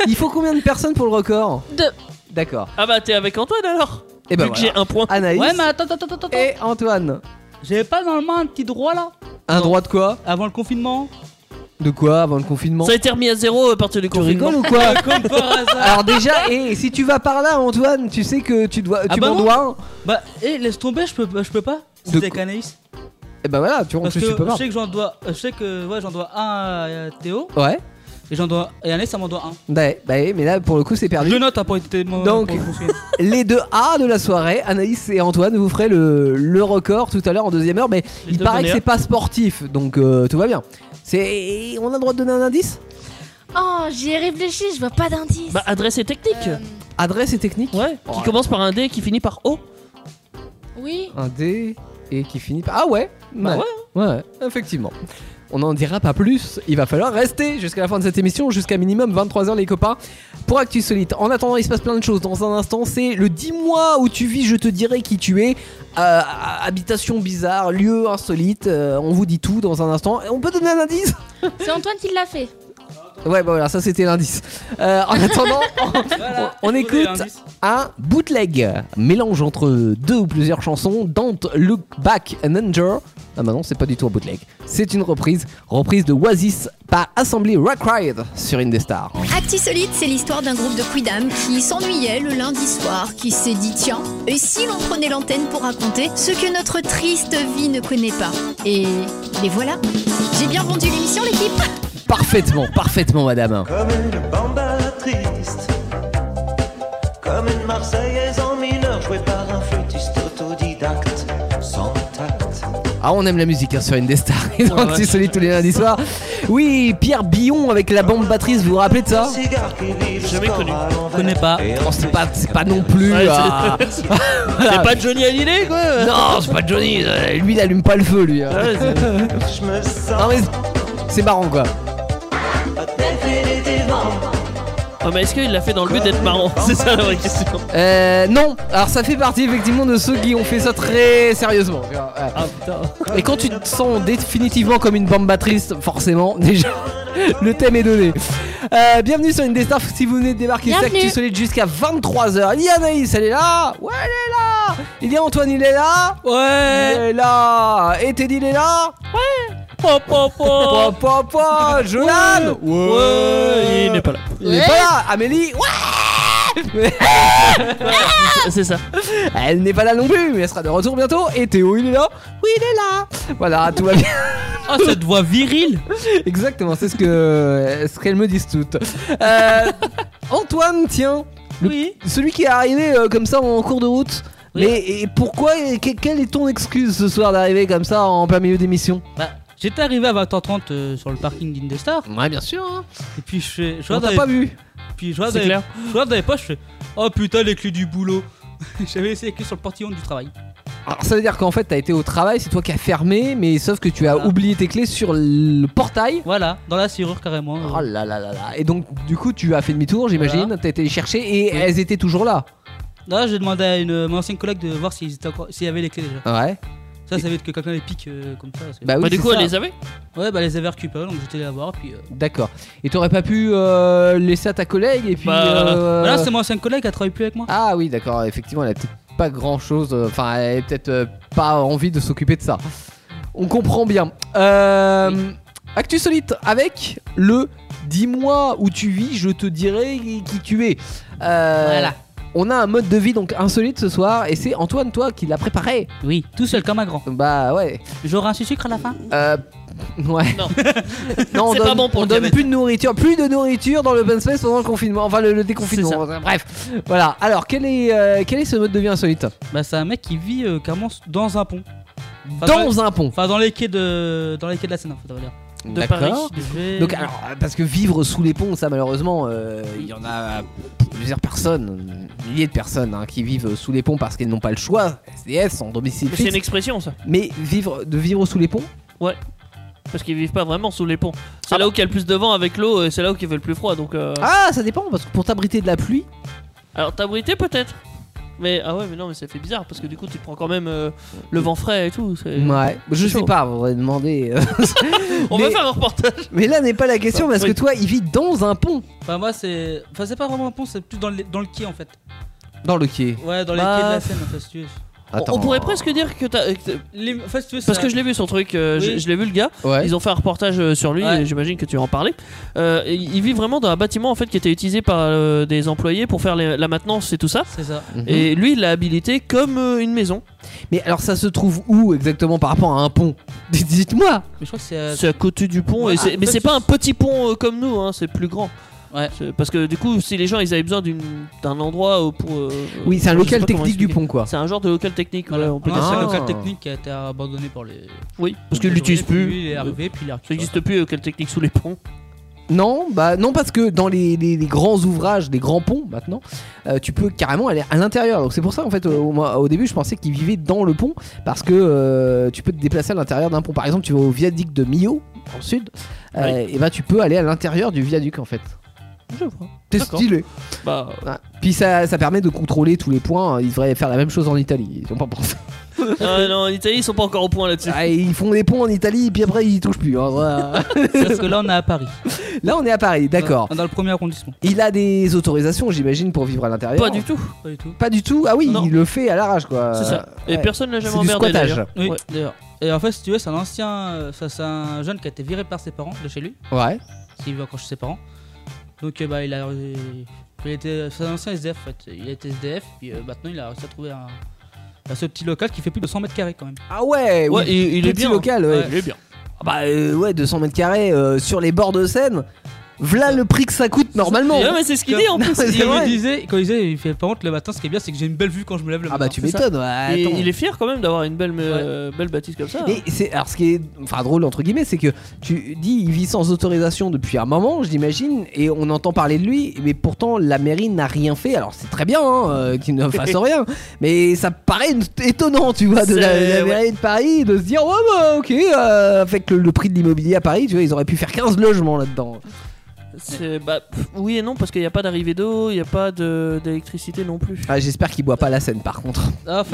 S3: Il faut combien de personnes pour le record?
S5: Deux.
S3: D'accord.
S4: Ah bah t'es avec Antoine alors.
S3: Et bah,
S4: Vu que j'ai
S3: voilà.
S4: un point.
S3: Anaïs
S10: Ouais, mais attends, attends, attends, attends. attends.
S3: et Antoine.
S10: J'avais pas normalement un petit droit là
S3: Un droit de quoi?
S10: Avant le confinement
S3: De quoi avant le confinement?
S4: Ça a été remis à zéro euh, à partir du
S3: Tu
S4: confinement.
S3: rigoles ou quoi?
S10: [LAUGHS] Comme par hasard
S3: Alors déjà, [LAUGHS] et si tu vas par là, Antoine, tu sais que tu dois, tu
S10: Ah bah
S3: m'en
S10: non.
S3: dois un.
S10: Bah, hé, laisse tomber, je peux, je peux pas.
S3: De
S10: C'était avec
S3: quoi
S10: Anaïs.
S3: Et bah voilà, tu en
S10: Parce
S3: plus
S10: que
S3: tu peux
S10: je
S3: pas.
S10: sais que j'en dois, je sais que ouais, j'en dois un à euh, Théo
S3: Ouais.
S10: et j'en dois et Anaïs, ça m'en doit un.
S3: Ouais, bah oui, mais là pour le coup c'est
S10: [LAUGHS] Je
S3: perdu.
S10: note hein, pour éviter de m'en-
S3: Donc- [LAUGHS]
S10: pour vous suivre.
S3: Les deux A de la soirée, Anaïs et Antoine, vous ferez le, le record tout à l'heure en deuxième heure, mais
S4: Les
S3: il
S4: deux
S3: paraît que
S4: meilleurs.
S3: c'est pas sportif, donc euh, tout va bien. C'est, on a le droit de donner un indice
S5: Oh, j'y ai réfléchi, je vois pas d'indice.
S4: Bah adresse et technique.
S5: Euh,
S3: Adresse et technique.
S4: Ouais. Qui
S3: Ouais.
S4: commence par un D et qui finit par O.
S5: oui.
S3: Un D et qui finit par ah ouais,
S4: Bah ouais.
S3: ouais, ouais, effectivement. On n'en dira pas plus, il va falloir rester jusqu'à la fin de cette émission, jusqu'à minimum 23h les copains, pour Actu Solite. En attendant, il se passe plein de choses. Dans un instant, c'est le 10 mois où tu vis, je te dirai qui tu es. Euh, habitation bizarre, lieu insolite, euh, on vous dit tout dans un instant. Et on peut donner un indice
S5: C'est Antoine qui l'a fait.
S3: Ouais, bah voilà, ça c'était l'indice. Euh, en attendant,
S10: Voilà.
S3: on
S10: Posez
S3: écoute.
S10: l'indice.
S3: un bootleg, mélange entre deux ou plusieurs chansons, Don't Look Back and Under. Ah bah non, c'est pas du tout un bootleg, c'est une reprise, reprise de Oasis par Assembly Rock Ride sur Indestar.
S8: Acti Solide, c'est l'histoire d'un groupe de quidam qui s'ennuyait le lundi soir, qui s'est dit tiens, et si l'on prenait l'antenne pour raconter ce que notre triste vie ne connaît pas Et les voilà J'ai bien vendu l'émission, l'équipe
S3: Parfaitement, parfaitement madame.
S11: Comme une bamba triste, comme une Marseillaise en mineur jouée par un flûtiste autodidacte, sans tact.
S3: Ah, on aime la musique hein, sur Indestar, [LAUGHS] et
S4: la
S3: donc
S4: vache.
S3: c'est solide tous les lundis soirs. Oui, Pierre Billon avec la bande batterie, vous vous rappelez de ça
S11: Cigare qui lit le
S4: Jamais
S11: score
S4: connu.
S3: hein.
S11: à l'envers.
S10: Connais pas.
S11: Et
S3: Oh,
S11: on
S3: c'est pas, c'est pas non plus.
S4: Ouais, c'est-
S3: ah.
S4: C'est pas Johnny Hallyday quoi.
S3: Non, c'est pas Johnny, euh, lui il allume pas le feu lui. hein.
S4: Ouais, c'est-
S11: Je me
S3: Non,
S11: sens
S3: mais c'est marrant quoi.
S11: définitivement
S4: Oh, mais est-ce qu'il l'a fait dans le but d'être
S3: [LAUGHS]
S4: marrant C'est ça la vraie [LAUGHS] question.
S3: Euh, non, alors ça fait partie effectivement de ceux qui ont fait ça très sérieusement. tu vois, ouais.
S4: Ah putain.
S3: [LAUGHS] Et quand tu te sens définitivement comme une bombe triste, forcément, [LAUGHS] déjà, le thème est donné. Euh, bienvenue sur Indestar, si vous venez de débarquer, c'est
S5: Bienvenue.
S3: Actu Solide jusqu'à 23h. Il y a Anaïs, elle est là Ouais, elle est là Il y a Antoine, il est là
S4: Eh.
S10: Ouais.
S3: Il est là Et Teddy, il est là Oh,
S4: Pop, pop, pop.
S3: Pop, pop, pop Jolan
S4: Ouais, il n'est pas là.
S3: Il est pas là Amélie Ouais Ah.
S4: C'est ça.
S3: Elle n'est pas là non plus, mais elle sera de retour bientôt. Et Théo, il est là Oui, il est là Voilà, tout va bien. [LAUGHS]
S10: Ah,
S11: [LAUGHS]
S10: cette voix virile.
S3: Exactement, c'est ce que ce qu'elles me disent toutes. Euh, Antoine, tiens, le-
S10: Oui.
S3: celui qui est arrivé euh, comme ça en cours de route.
S10: Oui.
S3: Mais et pourquoi et que- quelle est ton excuse ce soir d'arriver comme ça en plein milieu d'émission
S10: Bah, j'étais arrivé à 20h30 euh, sur le parking d'Indestar
S3: Ouais, bien sûr. Hein.
S10: et puis je fais- je
S3: On
S10: regarde
S3: t'a
S10: dans
S3: pas
S10: les-
S3: vu.
S10: puis je regarde
S4: C'est
S3: Ah,
S10: dans les-
S4: clair.
S10: je regarde dans les poches, je fais, Oh putain, les clés du boulot. [LAUGHS] J'avais essayé les clés sur le portillon du travail.
S3: Alors ça veut dire qu'en fait t'as été au travail, c'est toi qui as fermé, mais sauf que tu as oublié tes clés sur le portail.
S10: Voilà, dans la serrure carrément.
S3: Oh là là là là. Et donc du coup tu as fait demi-tour, j'imagine, t'as été les chercher et elles étaient toujours là.
S10: Là, j'ai demandé à une, euh, mon ancienne collègue de voir s'ils étaient encore- s'il y avait les clés déjà.
S3: Ouais.
S10: Ça, ça veut dire que quelqu'un les pique euh, comme ça. c'est-
S3: Bah oui, Bah, du c'est coup, ça. elle les
S4: avait
S10: Ouais, bah, elle les avait récupérées, donc j'étais allé la voir. Puis, euh,
S3: D'accord. Et t'aurais pas pu euh, laisser à ta collègue et puis.
S10: Bah,
S3: euh,
S10: Là, c'est mon ancienne collègue, elle travaille plus avec moi.
S3: Ah oui, d'accord. Effectivement, elle a peut-être pas grand chose. Enfin, elle avait peut-être euh, pas envie de s'occuper de ça. On comprend bien. Euh, Actu solide avec le dis-moi où tu vis, je te dirai qui tu es. Euh,
S10: Voilà.
S3: On a un mode de vie donc insolite ce soir et c'est Antoine toi qui l'a préparé.
S10: Oui, tout seul comme un grand.
S3: Bah ouais.
S10: J'aurai un sucre à la fin
S3: Euh, ouais. [LAUGHS]
S4: Non.
S3: on
S10: C'est
S3: donne,
S10: pas bon pour
S3: on
S10: le
S3: donne
S10: diabète.
S3: plus de nourriture, plus de nourriture dans l'open space pendant le confinement, enfin le, le déconfinement. Bref, voilà. Alors quel est euh, quel est ce mode de vie insolite
S10: Bah c'est un mec qui vit euh, carrément s- dans un pont.
S3: Dans
S10: les-
S3: un pont.
S10: Enfin dans les quais de dans les quais de la Seine, en fait, on va dire. De
S3: D'accord.
S10: Paris. de-
S3: Donc alors parce que vivre sous les ponts, ça malheureusement, euh, il y en a plusieurs personnes, milliers de personnes hein, qui vivent sous les ponts parce qu'elles n'ont pas le choix. SDF, sans domicile
S4: Mais c'est
S3: fixe.
S4: une expression ça.
S3: Mais vivre de vivre sous les ponts
S4: Ouais. Parce qu'ils vivent pas vraiment sous les ponts. C'est là où il y a le plus de vent avec l'eau et c'est là où il fait le plus froid. Donc, euh,
S3: Ah, ça dépend parce que pour t'abriter de la pluie.
S4: Alors t'abriter peut-être mais ah ouais mais non mais ça fait bizarre parce que du coup tu prends quand même euh, le vent frais et tout.
S10: Euh,
S4: c'est-
S3: Ouais, je
S4: c'est
S3: sais
S4: chaud.
S3: pas, vous va demander. euh,
S4: On
S3: Mais-
S4: va faire un reportage.
S3: Mais là n'est pas la question parce que
S4: Bah, Oui.
S3: toi, il vit dans un pont.
S10: Enfin moi c'est enfin c'est pas vraiment un pont, c'est plus dans le dans le quai en fait.
S3: Dans le quai.
S10: Ouais, dans les
S4: Bah,
S10: quais de la Seine, en fait, si tu veux.
S4: On, on pourrait presque dire que t'as. euh, que t'as-
S10: Les- en fait, si tu veux, c'est
S4: Parce
S10: un-
S4: que je l'ai vu son truc, euh,
S10: Oui.
S4: je, je l'ai vu le gars.
S10: Ouais.
S4: Ils ont fait un reportage euh, sur lui.
S10: Ouais.
S4: et J'imagine que tu vas en parler. Euh, et il vit vraiment dans un bâtiment en fait qui était utilisé par euh, des employés pour faire les- la maintenance et tout ça.
S10: C'est ça.
S3: Mhm.
S4: Et lui, il l'a habilité comme euh, une maison.
S3: Mais alors ça se trouve où exactement par rapport à un pont [LAUGHS] Dites-moi.
S10: Mais je crois que c'est euh,
S4: C'est à côté du pont.
S10: Ouais,
S4: et c'est-
S10: ah,
S4: mais
S10: ça,
S4: c'est
S10: c'est-
S4: pas un petit pont euh, comme nous, hein, c'est plus grand. C'est- Parce que du coup, si les gens ils avaient besoin d'une- d'un endroit où pour. euh,
S3: Oui, c'est un
S4: je sais
S3: local
S4: pas comment
S3: technique du
S4: expliquer.
S3: pont, Ah. quoi.
S4: C'est un genre de local technique. ouais, on peut
S10: on a
S4: dire ça
S10: un
S4: comme
S10: local
S4: ça.
S10: technique qui a été abandonné par les.
S4: Oui, parce qu'ils
S10: les
S4: l'utilisent
S10: ouvriers, puis
S4: plus.
S10: lui, Il est arrivé, puis il a
S4: Ça n'existe plus, euh, local technique sous les ponts.
S3: Non, bah non parce que dans les, les- les grands ouvrages, les grands ponts maintenant, euh, tu peux carrément aller à l'intérieur. Donc c'est pour ça en fait euh, au, au- moi, au début je pensais qu'ils vivaient dans le pont parce que euh, tu peux te déplacer à l'intérieur d'un pont. Par exemple tu vas au viaduc de Millau en sud, euh, et bah tu peux aller à l'intérieur du viaduc en fait.
S4: Je vois.
S3: C'est
S4: D'accord.
S3: stylé.
S10: [LAUGHS]
S4: Bah,
S3: Ouais. Puis ça, ça permet de contrôler tous les points. hein. Ils devraient faire la même chose en Italie. Ils ont pas pensé.
S4: Ah non, en Italie, ils sont pas encore au point là-dessus.
S3: [LAUGHS] Ah, ils font des ponts en Italie et puis après ils y touchent plus. hein. [LAUGHS] Voilà.
S10: Parce que là, on est à Paris.
S3: Là on est à Paris, d'accord.
S10: Dans, dans le premier arrondissement.
S3: Il a des autorisations, j'imagine, pour vivre à l'intérieur.
S4: Pas du tout.
S10: Pas du tout.
S3: Pas du tout. Ah oui, il le fait à l'arrache quoi.
S4: C'est ça. Et
S3: Ouais.
S4: personne l'a jamais
S3: C'est du
S4: emmerdé,
S3: squattage.
S4: d'ailleurs.
S10: Oui,
S4: Ouais.
S10: d'ailleurs. Et en fait, si tu veux, c'est un ancien. euh, ça, C'est un jeune qui a été viré par ses parents de chez lui.
S3: Ouais.
S10: S'il vit encore chez ses parents. Donc, euh, bah, il a. euh, il était, c'est un ancien SDF en fait. Il était SDF, puis euh, maintenant il a réussi à trouver un. à ce petit local qui fait plus de 100 mètres carrés quand même.
S3: Ah ouais,
S10: Ouais,
S3: oui,
S10: il- il est
S3: petit
S10: bien. hein.
S3: local.
S10: Ouais, il est bien.
S3: Ah Bah euh, ouais, 200 mètres carrés euh, sur les bords de Seine. V'là le prix que ça coûte normalement.
S10: Et ouais, mais
S4: c'est ce
S10: qu'il dit, en
S3: Non,
S10: plus.
S3: mais c'est
S10: il me
S3: vrai.
S10: disait, quand il disait, il fait par contre le matin, ce qui est bien, c'est que j'ai une belle vue quand je me lève le
S3: Ah
S10: matin.
S3: bah, tu m'étonnes, ouais,
S4: Et
S3: attends.
S4: il est fier quand même d'avoir une belle, euh, belle bâtisse comme
S10: Ah.
S4: ça.
S3: Et c'est alors ce qui est enfin drôle entre guillemets, c'est que tu dis il vit sans autorisation depuis un moment, j'imagine, et on entend parler de lui, mais pourtant la mairie n'a rien fait. Alors c'est très bien hein, euh, qu'il ne
S10: [LAUGHS]
S3: fasse rien, mais ça paraît une- étonnant, tu vois, de la,
S4: C'est-
S3: la mairie de Paris de se dire ouais bah ok euh, avec le, le prix de l'immobilier à Paris, tu vois, ils auraient pu faire 15 logements là-dedans.
S4: C'est- bah, pff, oui et non, parce qu'il n'y a pas d'arrivée d'eau, il n'y a pas de- d'électricité non plus.
S3: Ah, j'espère qu'il boit pas la Seine par contre.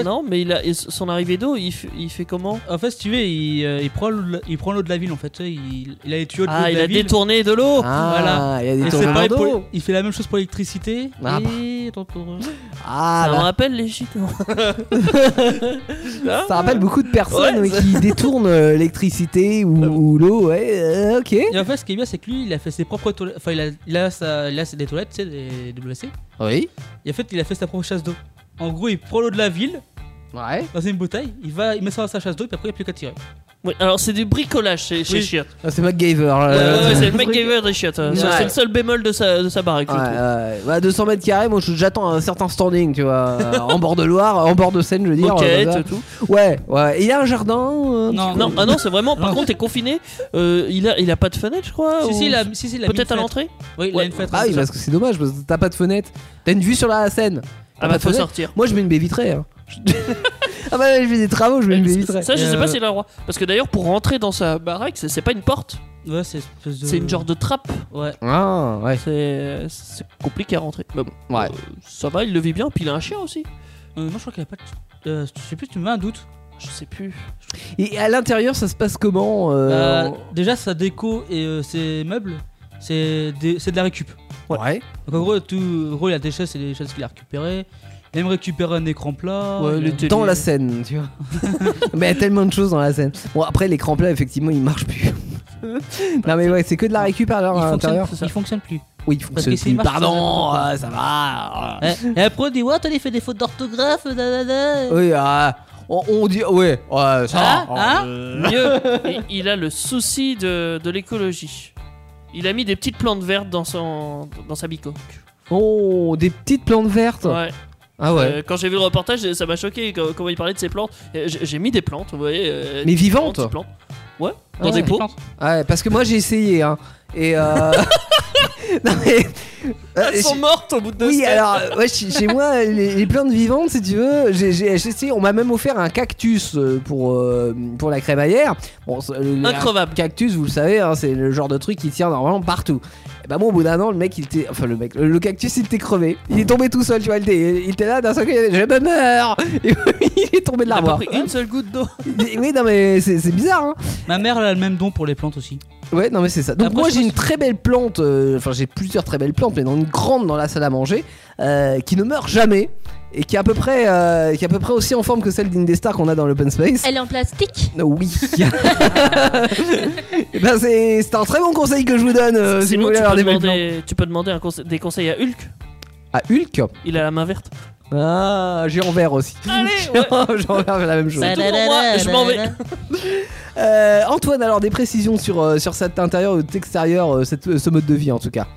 S4: Non, mais il a, et son arrivée d'eau, il, f- il fait comment
S10: En fait, si tu veux, il, euh, il prend l'eau de la- il prend l'eau de la ville en fait. tu sais, Il, il a les tuyaux de,
S4: Ah,
S10: l'eau de
S4: il
S10: la
S4: a
S10: ville.
S4: détourné de l'eau.
S10: [LAUGHS]
S3: Ah.
S10: Voilà.
S3: il a
S10: Et
S3: détourné
S10: c'est pareil
S3: l'eau.
S10: pour- Il fait la même chose pour l'électricité.
S3: Ah,
S10: et... attends, attends, attends.
S3: Ah,
S4: ça me
S3: bah.
S4: rappelle les chinois.
S3: Ça rappelle beaucoup de personnes
S10: Ouais,
S3: oui,
S4: [LAUGHS]
S10: ça-
S3: qui détournent euh, l'électricité ou, ou l'eau, ouais, euh, ok.
S10: Et en fait, ce qui est bien, c'est que lui, il a fait ses propres toilettes. Enfin, il a, il a sa- il a ses- des toilettes, tu sais, des WC.
S3: Oui.
S10: Et en fait, il a fait sa propre chasse d'eau. En gros, il prend l'eau de la ville.
S3: Ouais.
S10: Dans une bouteille, il va, il met ça dans sa chasse d'eau, puis après, il n'y a plus qu'à tirer.
S4: Oui, alors c'est du bricolage chez, chez
S3: Oui.
S4: Chiotte.
S3: Ah, c'est MacGyver.
S4: Ouais,
S3: là.
S4: ouais, c'est le mec qui est des chiottes. hein.
S3: Ouais.
S4: C'est le seul bémol de sa, de sa baraque. je
S3: Ouais,
S4: trouve.
S3: ouais. Bah, 200 mètres carrés, moi je- j'attends un certain standing, tu
S4: [LAUGHS]
S3: vois, euh, en bord de Loire, en bord de Seine, je veux dire.
S4: Ok,
S3: euh,
S4: tout,
S3: voilà.
S4: tout.
S3: Ouais, ouais. Et il y a un jardin. euh, un
S4: Non,
S3: petit
S4: non,
S3: peu.
S4: ah non, c'est vraiment. Par contre, t'es confiné. Euh, il a, il a pas de fenêtre, je crois.
S10: Si,
S4: ou-
S10: si, il a- si, si, il a mis une
S4: Peut-être à
S10: fenêtre.
S4: l'entrée.
S10: Oui, il a une fenêtre.
S3: Ah oui, parce que c'est dommage, parce que t'as pas de fenêtre. T'as une vue sur la Seine. T'as
S4: Ah bah,
S3: pas de
S4: faut
S3: fenêtre.
S4: sortir.
S3: Moi je mets une baie vitrée.
S4: [LAUGHS]
S3: hein. ah bah je fais des travaux, je mets une baie vitrée.
S4: Eh, Ça, je sais
S3: Euh,
S4: pas si il a le droit. Parce que d'ailleurs, pour rentrer dans sa baraque, c'est c'est pas une porte.
S10: Ouais, c'est de-
S4: une genre de trappe.
S10: Ouais.
S3: Ah, ouais.
S4: C'est c'est compliqué à rentrer. Mais bon. euh,
S3: Ouais.
S4: ça va, il le vit bien. Puis il a un chien aussi.
S10: Euh, non, je crois qu'il a pas de. euh, je sais plus, tu me mets un doute.
S4: Je sais plus.
S3: Et à l'intérieur, ça se passe comment euh,
S10: Euh,
S3: en-
S10: déjà, sa déco et euh, ses meubles, c'est des- c'est de la récup.
S3: Ouais.
S10: Donc en gros, tout, en gros, il y a des choses, c'est des choses qu'il a récupérées. Il aime récupérer un écran plat.
S4: Oh,
S3: Ouais,
S10: il a-
S3: dans la scène, tu
S4: [LAUGHS]
S3: vois. Mais il y a tellement de choses dans la scène. Bon, après, l'écran plat, effectivement, il marche
S4: [LAUGHS]
S3: plus. non, mais ouais, c'est que de la récup alors
S10: Il
S3: à
S10: fonctionne-
S3: l'intérieur.
S10: il fonctionne plus.
S3: Oui, il
S10: Parce que
S3: fonctionne
S10: c'est
S3: plus.
S10: une marque-
S3: Pardon, ah, ça va. Euh,
S10: Ouais. Et après, on dit Ouais, t'as fait des fautes d'orthographe. nanana.
S4: Euh,
S3: Oui, ah, on, on dit. Ouais, ouais, ça
S4: Ah,
S3: va. Euh.
S4: Mieux,
S3: [LAUGHS]
S4: il, il a le souci de, de l'écologie. Il a mis des petites plantes vertes dans, son, dans sa bicoque.
S3: Oh, des petites plantes vertes.
S4: Ouais.
S3: Ah ouais.
S4: Euh, quand j'ai vu le reportage, ça m'a choqué co- comment il parlait de ces plantes. Euh, j- J'ai mis des plantes, vous voyez. euh,
S3: Mais
S4: des
S3: vivantes
S4: plantes, des plantes. Ouais,
S3: Ah
S4: dans
S3: ouais.
S4: des pots.
S3: Ouais, parce que moi, j'ai essayé, hein. Et.
S4: [LAUGHS]
S3: Euh... [LAUGHS] non, mais. euh,
S4: Elles sont
S3: j'ai-
S4: mortes au bout de deux
S3: Oui,
S4: semaines.
S3: alors, euh, ouais, chez, chez moi, les, les plantes vivantes, si tu veux, j'ai j'ai essayé. On m'a même offert un cactus euh, pour, euh, pour la crémaillère. Bon, ça- le- le-
S4: Increvable.
S3: Cactus, vous le savez, hein, c'est le genre de truc qui tient normalement partout. Et bah, moi, au bout d'un an, le mec, il était. Enfin, le mec, le, le cactus, il était crevé. Il est tombé tout seul, tu vois. Il était, il était là, d'un seul coup, il avait, je me meurs [LAUGHS] Et Il est tombé de
S10: Il a pas
S3: l'arbre.
S10: pris une seule goutte d'eau.
S3: Oui, non, mais c'est c'est bizarre, hein.
S10: Ma mère, elle a le même don pour les plantes aussi.
S3: Ouais, non, mais c'est ça. Donc, moi, j'ai une très belle plante, euh, enfin, j'ai plusieurs très belles plantes, mais dans une grande dans la salle à manger, euh, qui ne meurt jamais et qui est à peu près, euh, qui est à peu près aussi en forme que celle d'Indestar qu'on a dans l'open space.
S5: Elle est en plastique.
S3: Oh, oui. [LAUGHS] Eh ben, c'est c'est un très bon conseil que je vous donne euh, si vous
S4: Sinon,
S3: voulez
S4: tu
S3: avoir
S4: peux,
S3: des belles plantes.
S4: demander, tu peux demander un conse- des conseils à Hulk.
S3: Ah, Hulk
S4: Il a la main verte.
S3: Ah, j'ai envers aussi. [LAUGHS] j'ai envers, j'ai la même chose.
S4: C'est tout pour moi, je m'en [LAUGHS] vais.
S3: Euh, Antoine, alors des précisions sur, euh, sur cet intérieur ou cet extérieur, euh, cette- euh, ce mode de vie en tout cas.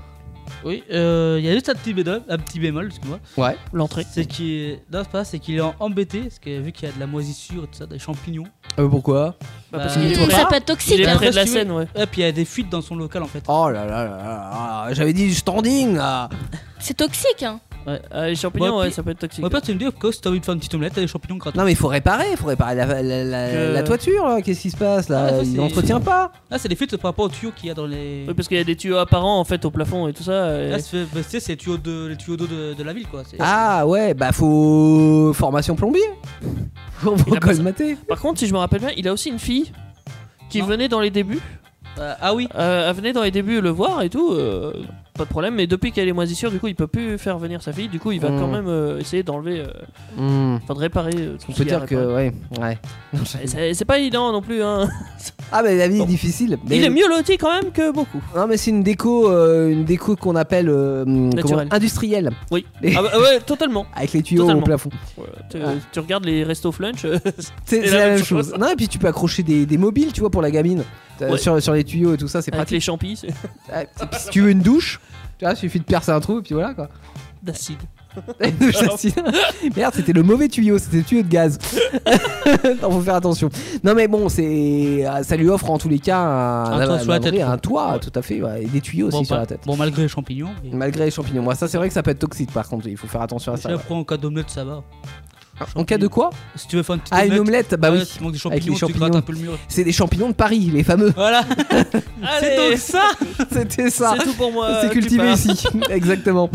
S10: Oui, euh, il y a juste un petit bémol, un petit bémol, excuse-moi.
S3: Ouais.
S4: L'entrée.
S10: C'est qu'il non, c'est pas, c'est qu'il est embêté parce que vu qu'il y a de la moisissure et tout ça, des champignons.
S3: Euh, pourquoi
S10: Bah,
S3: parce qu'il est Mmh, près- ça peut être toxique,
S10: il est
S3: hein.
S10: près de la
S3: Si tu veux.
S10: scène, ouais. Et puis il y a des fuites dans son local en fait.
S3: Oh là là là là, là, j'avais dit du standing ah. là.
S5: C'est toxique, hein.
S4: Ouais, Euh, les champignons, ouais, ça peut être toxique.
S10: Moi, père, tu me dis, que si t'as envie de faire une petite omelette, t'as des champignons gratuits.
S3: Non mais il faut réparer, il faut réparer la, la- la- la-
S10: Que-
S3: la toiture, là. qu'est-ce qui se passe là
S10: Ah, ça,
S3: Il
S10: c'est-
S3: n'entretient pas.
S10: Là, Ah, c'est des fuites par rapport aux tuyaux qu'il y a dans les.
S4: Oui, parce qu'il y a des tuyaux apparents en fait au plafond et tout ça. et-
S10: Là, c'est bah, tu sais, c'est les tuyaux de- les tuyaux d'eau de, de la ville quoi. C'est-
S3: Ah ouais, bah faut formation plombier. [LAUGHS] Faut, faut
S4: pas ça.
S3: colmater.
S4: Par contre, si je me rappelle bien, il a aussi une fille qui venait dans les débuts. euh,
S10: ah oui.
S4: elle venait dans les débuts le voir et tout. euh, pas de problème. Mais depuis qu'elle est moisissure, du coup, il peut plus faire venir sa fille. Du coup, il va
S3: Mm.
S10: Hmm.
S4: quand même euh, essayer d'enlever. euh,
S3: Hmm.
S4: Enfin, de réparer. euh, tout
S3: On
S4: ce
S3: peut
S4: qu'il y a à
S3: dire que
S4: réparer.
S3: ouais, ouais.
S4: Et C'est c'est pas évident non plus. Hein.
S3: Ah mais la vie est difficile.
S4: Il
S3: Mais-
S4: est mieux loti quand même que beaucoup.
S3: Non mais c'est une déco, euh, une déco qu'on appelle euh, comment-
S4: Naturelle.
S3: industrielle.
S4: Oui. Ah bah, ouais, totalement.
S3: Avec les tuyaux
S4: Totalement.
S3: au plafond.
S4: Ouais, tu, Euh, tu regardes les restos flunch. euh,
S3: Ah. C'est c'est la, même chose. Non et puis tu peux accrocher des, des mobiles, tu vois, pour la gamine Euh,
S4: Ouais.
S3: sur, sur les tuyaux et tout ça, c'est
S4: Avec
S3: pratique.
S4: les champis. c'est-
S3: Ah, et puis, si tu veux une douche, tu vois, suffit de percer un trou et puis voilà
S10: [LAUGHS]
S3: quoi. [LAUGHS]
S4: D'acide.
S3: Une douche d'acide. Merde, c'était le mauvais tuyau, c'était le tuyau de gaz. [LAUGHS] non, faut faire attention. Non mais bon, c'est ah, ça lui offre en tous les cas un,
S10: Un toit
S3: un-
S10: sur la
S3: un-
S10: tête, quoi.
S3: un toit, tout à fait, ouais, et des tuyaux
S10: Bon,
S3: aussi sur
S10: pas-
S3: la tête.
S10: Bon, malgré les champignons. et-
S3: Malgré les champignons, moi ça c'est vrai que ça peut être toxique par contre, il faut faire attention à
S10: Si
S3: ça. ouais.
S10: après, en cas d'omelette, ça va.
S3: En cas de quoi
S10: Si tu veux faire une petite
S3: Ah une
S10: omelette,
S3: omelette, bah
S10: ouais,
S3: oui.
S10: s'il manque des
S3: Avec
S10: champignons, tu grattes un peu le mur.
S3: C'est des champignons de Paris, les fameux. [LAUGHS]
S10: Voilà.
S4: C'est donc ça
S3: C'était ça.
S4: C'est tout pour moi,
S3: C'est
S4: Euh, tu
S3: cultivé
S4: pars. [LAUGHS]
S3: ici. Exactement.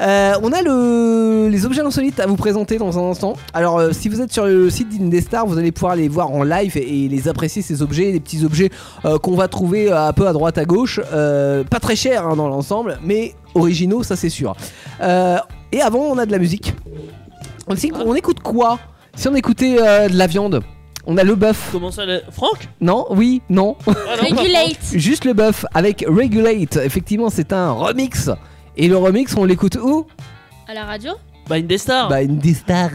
S3: Euh, on a le, les objets insolites à vous présenter dans un instant. Alors, euh, si vous êtes sur le site d'Indestar, vous allez pouvoir les voir en live et, et les apprécier, ces objets, les petits objets euh, qu'on va trouver euh, un peu à droite, à gauche. Euh, pas très chers hein, dans l'ensemble, mais originaux, ça c'est sûr. Euh, et avant, on a de la musique. On, sait- on écoute quoi Si on écoutait euh, de la viande, on a le bœuf.
S4: Comment ça, le- Franck Ah
S3: Non, oui, non.
S4: non, par Regulate. contre.
S3: Juste le bœuf avec Regulate. Effectivement, c'est un remix. Et le remix, on l'écoute où
S5: À la radio
S4: Bah, une des stars. Ah
S3: Bah, une des stars.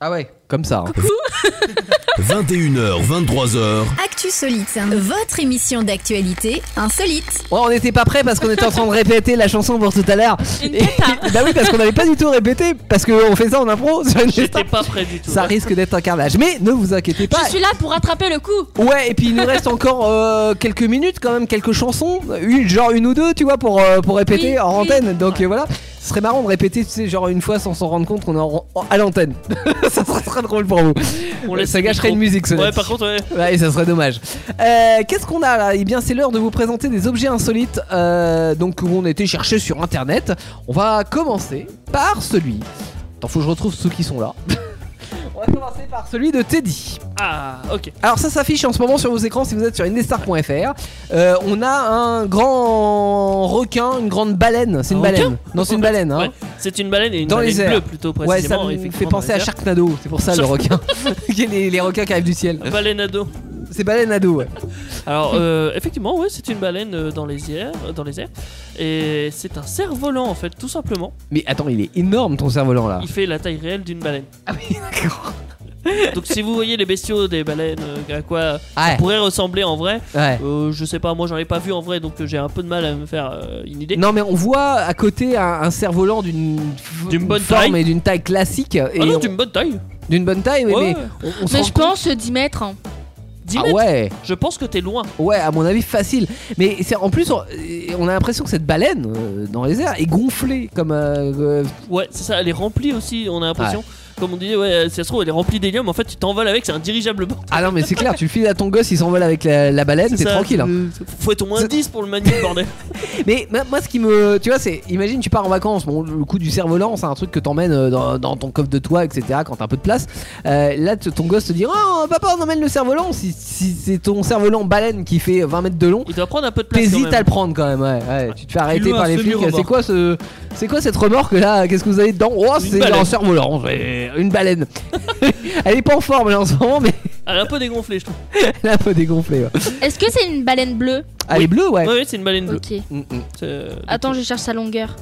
S3: Ah ouais. Comme ça. hein.
S7: 21h, 23h,
S8: Actu Solite, votre émission d'actualité insolite.
S3: Ouais, Oh, on n'était pas prêt parce qu'on était en train de répéter la chanson pour tout à l'heure. Et- [LAUGHS] Bah oui, parce qu'on n'avait pas du tout répété, parce qu'on fait ça en impro. sur une
S4: J'étais
S3: Insta.
S4: pas prêt du tout.
S3: Ça risque d'être un carnage. Mais ne vous inquiétez pas.
S5: Je suis là pour rattraper le coup.
S3: Ouais, et puis il nous reste encore euh, quelques minutes quand même, quelques chansons, une, genre une ou deux, tu vois, pour, euh, pour répéter
S5: Oui,
S3: en
S5: oui.
S3: antenne. Donc euh, voilà, ce serait marrant de répéter, tu sais, genre une fois sans s'en rendre compte qu'on est en- en- à l'antenne. [LAUGHS] ça serait très drôle pour vous.
S4: On laisse
S3: euh, ça
S4: le
S3: gâcherait
S4: micro.
S3: une musique, cela
S4: Ouais,
S3: dit.
S4: par contre, ouais.
S3: Ouais, ça serait dommage. Euh, Qu'est-ce qu'on a là Eh bien, c'est l'heure de vous présenter des objets insolites euh, donc où on a été chercher sur internet. On va commencer par celui. Attends, faut que je retrouve ceux qui sont là. [LAUGHS] on va commencer par celui de Teddy.
S4: Ah, ok.
S3: Alors ça s'affiche en ce moment sur vos écrans si vous êtes sur indestar.fr. Euh, on a un grand requin, une grande baleine. C'est une
S4: requin
S3: baleine. Non, c'est une baleine. Hein.
S4: Ouais, C'est une baleine et une
S3: Dans
S4: baleine
S3: les airs.
S4: bleue plutôt
S3: Ouais, ça
S4: précisément.
S3: me fait
S4: effectivement,
S3: penser
S4: dans
S3: à
S4: les airs.
S3: Sharknado. C'est pour ça le
S4: [LAUGHS] Shark-
S3: requin. les, les requins [LAUGHS] qui arrivent du ciel.
S4: Baleine à dos.
S3: C'est baleine à dos. Ouais.
S4: Alors,
S3: [LAUGHS]
S4: euh, effectivement, ouais, c'est une baleine euh, dans les airs, euh, dans les airs, et c'est un cerf-volant en fait, tout simplement.
S3: Mais attends, il est énorme ton cerf-volant là.
S4: Il fait la taille réelle d'une baleine. Ah oui, d'accord. Donc si vous voyez les bestiaux des baleines, euh, à quoi
S3: Ouais.
S4: ça pourrait ressembler en vrai,
S3: Ouais.
S4: euh, je sais pas, moi j'en ai pas vu en vrai, donc euh, j'ai un peu de mal à me faire euh, une idée.
S3: Non mais on voit à côté un, un cerf-volant d'une
S4: D'une bonne
S3: forme
S4: taille.
S3: et d'une taille classique. Et
S4: Ah non,
S3: on-
S4: d'une bonne taille.
S3: d'une bonne taille, oui,
S4: Ouais.
S3: mais on, on se
S5: Mais
S3: rend
S5: je pense 10 mètres. hein.
S4: 10
S3: Ah
S4: mètres.
S3: ouais.
S4: Je pense que t'es loin.
S3: Ouais, à mon avis, facile. Mais c'est en plus, on, et on a l'impression que cette baleine euh, dans les airs est gonflée comme. euh, euh,
S4: Ouais, c'est ça, elle est remplie aussi, on a l'impression. Comme on disait, ouais, euh, si ça se trouve, elle est remplie d'hélium, en fait tu t'envoles avec, c'est un dirigeable bord.
S3: Ah non, mais c'est clair, tu files à ton gosse, il s'envole avec la, la baleine,
S4: C'est
S3: t'es
S4: ça,
S3: tranquille. hein.
S4: Faut être au moins 10 pour le manier, bordel.
S3: Mais ma- moi, ce qui me. Tu vois, c'est. Imagine, tu pars en vacances. Bon, le coup du cerf-volant, c'est un truc que t'emmènes euh, dans, dans ton coffre de toit, etc. quand t'as un peu de place. Euh, là, t- ton gosse te dit Oh, papa, on emmène le cerf-volant. Si, si c'est ton cerf-volant baleine qui fait 20 mètres de long,
S4: Il doit prendre un peu de place. quand
S3: T'hésites
S4: même.
S3: à le prendre quand même, ouais. ouais. Tu te fais arrêter
S4: loues un
S3: par les flics.
S4: semi-remorque.
S3: C'est quoi ce, c'est quoi cette remorque là Qu'est-ce que vous avez dedans Oh, c'est
S4: baleine.
S3: un cerf-volant, c'est une
S4: [LAUGHS]
S3: baleine. Elle est pas en forme là en ce moment, mais [LAUGHS]
S4: Elle est un peu dégonflée, je trouve.
S3: elle a un peu dégonflée. ouais.
S5: Est-ce que c'est une baleine bleue
S3: Elle est bleue, ouais.
S4: Ouais, ouais, c'est une baleine bleue.
S5: Ok.
S3: Mm, mm.
S4: C'est- euh,
S5: Attends, je cherche sa longueur.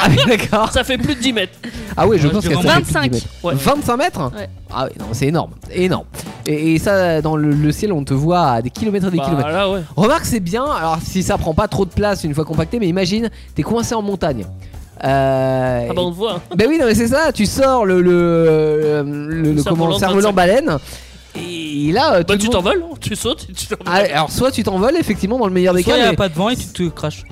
S3: Ah oui, d'accord.
S4: Ça fait plus de 10 mètres.
S3: Ah oui, je
S10: Ouais,
S3: pense
S10: je
S3: qu'elle
S10: dirais
S3: fait plus de
S5: 25.
S3: 10 mètres.
S4: Ouais.
S3: 25 mètres
S5: Ouais.
S3: Ah oui, non, c'est énorme, énorme. Et, et ça, dans le, le ciel, on te voit à des kilomètres et des
S4: Bah,
S3: kilomètres.
S4: là, ouais.
S3: Remarque, c'est bien. Alors, si ça prend pas trop de place une fois compacté, mais imagine, t'es coincé en montagne. Euh,
S4: Ah bah on le voit. hein.
S3: Ben oui, non, mais c'est ça, tu sors le. le. le. le,
S4: Le
S3: comment,
S4: cerf-volant de
S3: cerf-volant
S4: 25.
S3: baleine. Et là, euh, tout
S4: Bah
S3: le
S4: tu
S3: monde-
S4: t'envoles, tu sautes, et tu t'envoles.
S3: Ah, alors, soit tu t'envoles, effectivement, dans le meilleur des
S10: Soit
S3: cas,
S10: il n'y a
S3: mais
S10: pas de vent et tu te craches.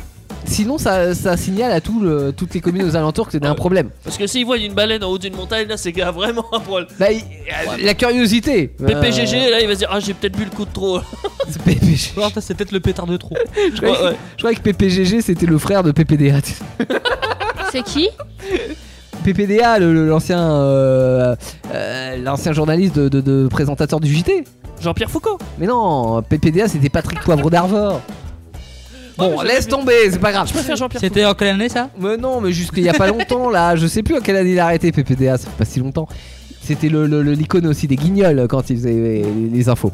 S3: sinon, ça, ça signale à tout le- toutes les communes aux alentours que t'as un problème.
S4: Parce que s'ils voient une baleine en haut d'une montagne, là c'est grave, vraiment un poil.
S3: Bah, il- euh, la curiosité.
S4: PPGG, là il va se dire Ah, j'ai peut-être bu le coup de trop.
S3: Euh, c'est PPG.
S10: Ou alors, t'as- c'est peut-être le pétard de trop.
S3: Je croyais,
S4: Ouais, ouais.
S3: je croyais que PPGG, c'était le frère de PPDA. tu sais.
S5: C'est qui
S3: PPDA, le- le- l'ancien euh, euh, l'ancien journaliste de, de- de présentateur du JT.
S4: Jean-Pierre Foucault.
S3: Mais non, PPDA, c'était Patrick Poivre d'Arvor. Bon,
S4: mais
S3: laisse tomber, c'est pas grave.
S4: Je préfère Jean-Pierre Foucault.
S10: C'était en quelle année ça
S3: Mais non, mais jusqu'il y a pas longtemps là, je sais plus à quelle année il a arrêté PPDA, ça fait pas si longtemps. C'était le- le- le- l'icône aussi des guignols euh, quand il faisait les, les infos.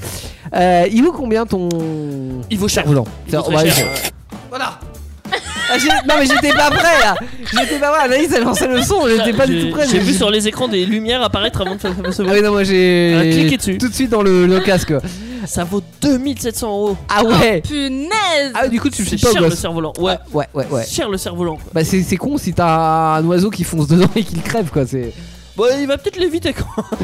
S3: Euh, il vaut combien ton. Ah,
S4: Il vaut cher.
S3: Roulant.
S4: Il vaut
S3: Tiens,
S4: très
S3: ouais,
S4: cher.
S3: je- Ah, j'ai- non, mais j'étais pas prêt là J'étais pas prêt, Anaïs elle lançait le son, j'étais pas du
S4: J'ai-
S3: tout prêt.
S4: J'ai
S3: mais
S4: vu sur les écrans des lumières apparaître avant de faire ce
S3: Ah oui, non, moi
S4: Ah,
S3: j'ai.
S4: cliquez dessus.
S3: Tout de suite dans le, le casque.
S4: Ça vaut 2700 euros.
S3: Ah ouais
S5: Oh, Punaise
S3: Ah, du coup, tu
S4: C'est
S3: me pas au
S4: cher le
S3: gosse.
S4: cerf-volant. Ouais,
S3: Ouais, ouais, ouais.
S4: cher le cerf-volant. quoi.
S3: Bah, c'est c'est con si t'as un oiseau qui fonce dedans et qui le crève quoi, c'est.
S4: Bon, il va peut-être l'éviter quand. [LAUGHS]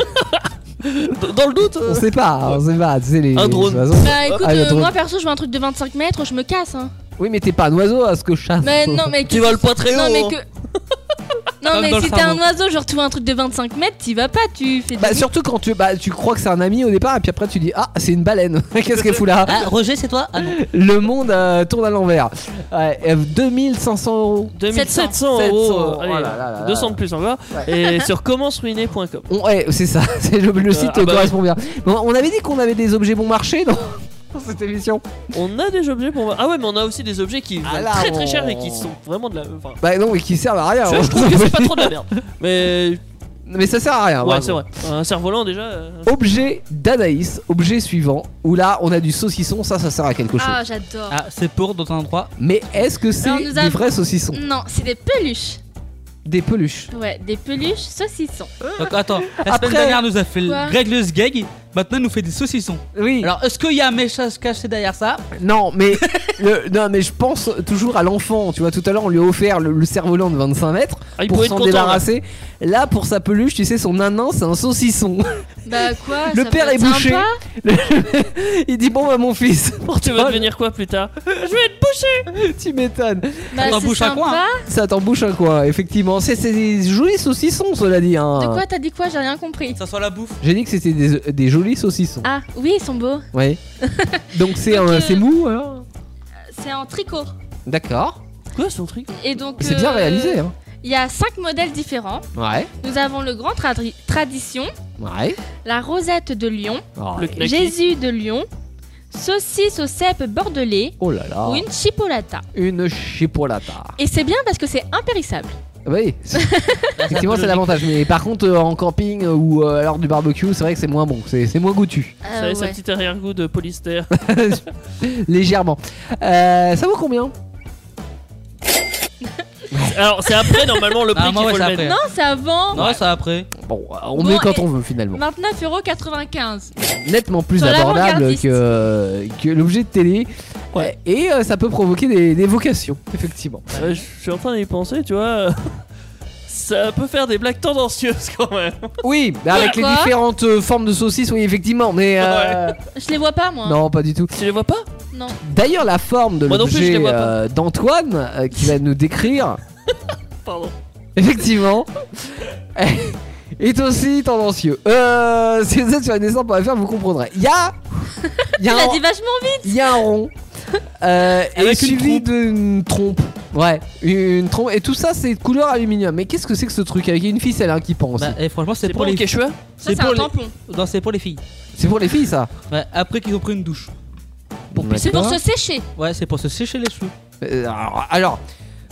S4: Dans dans le doute. euh,
S3: On sait pas, on sait pas, tu sais, les.
S4: Un drone.
S3: les oiseaux.
S5: Bah écoute,
S3: Ah, il y a
S5: euh,
S3: trop-
S5: moi perso, je veux un truc de 25 mètres, je me casse. Hein.
S3: Oui, mais t'es pas un oiseau à ce que je chasse.
S5: Mais non, mais.
S4: Tu voles pas très
S5: Non,
S4: haut,
S5: mais
S4: hein.
S5: que. [LAUGHS] Non,
S10: Comme
S5: mais
S10: dans le
S5: si t'es un
S10: cerveau.
S5: oiseau, genre tu vois un truc de 25 mètres, t'y vas pas, tu fais des.
S3: Bah surtout quand tu, bah, tu crois que c'est un ami au départ et puis après tu dis ah c'est une baleine [LAUGHS] qu'est-ce qu'elle fout là
S10: Ah, Roger, c'est toi Ah non.
S3: le monde euh, tourne à l'envers ouais, euh, 2500 euros
S4: 2700
S3: 700,
S4: euros.
S3: oh là
S4: Allez,
S3: là là là.
S4: 200 de plus encore. Et [LAUGHS] sur commenceruiné.com.
S3: On- ouais c'est ça [LAUGHS] c'est le, le
S4: Euh,
S3: site
S4: ah bah
S3: correspond bien Bon, on avait dit qu'on avait des objets bon marché dans [LAUGHS] dans cette émission
S4: On a des objets pour. Ah ouais, mais on a aussi des objets qui valent
S3: Ah là,
S4: très très
S3: on-
S4: cher et qui sont vraiment de la. Enfin,
S3: bah non mais qui servent à rien hein.
S4: je, je trouve
S3: [LAUGHS]
S4: que c'est pas trop de la merde. Mais
S3: mais ça sert à rien
S4: ouais,
S3: bravo.
S4: c'est vrai. Un cerf-volant déjà. euh,
S3: objet d'Anaïs objet suivant où là on a du saucisson ça ça sert à quelque chose
S5: Ah, j'adore.
S10: Ah, c'est pour dans un endroit.
S3: mais est-ce que c'est
S5: Alors, nous
S3: du
S5: avons- Mm.
S3: vrai saucisson
S5: Non, c'est des peluches.
S3: Des peluches.
S5: Ouais, des peluches saucissons.
S10: Donc attends, la
S5: Après-
S10: semaine dernière nous a fait
S5: Quoi
S10: le Gregless Gag, maintenant il nous fait des saucissons.
S3: Oui.
S10: Alors est-ce qu'il y a un méchant caché derrière ça
S3: Non, mais [LAUGHS] le- non, mais je pense toujours à l'enfant. Tu vois, tout à l'heure, on lui a offert le, le cerf-volant de 25 mètres
S10: Ah, il
S3: pour
S10: pourrait
S3: s'en
S10: être content,
S3: débarrasser. Là, pour sa peluche, tu sais, son nanin, c'est un saucisson. [LAUGHS]
S5: Bah quoi
S3: le
S5: ça
S3: père
S5: peut
S3: est
S5: être
S3: bouché.
S5: sympa
S3: Le- il dit bon, bah mon fils, pour
S4: Tu vas devenir quoi plus tard
S3: [LAUGHS] Je vais te boucher. tu m'étonnes.
S5: Bah, Ça t'embouche c'est un coin, hein.
S3: Ça t'embouche un coin, effectivement. C'est c'est des jolis saucissons, cela dit. hein.
S5: De quoi t'as dit quoi J'ai rien compris.
S10: Ça sent la bouffe.
S3: J'ai dit que c'était des, des jolis saucissons.
S5: Ah oui, ils sont beaux.
S3: Oui. Donc c'est
S5: euh,
S3: un- c'est mou alors
S5: C'est en tricot.
S3: D'accord.
S4: Quoi son truc
S5: Et donc.
S3: C'est bien
S5: euh,
S3: réalisé. Hein.
S5: Il y a cinq modèles différents.
S3: Ouais.
S5: Nous avons le grand Tradi- tradition,
S3: Ouais. Oh,
S5: la rosette de Lyon,
S3: Ouais. Le
S5: Jésus de Lyon, saucisse au cèpe bordelais
S3: Oh là là.
S5: ou une chipolata.
S3: Une chipolata.
S5: Et c'est bien parce que c'est impérissable.
S3: Ah bah
S5: [LAUGHS]
S3: Oui. c'est- Effectivement, c'est l'avantage. Mais par contre, euh, en camping euh, ou euh, lors du barbecue, c'est vrai que c'est moins bon. C'est c'est moins
S5: [LAUGHS]
S3: goûtu.
S4: Ah Ça a sa petite arrière-goût de polyester. [LAUGHS]
S3: Légèrement. Euh, ça vaut combien
S4: Alors, c'est après normalement le prix qu'il
S10: Normalement,
S4: faut
S10: ouais,
S4: le
S10: c'est
S4: mettre.
S10: après.
S5: Non, c'est avant.
S10: Non, ça après.
S3: Bon, on
S5: Bon,
S3: met quand
S5: et-
S3: on veut finalement.
S5: 29,95€.
S3: Nettement plus
S5: Sur
S3: abordable
S5: l'avant-gardiste.
S3: que, que l'objet de télé. Et euh, ça peut provoquer des, des vocations, effectivement.
S4: Euh, je suis en train d'y penser, tu vois. [LAUGHS] Ça peut faire des blagues tendancieuses [LAUGHS] quand même.
S3: Oui, mais avec les
S5: Quoi
S3: différentes euh, formes de saucisses, oui, effectivement. Mais. euh,
S5: Je les vois pas moi.
S3: Non, pas du tout.
S4: Tu les vois pas
S5: Non.
S3: D'ailleurs, la forme de
S4: Moi non plus, je les
S3: l'objet
S4: vois pas.
S3: euh, d'Antoine euh, qui va nous décrire,
S4: Pardon.
S3: effectivement, [LAUGHS] est aussi tendancieux. Euh, si vous êtes sur NSN.fr, vous comprendrez. Il y a, il y a
S5: Il a
S3: un,
S5: dit vachement vite.
S3: il y a un rond euh, et
S5: Avec une
S3: suivi d'une trompe. Ouais, une trompe. Et tout ça, c'est de couleur aluminium. Mais qu'est-ce que c'est que ce truc avec une ficelle hein, qui pense
S10: Bah, et franchement, c'est pour, les
S5: c'est un
S10: pour les- Bah,
S5: tampon.
S10: Non, c'est pour les filles.
S3: C'est pour les filles, ça
S10: Ouais, après qu'ils ont pris une douche.
S5: C'est pour se sécher.
S10: Ouais, c'est pour se sécher les cheveux.
S3: Euh, alors, alors,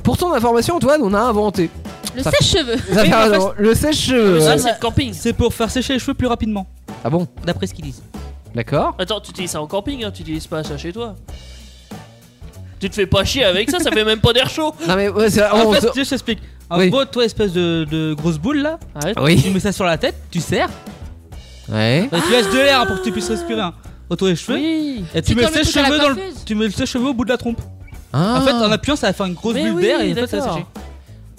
S3: pour ton information, Antoine, on a inventé.
S5: Le
S3: Ça-
S5: sèche-cheveux.
S3: Ça fait un- le sèche-cheveux. hein.
S4: camping.
S10: C'est pour faire sécher les cheveux plus rapidement,
S3: Ah bon
S10: d'après ce qu'ils disent.
S3: D'accord.
S4: Attends, tu utilises ça en camping, hein, tu utilises pas ça chez toi. Tu te fais pas chier avec ça, ça fait même pas d'air chaud.
S3: Non mais ouais, c'est
S10: Ah, En
S3: on
S10: fait,
S3: se-
S10: je t'explique. En gros, toi, espèce de, de grosse boule là,
S4: Ah
S3: Oui.
S10: tu mets ça sur la tête, tu serres,
S3: Ouais.
S10: et tu laisses de l'air hein, pour que tu puisses respirer hein, autour des cheveux. Et
S4: C'est
S10: tu mets,
S4: comme le
S10: ses
S4: truc à la
S10: cheveux dans le,
S4: coiffeuse.
S10: tu mets le sèche-cheveux au bout de la trompe. En fait, en appuyant, ça va faire une grosse
S4: Mais
S10: bulle
S4: oui,
S10: d'air et en fait, ça va
S4: d'accord.
S10: sécher.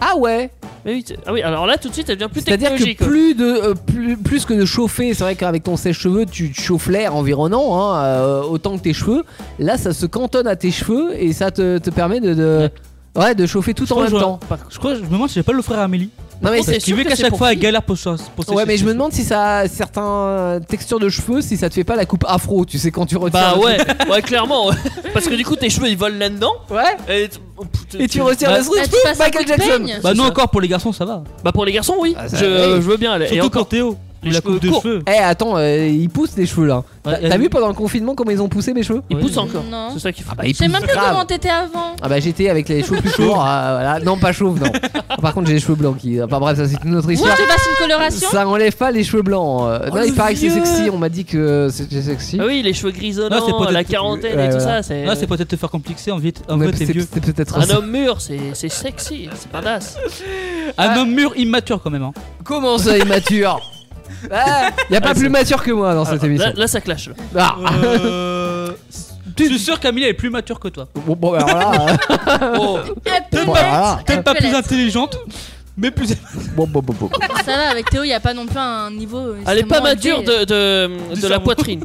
S3: Ah ouais
S4: Mais oui, t- ah oui, alors là tout de suite, elle devient plus
S3: C'est-à-dire que
S4: technologique. quoi.
S3: plus de euh, plus, plus que de chauffer, c'est vrai qu'avec ton sèche-cheveux, tu chauffes l'air environnant hein, euh, autant que tes cheveux. Là, ça se cantonne à tes cheveux et ça te, te permet de, de- ouais. de chauffer tout
S10: Je
S3: en
S10: crois que
S3: même
S10: je-
S3: temps.
S10: Je crois, je me demande si j'ai pas l'offrir à Amélie.
S3: Non, mais c'est
S10: qui
S3: sûr
S10: veut
S3: que
S10: qu'à
S3: c'est
S10: chaque
S3: pour
S10: fois elle
S3: filles.
S10: galère pour, se- pour sécher
S3: Ouais, mais
S10: ses
S3: je me
S10: cheveux.
S3: demande si ça a certaines textures de cheveux, si ça te fait pas la coupe afro, tu sais, quand tu retires.
S4: Bah
S3: le
S4: ouais,
S3: truc.
S4: ouais clairement, ouais. parce que du coup tes cheveux ils volent là-dedans.
S3: Ouais.
S4: Et, t- oh, putain,
S3: Et tu retires
S4: Bah-
S3: le truc,
S4: Bah, tu
S3: pouf,
S4: passes un
S3: Michael
S4: coup de
S3: Jackson.
S4: peigne.
S10: Bah,
S4: C'est
S10: nous
S4: ça.
S10: encore pour les garçons, ça va.
S4: Bah pour les garçons oui,
S3: Ah, ça-
S4: je,
S3: oui.
S4: je veux bien. Et
S10: Surtout
S4: encore
S10: pour Théo,
S4: les
S10: la
S4: cheveux
S10: coupe de
S4: courts.
S10: cheveux.
S3: Eh, attends, euh, ils poussent les cheveux là. T'as-
S10: Ouais,
S3: T'as
S10: euh,
S3: vu pendant le confinement comment ils ont poussé mes cheveux
S4: Ils poussent
S5: Non.
S4: encore. C'est ça qu'il faut.
S3: Ah bah, ils
S5: Je sais
S3: poussent
S5: même plus
S3: grave.
S5: comment t'étais avant.
S3: Ah bah j'étais avec les cheveux plus courts, ah, voilà. non pas chauve non. Par contre j'ai les cheveux blancs qui, enfin bref ça c'est une autre
S5: Moi,
S3: histoire.
S5: je te passe une coloration.
S3: Ça enlève pas les cheveux blancs. euh.
S4: Oh,
S3: non, il
S4: le
S3: paraît que c'est
S4: vieux.
S3: sexy, on m'a dit que c'était sexy.
S4: Ah oui, les cheveux
S10: Non, c'est
S4: grisonnants,
S10: peut-être-
S4: la quarantaine
S3: Ouais,
S4: et tout
S3: voilà.
S4: ça, c'est.
S10: Là, c'est peut-être te faire complexer en, vie- en
S3: Eh. Mais
S10: vrai, t'es
S3: c'est-
S10: vieux.
S3: c'est peut-être
S4: un
S3: ça.
S4: homme mûr, c'est c'est sexy, c'est badass.
S3: Ah.
S10: Un homme mûr immature quand même. Hein.
S3: Comment ça immature ah, y a pas
S4: Ah,
S3: plus
S4: c'est-
S3: mature que moi dans cette émission.
S4: Là, là, ça clash. là.
S3: Ah,
S10: Euh... Je suis sûr qu'Amélie elle est plus mature que toi.
S3: bon, bon, alors là,
S5: Ah
S10: Oh,
S5: Elle peut
S10: Peut-être
S3: Voilà. Ah.
S10: pas, peut-être pas plus intelligente, mais plus.
S3: bon, bon, bon, bon.
S5: Ça va, avec Théo, il n'y a pas non plus un niveau. euh,
S4: Elle est pas
S5: extrêmement
S4: mature de,
S5: élevé.
S4: de,
S10: Du
S4: de la
S10: cerveau.
S4: poitrine.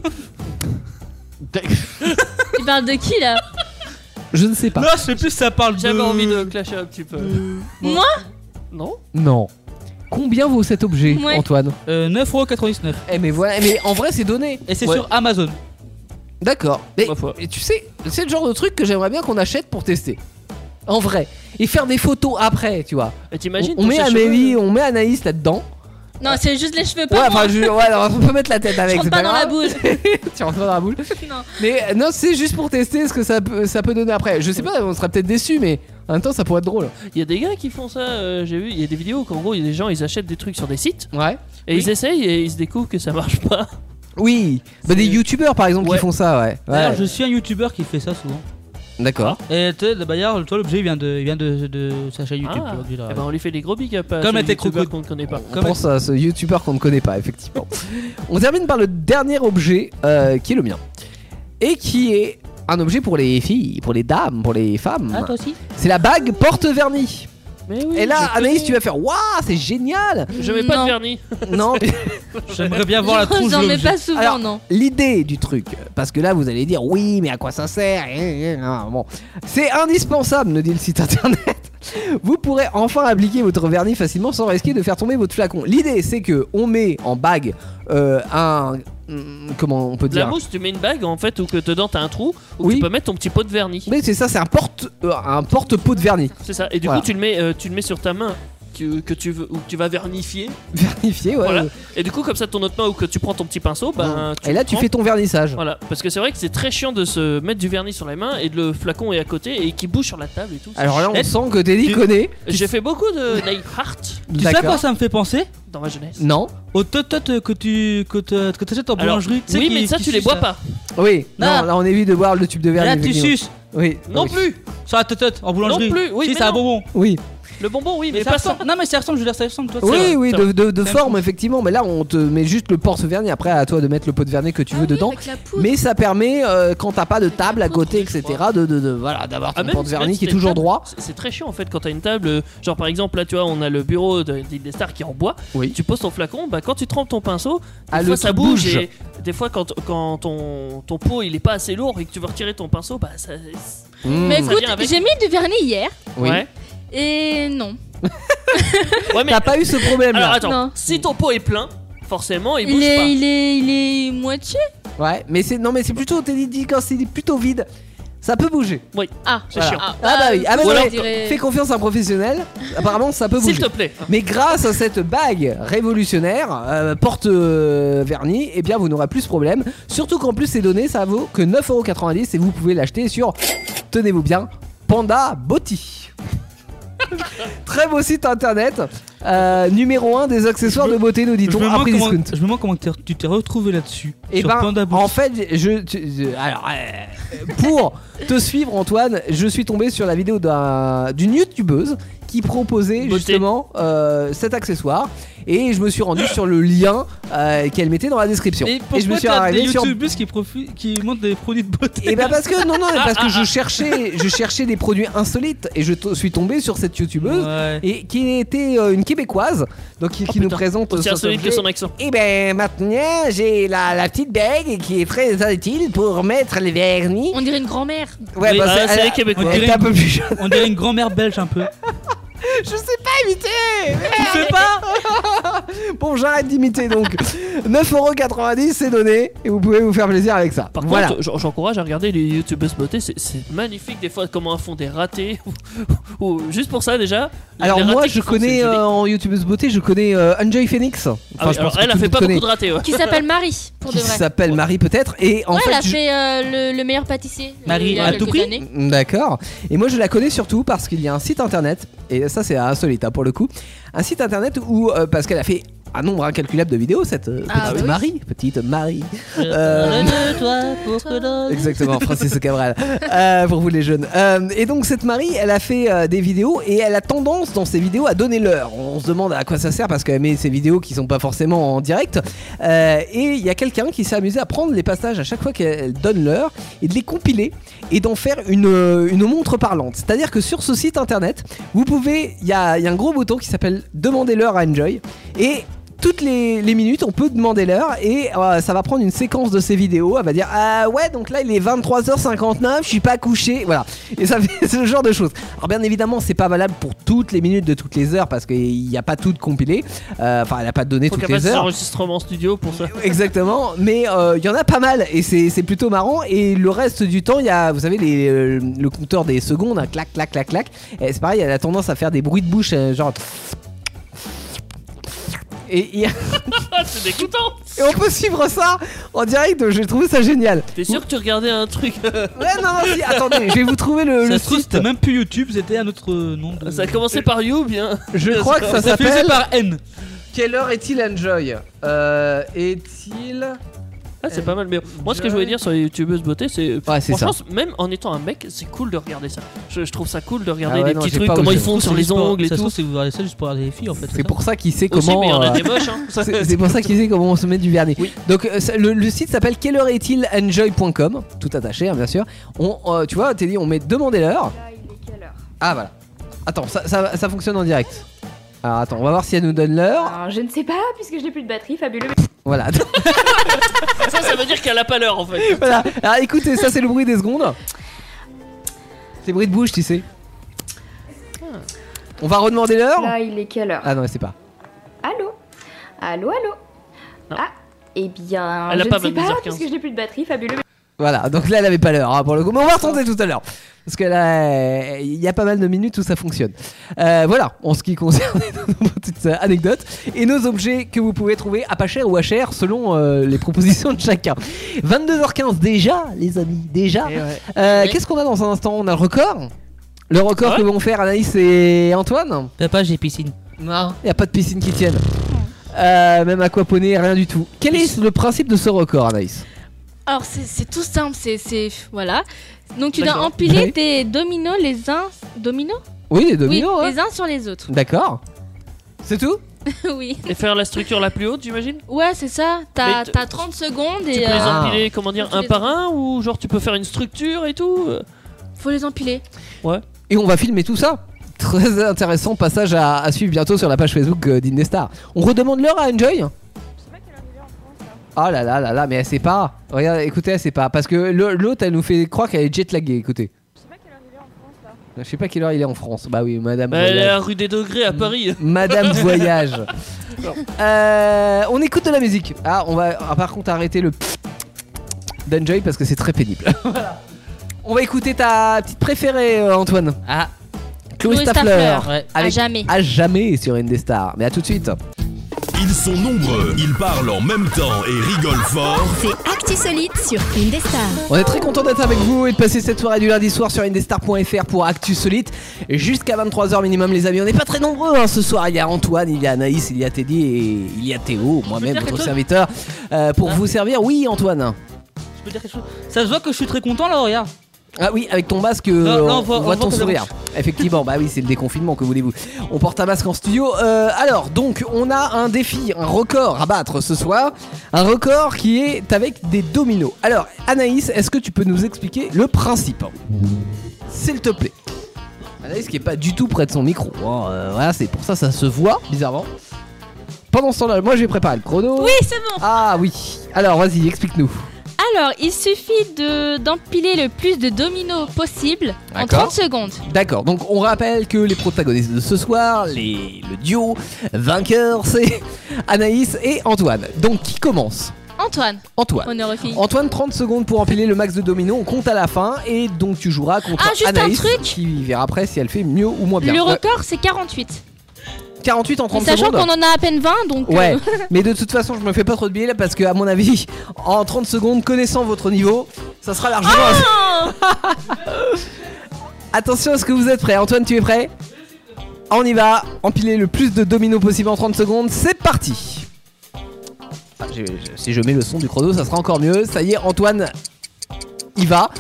S5: Tu parles de qui là
S3: Je ne sais pas.
S10: Non, je sais plus si ça parle
S4: J'avais
S10: de-
S4: envie de clasher un petit peu.
S5: Moi
S4: Hmm. Non
S3: Non. Combien vaut cet objet,
S5: Ouais.
S3: Antoine
S10: Euh, 9,99€.
S3: Eh mais voilà, mais en vrai c'est donné.
S10: Et c'est
S3: Ouais.
S10: sur Amazon.
S3: D'accord. Mais,
S4: Ma foi.
S3: mais tu sais, c'est le genre de truc que j'aimerais bien qu'on achète pour tester. En vrai. Et faire des photos après, tu vois.
S4: Et
S3: On,
S4: T'imagines
S3: on
S4: ton
S3: met
S4: sèche-cheveux,
S3: Amélie, on met Anaïs là-dedans.
S5: Non, c'est juste les cheveux,
S3: Ouais,
S5: pas moi.
S3: enfin, je- ouais, alors, on peut mettre la tête
S5: Je
S3: avec.
S5: rentre
S3: c'est
S5: pas dans la
S3: grave.
S5: boule.
S3: tu rentres pas dans la boule.
S5: [LAUGHS] Non.
S3: Mais euh, non, c'est juste pour tester ce que ça peut, ça peut donner après. Je sais pas, on sera peut-être déçus, mais en même temps, ça pourrait être drôle.
S4: Il y a des gars qui font ça, euh, j'ai vu, il y a des vidéos qu'en gros, il y a des gens, ils achètent des trucs sur des sites
S3: Ouais.
S4: et
S3: Oui.
S4: ils essayent et ils se découvrent que ça marche pas.
S3: Oui. Bah, des
S4: C'est-
S3: youtubeurs par exemple
S4: Ouais.
S3: qui font ça, ouais.
S10: D'ailleurs,
S3: Ouais.
S10: je suis un youtubeur qui fait ça souvent.
S3: D'accord.
S10: Et tu sais, le Bayard, toi, l'objet, il vient de, il vient de, de sa chaîne YouTube.
S4: Ah.
S10: tu vois, tu l'as-
S4: Eh ben, on lui fait des gros big up à
S10: Comme
S4: ce
S10: à tes
S4: youtubeur
S10: crocodiles.
S4: qu'on ne connaît pas.
S3: On pense à ce youtubeur qu'on ne connaît pas,
S4: [LAUGHS]
S3: effectivement. On termine par le dernier objet euh, qui est le mien. Et qui est un objet pour les filles, pour les dames, pour les femmes.
S4: Ah, toi aussi
S3: C'est la bague porte-vernis.
S4: Mais oui,
S3: Et là,
S4: je
S3: Anaïs,
S4: connais.
S3: tu vas faire Waouh, c'est
S4: [LAUGHS]
S3: génial
S4: Je mets pas de vernis.
S3: Non.
S10: J'aimerais bien voir la
S5: [LAUGHS]
S10: tronche.
S5: J'en
S10: de
S5: mets
S10: l'objet.
S5: pas souvent,
S3: Alors, hmm.
S5: non.
S3: L'idée du truc, parce que là vous allez dire oui, mais à quoi ça sert Eh, eh, non, bon. C'est indispensable, nous dit le site internet. Vous pourrez enfin appliquer votre vernis facilement sans risquer de faire tomber votre flacon. L'idée c'est que on met en bague euh, un. hmm, Comment on peut
S4: De la
S3: dire
S4: mousse, tu mets une bague en fait, ou que dedans t'as un trou, ou
S3: Oui.
S4: tu peux mettre ton petit pot de vernis.
S3: Mais c'est ça, c'est un porte euh, un porte-pot de vernis. [LAUGHS]
S4: C'est ça. Et du
S3: Voilà.
S4: coup, tu le mets, euh, tu le mets sur ta main que, que tu veux, ou que tu vas vernifier.
S3: Vernifié, ouais. euh,
S4: Voilà. Et du coup, comme ça, ton autre main ou que tu prends ton petit pinceau, ben.
S3: Mmh. Et là tu
S4: prends-
S3: fais ton vernissage.
S4: Voilà, parce que c'est vrai que c'est très chiant de se mettre du vernis sur les mains et de le flacon est à côté et qui bouge sur la table et tout. c'est
S3: Alors là on
S4: chiant.
S3: sent que Teddy connaît.
S4: J'ai fait beaucoup de Nightheart
S10: Tu sais à
S3: D'accord.
S10: quoi ça me fait penser
S4: dans ma jeunesse.
S3: Non.
S10: Au totote que tu que t'as- que t'achètes en
S4: Alors,
S10: boulangerie. tu sais,
S4: oui,
S10: qui-
S4: mais ça,
S10: qui
S4: tu les
S10: suce
S4: bois
S10: ça.
S4: pas.
S3: Oui, non,
S10: Ah.
S3: là on évite de boire le tube de vernis.
S10: Là, tu
S3: effectivement.
S10: suces.
S3: Oui.
S4: Non
S3: oui.
S4: plus
S10: Sur la totote en boulangerie.
S4: plus, oui,
S10: Si,
S4: mais
S10: c'est un
S4: non.
S10: bonbon.
S3: Oui.
S4: Le bonbon, oui, mais,
S10: Mais ça
S4: pas ça.
S10: ressemble- Non, mais ça ressemble, je veux dire, ça ressemble. Toi,
S3: Oui,
S10: c'est-
S3: oui,
S10: c'est-
S3: de, de- de
S10: c'est-
S3: forme, effectivement. Mais là, on te met juste le porte-vernis. Après, à toi de mettre le pot de vernis que tu veux dedans.
S5: Ah Avec la poudre.
S3: Mais ça permet, euh, quand t'as pas de table à côté, etc., de, de, de- voilà, d'avoir
S4: Ah,
S3: ton
S4: même- même
S3: porte-vernis
S4: si
S3: qui est
S4: t'as
S3: toujours
S4: une table,
S3: droit.
S4: C'est c'est très chiant en fait quand t'as une table. euh, Genre par exemple, là tu vois, on a le bureau de- d'Île des Stars qui est en bois.
S3: Oui.
S4: Tu poses ton flacon, bah quand tu trempes ton pinceau, des
S3: Ah, le
S4: fois ça
S3: truc
S4: bouge.
S3: bouge.
S4: Et des fois quand, quand ton, ton pot il est pas assez lourd et que tu veux retirer ton pinceau, bah ça.
S3: Hmm.
S5: Mais
S4: Ça
S5: écoute,
S4: vient avec-
S5: j'ai mis du vernis hier
S3: Oui.
S4: Ouais.
S5: et non.
S4: Ouais, mais.
S3: T'as pas eu ce
S4: Alors
S3: problème-là.
S4: attends,
S5: Non.
S4: si ton pot est plein, forcément il
S5: Il
S4: bouge pas.
S5: est, il est, il est moitié.
S3: Ouais, mais c'est non, mais c'est plutôt, t'es dit dit, quand c'est plutôt vide, ça peut bouger.
S4: Oui,
S5: Ah,
S4: c'est
S3: Voilà.
S4: chiant.
S5: Ah,
S3: Ah bah oui, ah, bah
S5: ou
S3: non,
S5: alors-
S3: mais fais confiance à un professionnel. Apparemment, ça peut
S4: S'il
S3: bouger.
S4: te plaît.
S3: Mais grâce à cette bague révolutionnaire, euh, porte euh, vernis, eh bien vous n'aurez plus ce problème. Surtout qu'en plus ces données, ça vaut que 9,90€ et vous pouvez l'acheter sur, tenez-vous bien, Panda
S10: [LAUGHS]
S3: Botti. Très beau site internet, Euh, numéro 1 des accessoires
S10: Je me-
S3: de beauté, nous
S10: Je me
S3: dit-on, à
S10: demande
S3: prix
S10: comment-
S3: discount.
S10: je me demande comment t'es- tu t'es retrouvé là-dessus.
S3: Et
S10: sur
S3: ben,
S10: Panda Books.
S3: en fait, je, tu- je- alors euh, pour te suivre, Antoine, je suis tombé sur la vidéo d'un- d'une youtubeuse qui proposait
S4: Beauté.
S3: justement euh, cet accessoire et je me suis rendu sur le lien euh, qu'elle mettait dans la description.
S10: Et pourquoi
S3: je me suis
S10: t'as des
S3: arrêté sur
S10: youtubeuses qui, profi- qui montrent des produits de beauté
S3: et bah parce que non non mais parce que
S10: [LAUGHS]
S3: je cherchais je cherchais des produits insolites et je to- suis tombé sur cette youtubeuse
S10: Ouais. Oh,
S3: et qui était euh, une québécoise donc qui, qui nous
S4: putain.
S3: présente
S4: Aussi
S3: cet
S4: insolite que
S3: objet.
S4: son accent.
S3: Et ben maintenant, j'ai la, la petite bague qui est très utile pour mettre les vernis.
S5: On dirait une grand-mère.
S3: Ouais,
S4: Oui,
S3: bah,
S4: ah,
S3: c'est-
S4: c'est
S3: elle-
S4: les Québécois.
S3: elle était un peu plus jeune. [LAUGHS]
S10: On dirait une grand-mère belge un peu.
S3: Je sais pas imiter Tu sais pas [LAUGHS] Bon, j'arrête d'imiter donc. 9,90€ c'est donné et vous pouvez vous faire plaisir avec ça.
S4: Par
S3: voilà.
S4: contre, j'en- j'encourage à regarder les youtubeuses beauté, c'est- c'est magnifique des fois comment elles font des ratés. [LAUGHS] ou- ou, juste pour ça déjà. les
S3: alors
S4: ratés
S3: moi,
S4: qu'elles
S3: je
S4: font, c'est
S3: connais
S4: joli.
S3: euh, en youtubeuse beauté, je connais euh, Enjoy Phoenix. Enfin,
S4: Ah oui,
S3: je pense
S4: alors
S3: que
S4: elle a
S3: tout le
S4: fait
S3: monde
S4: pas
S3: connaît.
S4: beaucoup de ratés. ouais.
S5: Qui s'appelle Marie, pour
S3: qui
S5: de vrai.
S3: s'appelle Marie peut-être et en
S5: ouais, elle
S3: fait
S5: a
S3: je-
S5: fait euh, le, le meilleur pâtissier. euh,
S10: Marie
S5: il y a
S10: à
S5: quelques
S10: tout prix
S5: années.
S3: Mm, D'accord. Et moi, je la connais surtout parce qu'il y a un site internet, et ça, c'est insolite hein, pour le coup. Un site internet où, euh, parce qu'elle a fait un nombre incalculable de vidéos, cette euh,
S5: Ah,
S3: petite
S5: oui.
S3: Marie. Petite Marie. Euh, Exactement, Francis Cabral. [LAUGHS] Euh, pour vous les jeunes. Euh, et donc cette Marie, elle a fait euh, des vidéos et elle a tendance dans ses vidéos à donner l'heure. On se demande à quoi ça sert parce qu'elle met ses vidéos qui sont pas forcément en direct. Euh, et il y a quelqu'un qui s'est amusé à prendre les passages à chaque fois qu'elle donne l'heure et de les compiler et d'en faire une, euh, une montre parlante. C'est-à-dire que sur ce site internet, vous pouvez, il y a, il y a un gros bouton qui s'appelle Demandez l'heure à Enjoy et toutes les, les minutes, on peut demander l'heure et euh, ça va prendre une séquence de ces vidéos. Elle va dire Ah ouais, donc là il est 23h59, je suis pas couché. Voilà. Et ça [LAUGHS] fait ce genre de choses. Alors, bien évidemment, c'est pas valable pour toutes les minutes de toutes les heures parce qu'il n'y a pas tout de compilé. Euh, Enfin, elle a pas donné
S4: Faut
S3: toutes
S4: qu'elle fasse
S3: les
S4: des
S3: heures.
S4: enregistrements en studio pour ça.
S3: [LAUGHS] Exactement, mais euh, il y en a pas mal et c'est c'est plutôt marrant. Et le reste du temps, il y a, vous savez, les, euh, le compteur des secondes, un clac, clac, clac, clac. Et C'est pareil, elle a tendance à faire des bruits de bouche, euh, genre. Et, il y a-
S4: [LAUGHS] Ah, c'est dégoûtant
S3: et on peut suivre ça en direct, j'ai trouvé ça génial.
S4: T'es sûr que tu regardais un [LAUGHS] truc
S3: Ouais, non, non, si, attendez, je vais vous trouver le, le
S10: Ça se trouve,
S3: site.
S10: c'était même plus YouTube, c'était un autre euh, nom. De...
S4: Ça a commencé par You bien
S3: Je crois que ça
S10: Ça faisait
S3: s'appelle.
S10: par N.
S3: Quelle heure est-il, Enjoy Euh, Est-il.
S4: Ah, c'est pas mal. Mais moi, ce que je voulais dire sur les youtubeuses beauté, c'est.
S3: c'est
S4: franchement,
S3: ça.
S4: même en étant un mec, c'est cool de regarder ça. Je, je trouve ça cool de regarder
S3: Ah ouais,
S4: les
S3: non,
S4: petits
S3: j'ai
S4: trucs,
S3: pas
S4: comment
S3: osé.
S4: ils font sur les ongles et tout.
S10: C'est vous regardez ça juste pour regarder les filles en fait.
S3: C'est pour ça qu'il sait
S4: Aussi,
S3: comment.
S4: mais il y en
S3: euh,
S4: a des moches, hein.
S3: [LAUGHS] c'est c'est pour ça qu'il sait comment on se met du vernis. Donc euh, ça- le, le site s'appelle quelle heure est-il enjoy.com, tout attaché hein, bien sûr. On, euh, tu vois, t'es dit, on met demandez l'heure. Ah voilà. Attends, ça, ça- ça fonctionne en direct. Alors attends, on va voir si elle nous donne l'heure.
S12: Alors, je ne sais pas, puisque je n'ai plus de batterie, fabuleux.
S3: Voilà. [LAUGHS]
S4: ça, ça veut dire qu'elle a pas l'heure en fait.
S3: voilà. Alors écoutez, ça c'est le bruit des secondes. C'est le bruit de bouche, tu sais. On va redemander l'heure.
S12: Là, il est quelle heure
S3: Ah non, c'est pas.
S12: Allô Allô, allô Ah, eh bien,
S3: Elle a
S12: je
S3: pas
S12: ne sais pas,
S3: 22h15.
S12: puisque je n'ai plus de batterie, fabuleux.
S3: Voilà, donc là elle avait pas l'heure hein, pour le coup, mais on va retenter tout à l'heure. Parce que là, euh, il y a pas mal de minutes où ça fonctionne. Euh, voilà, en ce qui concerne [LAUGHS] nos petites euh, anecdotes et nos objets que vous pouvez trouver à pas cher ou à cher selon euh, les propositions de chacun. 22h15 déjà, les amis,
S4: Eh
S3: déjà. Euh, Qu'est-ce qu'on a dans un instant On a le record Le record que vont faire Anaïs et Antoine
S10: Papa, j'ai piscine.
S3: Non, il n'y a pas de piscine qui tienne. Euh, même aquaponie, rien du tout. Quel est le principe de ce record, Anaïs
S5: Alors, c'est- c'est tout simple, c'est- c'est. Voilà. Donc, tu dois
S3: D'accord.
S5: empiler
S3: Oui.
S5: tes dominos les uns. Dominos
S3: Oui, les dominos,
S5: Oui,
S3: ouais.
S5: les uns sur les
S3: [LAUGHS]
S5: autres.
S3: D'accord. C'est tout
S5: oui.
S4: Et faire la structure la plus haute, j'imagine
S5: Ouais, c'est ça. T'as
S4: Mais t-
S5: t'as 30 secondes et.
S4: Tu peux les
S5: euh,
S4: empiler, comment dire, un par un ou genre tu peux faire une structure et tout Euh,
S5: Faut les empiler.
S4: Ouais.
S3: Et on va filmer tout ça. Très intéressant passage à, à suivre bientôt sur la page Facebook euh, d'Indestar. On redemande l'heure à Enjoy Oh là là là là, mais elle sait pas. Regarde, écoutez, elle sait pas. Parce que le- l'autre, elle nous fait croire qu'elle est jetlaguée, écoutez. Je sais pas quelle heure il est en France. Bah oui, madame.
S4: Bah, elle est à
S3: voyage.
S4: rue des Degrés à Paris.
S3: Ah
S4: [LAUGHS]
S3: Madame Voyage. Euh, on écoute de la musique. Ah, on va ah, par contre arrêter le d'Enjoy parce que c'est très pénible. [LAUGHS] Voilà. on va écouter ta petite préférée, euh, Antoine. Ah. Chloé
S5: Chloé
S3: Staffler.
S5: Staffler. Ouais. À jamais.
S3: À jamais sur Indestar. Mais à tout de suite.
S7: Ils sont nombreux, ils parlent en même temps et rigolent fort.
S8: C'est Actisolite sur Indestar.
S3: On est très content d'être avec vous et de passer cette soirée du lundi soir sur indestar.fr pour Actu Solite jusqu'à 23h minimum les amis. On n'est pas très nombreux hein, ce soir. Il y a Antoine, il y a Anaïs, il y a Teddy et il y a Théo, moi-même,
S10: dire
S3: votre
S10: quelque
S3: serviteur, euh,
S5: Hein
S3: pour vous servir. Oui Antoine.
S10: Je peux dire quelque chose Ça se voit que je suis très content là, regarde.
S3: Ah oui, avec ton masque, euh,
S10: Non, non,
S3: on, on
S10: on voit- on
S3: voit
S10: voit
S3: ton
S10: ta
S3: sourire. Effectivement, bah oui, c'est le déconfinement, que voulez-vous. On porte un masque en studio. Euh, alors, donc, on a un défi, un record à battre ce soir. Un record qui est avec des dominos. Alors, Anaïs, est-ce que tu peux nous expliquer le principe S'il te plaît. Anaïs qui est pas du tout près de son micro. hein, euh, voilà, c'est pour ça, ça se voit, bizarrement. Pendant ce temps-là, moi, j'ai préparé le chrono.
S5: Oui, c'est bon.
S3: Ah oui. Alors, vas-y, explique-nous.
S5: Alors, il suffit de d'empiler le plus de dominos possible en
S3: D'accord.
S5: 30 secondes.
S3: D'accord, donc on rappelle que les protagonistes de ce soir, les, le duo vainqueur, c'est [LAUGHS] Anaïs et Antoine. Donc qui commence
S5: Antoine.
S3: Antoine.
S5: Honneur aux filles.
S3: Antoine, 30 secondes pour empiler le max de dominos, on compte à la fin et donc tu joueras contre
S5: Ah, juste un
S3: Anaïs
S5: truc.
S3: qui verra après si elle fait mieux ou moins bien.
S5: Le
S3: Ouais.
S5: record, c'est 48.
S3: 48 en 30
S5: Et sachant
S3: secondes
S5: qu'on en a à peine 20, donc.
S3: Ouais,
S5: euh, [LAUGHS]
S3: mais de toute façon, je me fais pas trop de billets là parce que, à mon avis, en 30 secondes, connaissant votre niveau, ça sera largement. assez. [LAUGHS] Attention, est-ce que vous êtes prêts Antoine, tu es prêt On y va, empiler le plus de dominos possible en 30 secondes, c'est parti Ah, j'ai- j'ai- Si je mets le son du chrono, ça sera encore mieux. Ça y est, Antoine y va.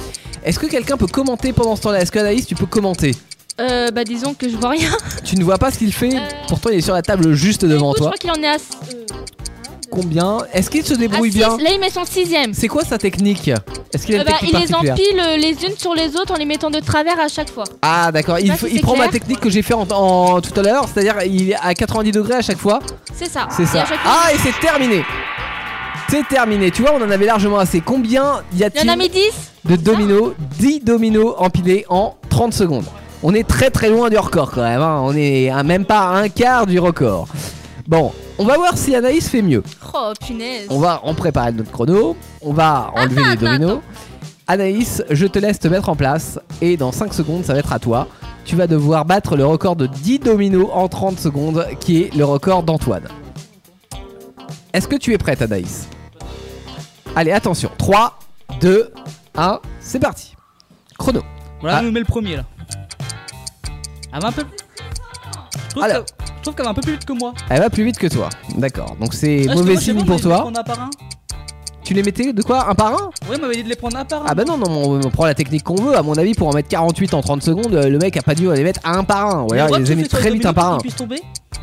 S3: Est-ce que quelqu'un peut commenter pendant ce temps-là Est-ce que Anaïs, tu peux commenter
S5: euh, bah, disons que je vois rien.
S3: Tu ne vois pas ce qu'il fait, pourtant il est sur la table juste [LAUGHS] devant
S5: Je
S3: toi.
S5: crois qu'il en est à.
S3: Combien Est-ce qu'il se
S5: à
S3: débrouille
S5: six.
S3: bien
S5: Là, il met son 6ème.
S3: C'est quoi sa technique Est-ce qu'il a une
S5: bah, il
S3: technique
S5: les
S3: particulière
S5: empile euh, les unes sur les autres en les mettant de travers à chaque fois.
S3: Ah d'accord, il,
S5: sais pas
S3: faut-
S5: si
S3: il
S5: c'est
S3: prend ma
S5: clair.
S3: technique que j'ai fait en, en- tout à l'heure, c'est-à-dire il est à 90 degrés à chaque fois.
S5: C'est ça.
S3: C'est
S5: Et
S3: ça.
S5: à chaque fois-
S3: Ah et c'est terminé. C'est terminé. Tu vois, on en avait largement assez. Combien y
S5: Il
S3: a-t-il
S5: y en a mis 10
S3: de dominos 10 dominos empilés en 30 secondes. On est très très loin du record quand même. hein. On est à même pas un quart du record. Bon, on va voir si Anaïs fait mieux.
S5: Oh punaise.
S3: On va en préparer notre chrono. On va enlever les dominos. Anaïs, je te laisse te mettre en place. Et dans 5 secondes, ça va être à toi. Tu vas devoir battre le record de 10 dominos en 30 secondes, qui est le record d'Antoine. Est-ce que tu es prête, Anaïs Allez, attention. 3, 2, 1, c'est parti. Chrono.
S10: Voilà,
S3: Ah,
S10: elle me met le premier là. Elle va un peu. Je trouve
S3: Alors.
S10: que- je trouve qu'elle va un peu plus vite que moi.
S3: Elle va plus vite que toi. D'accord. Donc c'est
S10: Ah, je te
S3: mauvais
S10: vois, je sais
S3: signe
S10: pas,
S3: pour
S10: mais
S3: toi.
S10: On a par un.
S3: Tu les mettais de quoi Un par un
S10: Ouais, il m'avait dit de les prendre un par un.
S3: Ah bah non, non, on, on prend la technique qu'on veut. À mon avis, pour en mettre 48 en 30 secondes, euh, le mec a pas dû les mettre un par un. Ou
S10: Mais
S3: alors,
S10: droit
S3: il
S10: de
S3: les a mis
S10: souffler sur les
S3: très
S10: deux
S3: vite un
S10: minutes
S3: par
S10: pour
S3: un.
S10: qu'ils puissent tomber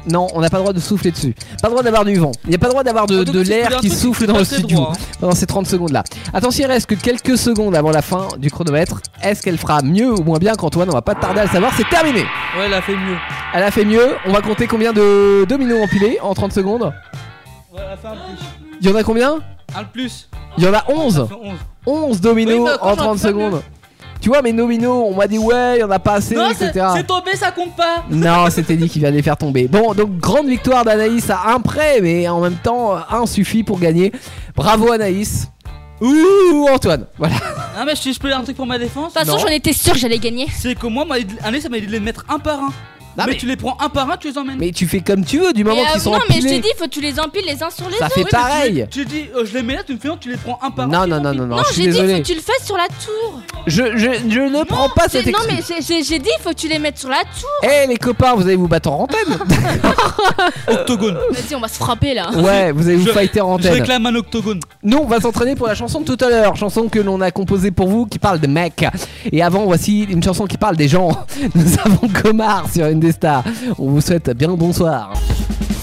S3: Non, on n'a pas le droit de souffler dessus. Pas le droit d'avoir du vent. Il n'y a pas le droit d'avoir de,
S10: Ah, donc
S3: de
S10: toi, tu voulais
S3: l'air
S10: un
S3: qui
S10: truc qui
S3: souffle
S10: te
S3: dans le
S10: passait
S3: studio.
S10: droit, hein.
S3: Pendant ces 30 secondes là. Attention, il reste que quelques secondes avant la fin du chronomètre. Est-ce qu'elle fera mieux ou moins bien qu'Antoine On va pas tarder à le savoir. C'est terminé
S10: Ouais, elle a fait mieux.
S3: Elle a fait mieux. On va compter combien de dominos empilés en 30 secondes
S10: Ouais, elle a fait un plus.
S3: Il y en a combien
S10: Un de plus.
S3: Il y en a 11
S10: fait 11.
S3: 11 dominos
S5: bah,
S10: Oui, mais quand
S3: en
S10: j'en
S3: 30
S10: fais
S3: secondes. Tu vois, mes dominos, on m'a dit ouais, il y en a pas assez,
S10: Non,
S3: etc.
S10: c'est c'est tombé, ça compte pas.
S3: Non, c'était dit qu'il vient les faire tomber. Bon, donc grande victoire d'Anaïs à un près, mais en même temps, un suffit pour gagner. Bravo Anaïs. Ouh, Antoine. Voilà.
S10: Ah, mais je, je peux dire un truc pour ma défense.
S5: De toute façon, j'en étais sûr que j'allais gagner.
S10: C'est que moi, on m'avait dit- Année, ça m'a dit de les mettre un par un. mais, tu les prends un par un, tu les emmènes.
S3: Mais tu fais comme tu veux, du moment
S5: Mais,
S3: qu'ils
S5: euh,
S3: sont
S5: non, mais je
S3: empilés.
S5: t'ai dit, faut que tu les empiles les uns sur les
S3: Ça
S5: autres.
S3: fait pareil.
S10: Tu dis, euh, je les mets là, tu me fais non, tu les prends un par un.
S3: Non, non, non, non, non,
S5: Non,
S3: je suis
S5: j'ai dit, faut
S3: désolé.
S5: que tu le fasses sur la tour.
S3: Je, je- je ne prends pas cette
S5: J'ai- Non,
S3: excuse.
S5: mais j'ai- j'ai j'ai dit, faut que tu les mettes sur la tour.
S3: Eh les copains, vous allez vous battre en
S5: [LAUGHS]
S3: antenne Octogone
S5: Vas-y, on va se frapper là.
S3: Ouais, vous allez vous fighter en
S10: Je
S3: antenne.
S10: réclame un octogone.
S3: Nous, on va s'entraîner pour la chanson de tout à l'heure, chanson que l'on a composée pour vous qui parle de mecs. Et avant, voici une chanson qui parle des gens. [LAUGHS] Nous avons Gomard sur Indestar. On vous souhaite bien le bonsoir.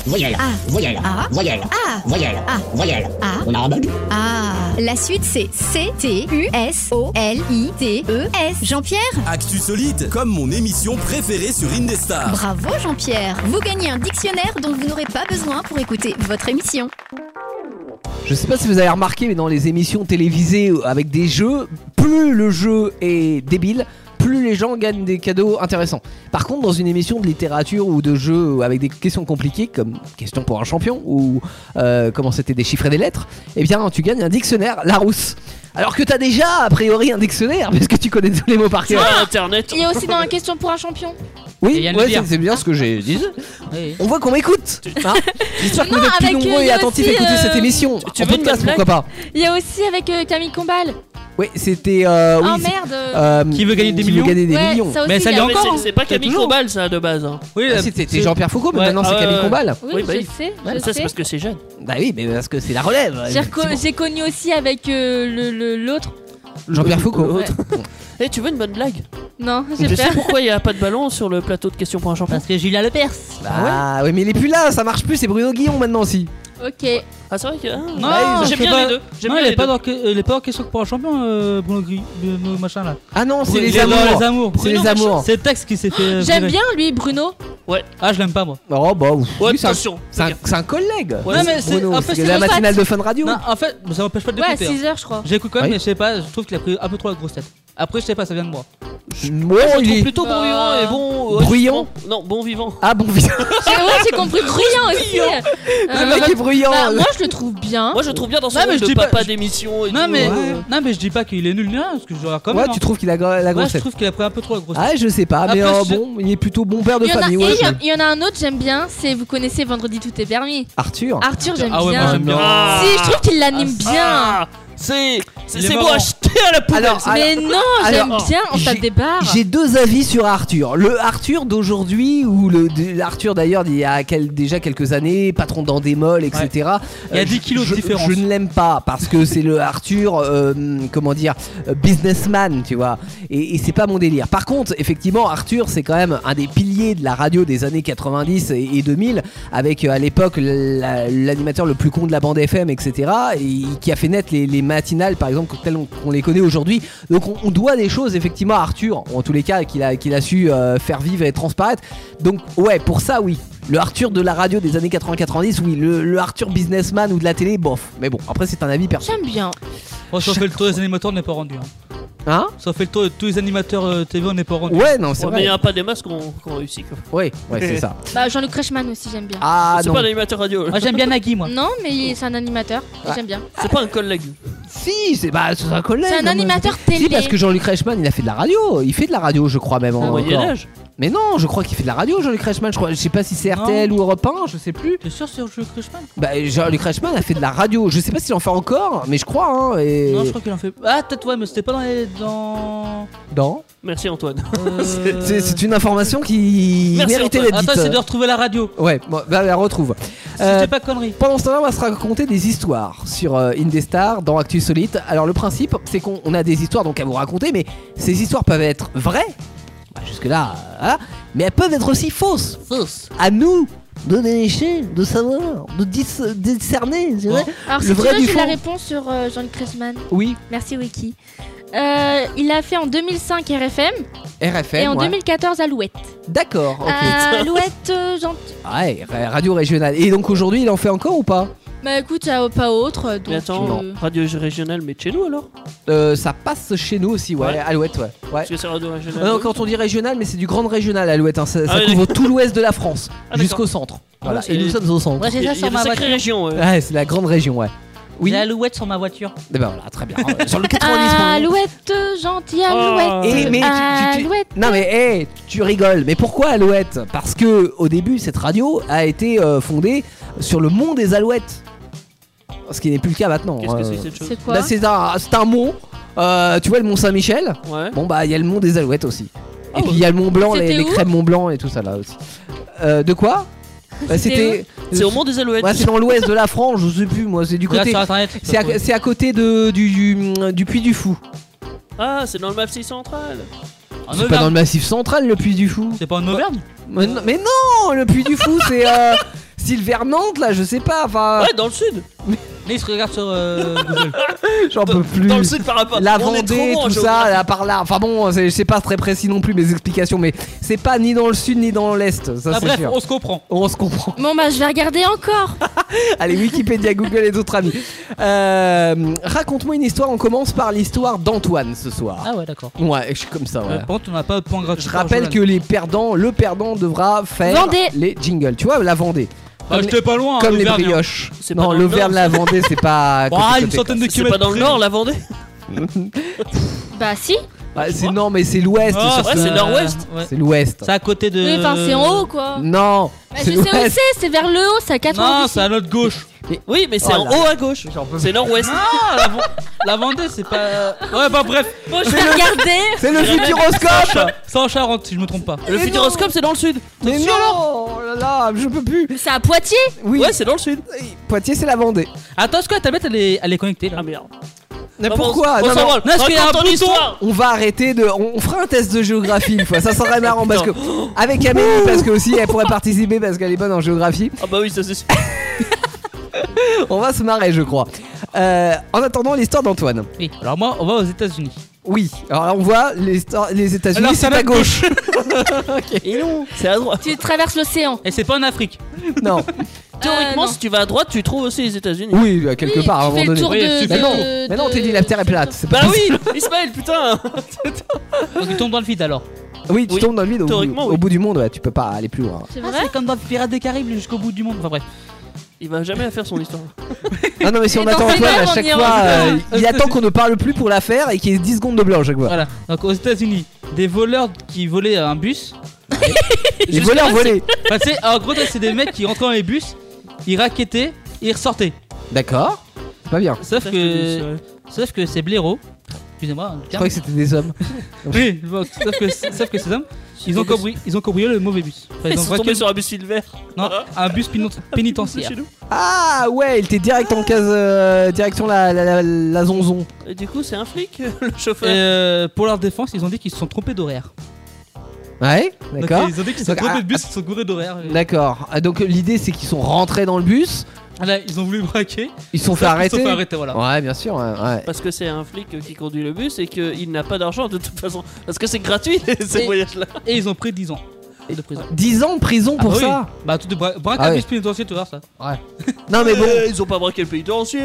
S8: Voyelle A.
S13: voyelle
S8: A.
S13: voyelle
S8: A.
S13: voyelle
S8: A.
S13: voyelle
S8: A.
S13: On a un bug
S8: Ah La suite c'est C T U S O L I T E S. Jean-Pierre
S7: Actu Solide, comme mon émission préférée sur Indestar.
S8: Bravo Jean-Pierre Vous gagnez un dictionnaire dont vous n'aurez pas besoin pour écouter votre émission.
S3: Je sais pas si vous avez remarqué, mais dans les émissions télévisées euh, avec des jeux, plus le jeu est débile, plus les gens gagnent des cadeaux intéressants. Par contre, dans une émission de littérature ou de jeu avec des questions compliquées, comme question pour un champion ou euh, comment c'était des chiffres et des lettres, eh bien tu gagnes un dictionnaire Larousse. Alors que t'as déjà a priori un dictionnaire, [LAUGHS] puisque tu connais tous les mots par cœur.
S5: internet. Il est aussi dans la question pour un champion.
S3: Oui,
S10: Yann
S3: ouais,
S10: Lepierre.
S3: c'est c'est bien ce que j'ai dit. On voit qu'on m'écoute. hein. J'espère que
S5: Non,
S3: vous êtes plus
S5: avec, euh,
S3: nombreux
S5: il
S3: et
S5: y a
S3: attentifs à
S5: aussi,
S3: écouter
S5: euh,
S3: cette émission.
S5: tu-
S3: en podcast, pourquoi pas.
S5: Il y a aussi avec euh, Camille Combal.
S3: Oui, c'était. euh,
S5: Oh,
S3: oui, c'est- euh,
S5: merde.
S3: qui veut gagner des millions
S5: Ouais, ça aussi,
S4: Mais ça
S5: il y
S4: l'est
S5: a-
S10: hein.
S4: encore. C'est pas Camille Combal, ça, de base. hein.
S10: Oui,
S4: euh,
S3: Ah, c'était- c'était Jean-Pierre Foucault, mais maintenant, c'est Camille Combal.
S5: Oui,
S4: bah
S5: je sais, je
S4: ça,
S5: sais.
S4: c'est parce que c'est jeune.
S3: Bah oui, mais parce que c'est la relève.
S5: J'ai reco- j'ai connu aussi avec euh, le- le- l'autre.
S3: Jean-Pierre Foucault.
S4: Ouais. Eh, tu veux une bonne blague
S5: Non,
S4: Je
S5: j'ai
S4: sais
S5: peur.
S4: pourquoi il n'y a pas de ballon sur le plateau de questions pour un champion. Parce
S10: que Julien Lepers.
S3: Ah oui, mais il est plus là, ça marche plus, c'est Bruno Guillon maintenant aussi.
S5: Ok.
S4: Ah, c'est vrai que.
S10: Non,
S4: Ah, j'aime
S10: c'est
S4: bien
S10: pas-
S4: les deux. J'aime
S10: non,
S4: bien
S10: il est
S4: les
S10: pas
S4: deux.
S10: dans que- euh, il est pas en question que pour un champion, euh, Bruno Gris, Bruno machin là.
S3: Ah non,
S4: c'est les
S10: Dans
S4: amours.
S10: les amours.
S4: C'est les amours.
S10: C'est Tex qui s'est fait. euh,
S5: J'aime
S10: virer.
S5: bien lui, Bruno.
S4: Ouais.
S10: Ah, je l'aime pas moi.
S3: Oh bah, ouf.
S4: Ouais,
S3: Lui, c'est un-
S4: attention,
S3: C'est un,
S4: faut
S3: c'est un collègue.
S10: Ouais, non, mais c'est
S3: Bruno,
S10: en fait,
S3: c'est la
S10: mon pote.
S3: matinale de Fun Radio.
S10: Non, en fait, ça m'empêche pas de
S5: Ouais,
S10: l'écouter.
S5: à 6
S10: hein.
S5: heures, je crois.
S10: J'écoute quand même,
S3: Oui.
S10: mais je sais pas, je trouve qu'il a pris un peu trop la grosse tête. Après, je sais pas, ça vient de moi.
S3: Bon,
S4: Je
S3: il
S4: trouve
S3: est-
S4: plutôt brouillon et bon. ouais,
S3: Bruyant
S4: bon- Non, bon vivant.
S10: Hein
S3: Ah bon, viens.
S5: J'ai- Ouais,
S4: [LAUGHS]
S5: j'ai compris. Bruyant aussi. Euh,
S3: mec est bruyant.
S5: bah, Euh, moi, je le trouve bien.
S4: Moi, je le trouve bien dans son
S10: Non, mais
S4: rôle
S10: je
S4: de
S10: dis pas-
S4: papa d'émission et
S10: Non,
S4: tout.
S10: mais,
S4: Ouais.
S10: non, mais je dis pas qu'il est nul, ni rien, parce que je regarde quand
S3: Ouais,
S10: même.
S3: tu trouves qu'il a gra- la
S10: Moi,
S3: grosse
S10: je
S3: tête.
S10: trouve qu'il a pris un peu trop la grosse
S3: Ah,
S10: tête.
S3: je sais pas, mais
S10: Après,
S3: euh,
S10: je-
S3: bon, il est plutôt bon père de
S5: Il y, en a,
S3: famille.
S5: et
S3: ouais,
S5: il y a-
S3: mais-
S5: il y en a un autre, j'aime bien, c'est vous connaissez Vendredi Tout est permis.
S3: Arthur.
S5: Arthur, j'aime
S3: Ah ouais, moi,
S5: bien.
S3: j'aime bien. Ah.
S5: Si, je trouve qu'il l'anime
S4: Ah,
S5: bien.
S4: C'est. C'est
S3: Il est
S4: c'est beau hein.
S3: marrant.
S4: acheter à la poubelle.
S3: Alors,
S4: ça.
S5: Mais non, j'aime
S3: alors,
S5: bien, on tape
S3: j'ai-
S5: des barres.
S3: J'ai deux avis sur Arthur. Le Arthur d'aujourd'hui ou le de- l'Arthur d'ailleurs d'il y a quel- déjà quelques années, patron dans des molles, etc.
S10: Il y a
S3: Euh,
S10: 10
S3: je-
S10: kilos de
S3: je-
S10: différence.
S3: Je ne l'aime pas parce que c'est le Arthur, euh, comment dire, euh, businessman, tu vois. Et, et c'est pas mon délire. Par contre, effectivement, Arthur, c'est quand même un des piliers de la radio des années 90 et, et 2000, avec euh, à l'époque la- l'animateur le plus con de la bande FM, etc. Et qui a fait naître les, les matinales, par exemple, telles on- qu'on les connaît aujourd'hui. Donc on, on doit des choses effectivement à Arthur, ou en tous les cas qu'il a, qu'il a su euh, faire vivre et transparaître. Donc ouais, pour ça oui. Le Arthur de la radio des années 80-90, oui. Le, le Arthur businessman ou de la télé, bof. Mais bon, après c'est un avis perso.
S5: J'aime bien.
S10: Moi, si on fait le tour des animateurs, on n'est pas rendu. Hein.
S3: Hein
S10: Si on fait le tour de tous les animateurs euh, TV, on n'est pas rendu.
S3: Ouais, non, c'est
S4: Ouais, Mais
S3: vrai.
S4: il n'y a pas des masques qu'on qu'on réussit. quoi.
S3: Ouais, ouais, c'est ça.
S5: Bah, Jean-Luc Reichmann aussi, j'aime bien.
S3: Ah
S4: C'est
S3: non.
S4: pas un animateur radio. là.
S10: Moi, j'aime bien Nagui, moi.
S5: Non, mais il- c'est un animateur,
S3: Ah.
S5: j'aime bien.
S4: C'est pas un collègue.
S3: Si, c'est bah, c'est un collègue.
S5: C'est un
S3: non, mais-
S5: animateur
S3: Si,
S5: télé.
S3: parce que Jean-Luc Reichmann, il a fait de la radio. Il fait de la radio, je crois même.
S4: Au
S3: encore.
S4: Moyen-Âge.
S3: Mais non, je crois qu'il fait de la radio, Jean-Luc Reichmann. Je, crois, je sais pas si c'est RTL ou Europe 1, je sais plus.
S10: T'es sûr sur le Crushman
S3: Bah, Jean-Luc Reichmann a fait de la radio. Je sais pas s'il en fait encore, mais je crois. Hein, et... [LAUGHS]
S10: Non, je crois qu'il en fait. Ah, peut-être, ouais, mais c'était pas dans euh, les. Dans.
S3: Dans [LAUGHS]
S4: Merci Antoine.
S3: C'est euh. c'est une information qui
S4: Merci,
S3: méritait
S4: Antoine.
S3: d'être dite.
S4: Attends, c'est de
S10: retrouver la radio.
S3: Ouais, bon, bah, la retrouve. Euh,
S10: pas connerie.
S3: Pendant ce temps-là, on va se raconter des histoires sur euh, Indestar dans Actu Solite. Alors le principe, c'est qu'on on a des histoires donc à vous raconter, mais ces histoires peuvent être vraies. Bah, Jusque-là, euh, voilà. mais elles peuvent être aussi fausses.
S4: Fausses.
S3: À nous de dénicher, de savoir, de dis- discerner, je dirais,
S5: Alors,
S3: le
S5: si
S3: vrai
S5: tu veux,
S3: du
S5: j'ai
S3: faux.
S5: la réponse sur euh, John Cressman.
S3: Oui.
S5: Merci, Wiki. Euh, il a fait en 2005 RFM
S3: RFM.
S5: et en
S3: ouais.
S5: 2014 Alouette.
S3: D'accord. ok.
S5: Euh, Alouette, euh, j'en-
S3: Ah Ouais, ra- radio régionale. Et donc aujourd'hui, il en fait encore ou pas
S5: Bah écoute, euh, pas autre. Donc,
S4: Mais attends,
S5: euh,
S4: radio régionale, mais de chez nous alors
S3: Euh, Ça passe chez nous aussi, ouais.
S4: Ouais.
S3: Alouette, ouais. ouais.
S4: Parce que c'est radio
S3: Ah
S4: régionale.
S3: non, quand on dit régional, mais c'est du grand régional, Alouette. hein. Ça, ça
S4: Ah oui,
S3: couvre tout l'ouest de la France, jusqu'au centre.
S10: Ah
S3: Voilà.
S10: ouais, c'est-
S3: Et nous sommes au centre.
S10: Ouais, c'est ça, Il y a- sur il y a ma de sacrées voiture. régions, ouais.
S3: Ouais, c'est la grande région, ouais. Oui.
S10: J'ai l'alouette sur ma voiture.
S3: Eh ben voilà,
S4: [LAUGHS]
S3: très bien. Euh, sur le 90.
S4: Ah.
S5: Alouette, gentille
S3: Oh.
S5: Alouette.
S3: Et- mais tu- tu- tu-
S5: Alouette.
S3: Non mais hey, tu rigoles. Mais pourquoi Alouette Parce que au début, cette radio a été euh, fondée sur le mont des Alouettes. Ce qui n'est plus le cas maintenant.
S4: Qu'est-ce que
S3: euh.
S4: c'est que cette chose C'est quoi
S3: Bah, c'est un, c'est un mont. Euh, tu vois le mont Saint-Michel
S4: Ouais.
S3: Bon bah il y a le mont des Alouettes aussi. et puis il y a le mont Blanc, les,
S4: Oh, C'était
S3: les
S4: où
S3: crêpes mont blanc et tout ça là aussi. Euh, de quoi Bah,
S4: C'était où C'est au mont des Alouettes.
S3: Ouais, c'est dans l'ouest de la France, je sais plus moi, c'est du
S4: Regarde
S3: côté.
S4: sur Internet, tu peux
S3: C'est à,
S4: trouver.
S3: c'est à côté de, du, du, du Puy du Fou.
S4: Ah, c'est dans le Massif central.
S3: C'est pas dans le massif central le Puy du Fou.
S10: C'est pas en Auvergne
S3: mais, non- mais non, le Puy du Fou c'est euh, [LAUGHS] style vers Nantes là, je sais pas. Enfin,
S4: Ouais, dans le sud.
S10: Mais il se regarde sur
S3: [LAUGHS]
S10: euh, Google.
S3: j'en peux plus.
S10: dans le sud par rapport-
S3: La
S10: on est trop
S3: Vendée,
S10: loin en
S3: tout ça,
S4: Ah,
S10: géographie.
S3: là, par là. Enfin bon, c'est- c'est pas très précis non plus mes explications, mais c'est pas ni dans le sud ni dans l'est. Ça
S10: Ah,
S3: c'est
S10: bref,
S3: sûr.
S10: on se comprend.
S3: On se comprend.
S5: Bon bah je vais regarder encore.
S3: Allez, Wikipédia, Google et d'autres amis. Euh, Raconte-moi une histoire. On commence par l'histoire d'Antoine ce soir.
S10: Ah ouais, d'accord.
S3: Ouais, je suis comme ça.
S10: Euh,
S3: Ouais.
S10: Par contre, on n'a pas de point gratuit.
S3: Je rappelle que les perdants, le perdant devra faire
S10: Vendée.
S3: les jingles. Tu vois, la Vendée.
S10: Ah,
S3: Comme
S10: j'étais
S3: les-
S10: pas loin,
S3: Comme les
S10: l'Auvergne, hein.
S3: brioches.
S10: C'est pas
S3: Non,
S10: dans le
S3: l'Auvergne,
S10: Nord,
S3: la
S10: ça.
S3: Vendée, c'est pas.
S10: [LAUGHS] Bah,
S3: côté, Ah,
S10: une
S3: côté,
S10: centaine
S3: quoi.
S10: de C'est kilomètres pas dans le près. Nord,
S4: la Vendée
S5: Bah si.
S3: Bah, c'est non, mais c'est l'ouest.
S10: Ah,
S3: surtout.
S10: ouais, c'est nord-ouest.
S3: Ouais. C'est l'ouest.
S10: C'est à côté de.
S5: Oui, enfin c'est en haut quoi.
S3: Non.
S5: Bah, je sais où
S3: Euh, l'ouest.
S5: c'est, c'est vers le haut, c'est à 90.
S10: Non, c'est à l'autre gauche.
S4: Oui, mais c'est
S10: Oh
S4: en
S10: là
S4: haut à gauche. C'est nord-ouest.
S10: Ah, la, Ven- la Vendée, c'est pas. Ouais, bah bref.
S4: Moi, je vais C'est le- regarder. c'est le futuroscope.
S10: C'est en Cha- C'est en Charente, si je me trompe pas.
S4: Le futuroscope, c'est dans le sud.
S3: Mais
S4: Attention,
S3: non,
S4: alors.
S3: oh là là, je peux plus.
S5: C'est à Poitiers
S3: Oui.
S4: Ouais, c'est dans le sud.
S3: Poitiers, c'est la Vendée.
S10: Attends, Scott, ta bête, elle est, elle est connectée là. Ah
S4: merde.
S3: Mais
S10: Non,
S3: pourquoi
S10: on
S3: Non,
S10: s'en
S3: non.
S10: vole. Non, parce qu'il y a
S3: Raconte
S10: un
S3: ton
S10: bouton.
S3: histoire. On va arrêter de. On on fera un test de géographie une fois. Ça serait [LAUGHS] marrant parce que. Avec Amélie, parce que aussi elle pourrait participer parce qu'elle est bonne en géographie.
S4: Ah bah oui, ça
S3: [LAUGHS]
S4: c'est sûr.
S3: On va se marrer, je crois. Euh, en attendant l'histoire d'Antoine.
S10: Oui. Alors moi, on va aux États-Unis.
S3: Oui. Alors là, on voit l'histoire- les États-Unis,
S10: Alors,
S3: c'est
S10: c'est
S3: à
S10: même
S3: gauche.
S4: Et non, c'est à droite.
S10: euh,
S5: Tu traverses l'océan.
S10: Et c'est pas en Afrique.
S3: [LAUGHS] Non.
S4: Théoriquement, si tu vas à droite, tu trouves aussi les États-Unis.
S3: Oui, à quelque part, à un moment donné. mais non, mais non, t'es dit la terre est plate. c'est
S4: Bah
S3: pas
S4: [LAUGHS] oui, Ismaël, putain.
S10: Donc il tombe dans le vide alors.
S3: Oui, tu
S10: Oui.
S3: tombes dans le vide au, bout-
S10: Théoriquement, oui.
S3: au bout du monde, ouais, tu peux pas aller plus loin.
S10: C'est vrai Ah, C'est comme dans Pirates des Caraïbes jusqu'au bout du monde. Enfin bref.
S4: Il va jamais la faire son histoire.
S3: Non, non, mais si
S10: Et
S3: on
S10: dans
S3: attend
S10: ces
S3: Antoine à
S10: rêves, on
S3: chaque
S10: y
S3: fois, euh,
S10: revient.
S3: il attend qu'on ne parle plus pour la faire et qu'il y ait 10 secondes de blanc à chaque fois.
S10: Voilà. Donc aux États-Unis, des voleurs qui volaient un bus.
S3: Les voleurs volés.
S10: Enfin, tu sais, en gros, c'est des mecs qui rentraient dans les bus, ils raquettaient, ils ressortaient.
S3: D'accord, c'est pas bien.
S10: Sauf que, sauf que ces blaireaux, excusez-moi,
S3: Je croyais que c'était des hommes.
S10: Oui, bon, sauf, que, sauf que ces hommes, ils ont, cambri- ils ont cambriolé le mauvais bus. Enfin,
S4: Ils
S10: ont
S4: sont tombés
S10: braqué-
S4: sur un bus silver.
S10: Non, [LAUGHS] un bus pino- pénitentiaire.
S4: Chez nous.
S3: Ah ouais, il était direct en case, euh, direction la, la, la, la zonzon.
S4: Et du coup, c'est un flic, le
S10: Et,
S4: chauffeur.
S10: euh, pour leur défense, ils ont dit qu'ils se sont trompés d'horaire.
S3: Ouais,
S10: Donc, euh,
S3: d'accord.
S10: Ils ont dit qu'ils se sont
S3: Donc, ah,
S10: trompés de bus, ils se sont gourés d'horaire.
S3: ah, D'accord. Ah, Donc l'idée c'est qu'ils sont rentrés dans le bus,
S10: Ah Là, ils ont voulu braquer.
S3: ils se sont
S10: Sauf
S3: fait
S10: qu'ils
S3: arrêter.
S10: se sont fait arrêter, voilà.
S3: Ouais, bien sûr. ouais, ouais.
S4: Parce que c'est un flic qui conduit le bus et qu'il n'a pas d'argent de toute façon. Parce que c'est gratuit [LAUGHS] ces
S10: Et-
S4: voyages-là.
S10: Et ils ont pris 10 ans de prison.
S3: 10 ans de prison
S10: Ah
S3: pour
S10: bah oui.
S3: ça
S10: Bah, tout de bra braquer
S3: Ah
S10: un
S3: ouais.
S10: bus pénitentiaire, tu vois ça.
S3: Ouais. Non mais bon,
S4: Euh, ils ont pas braqué le euh. pays entier.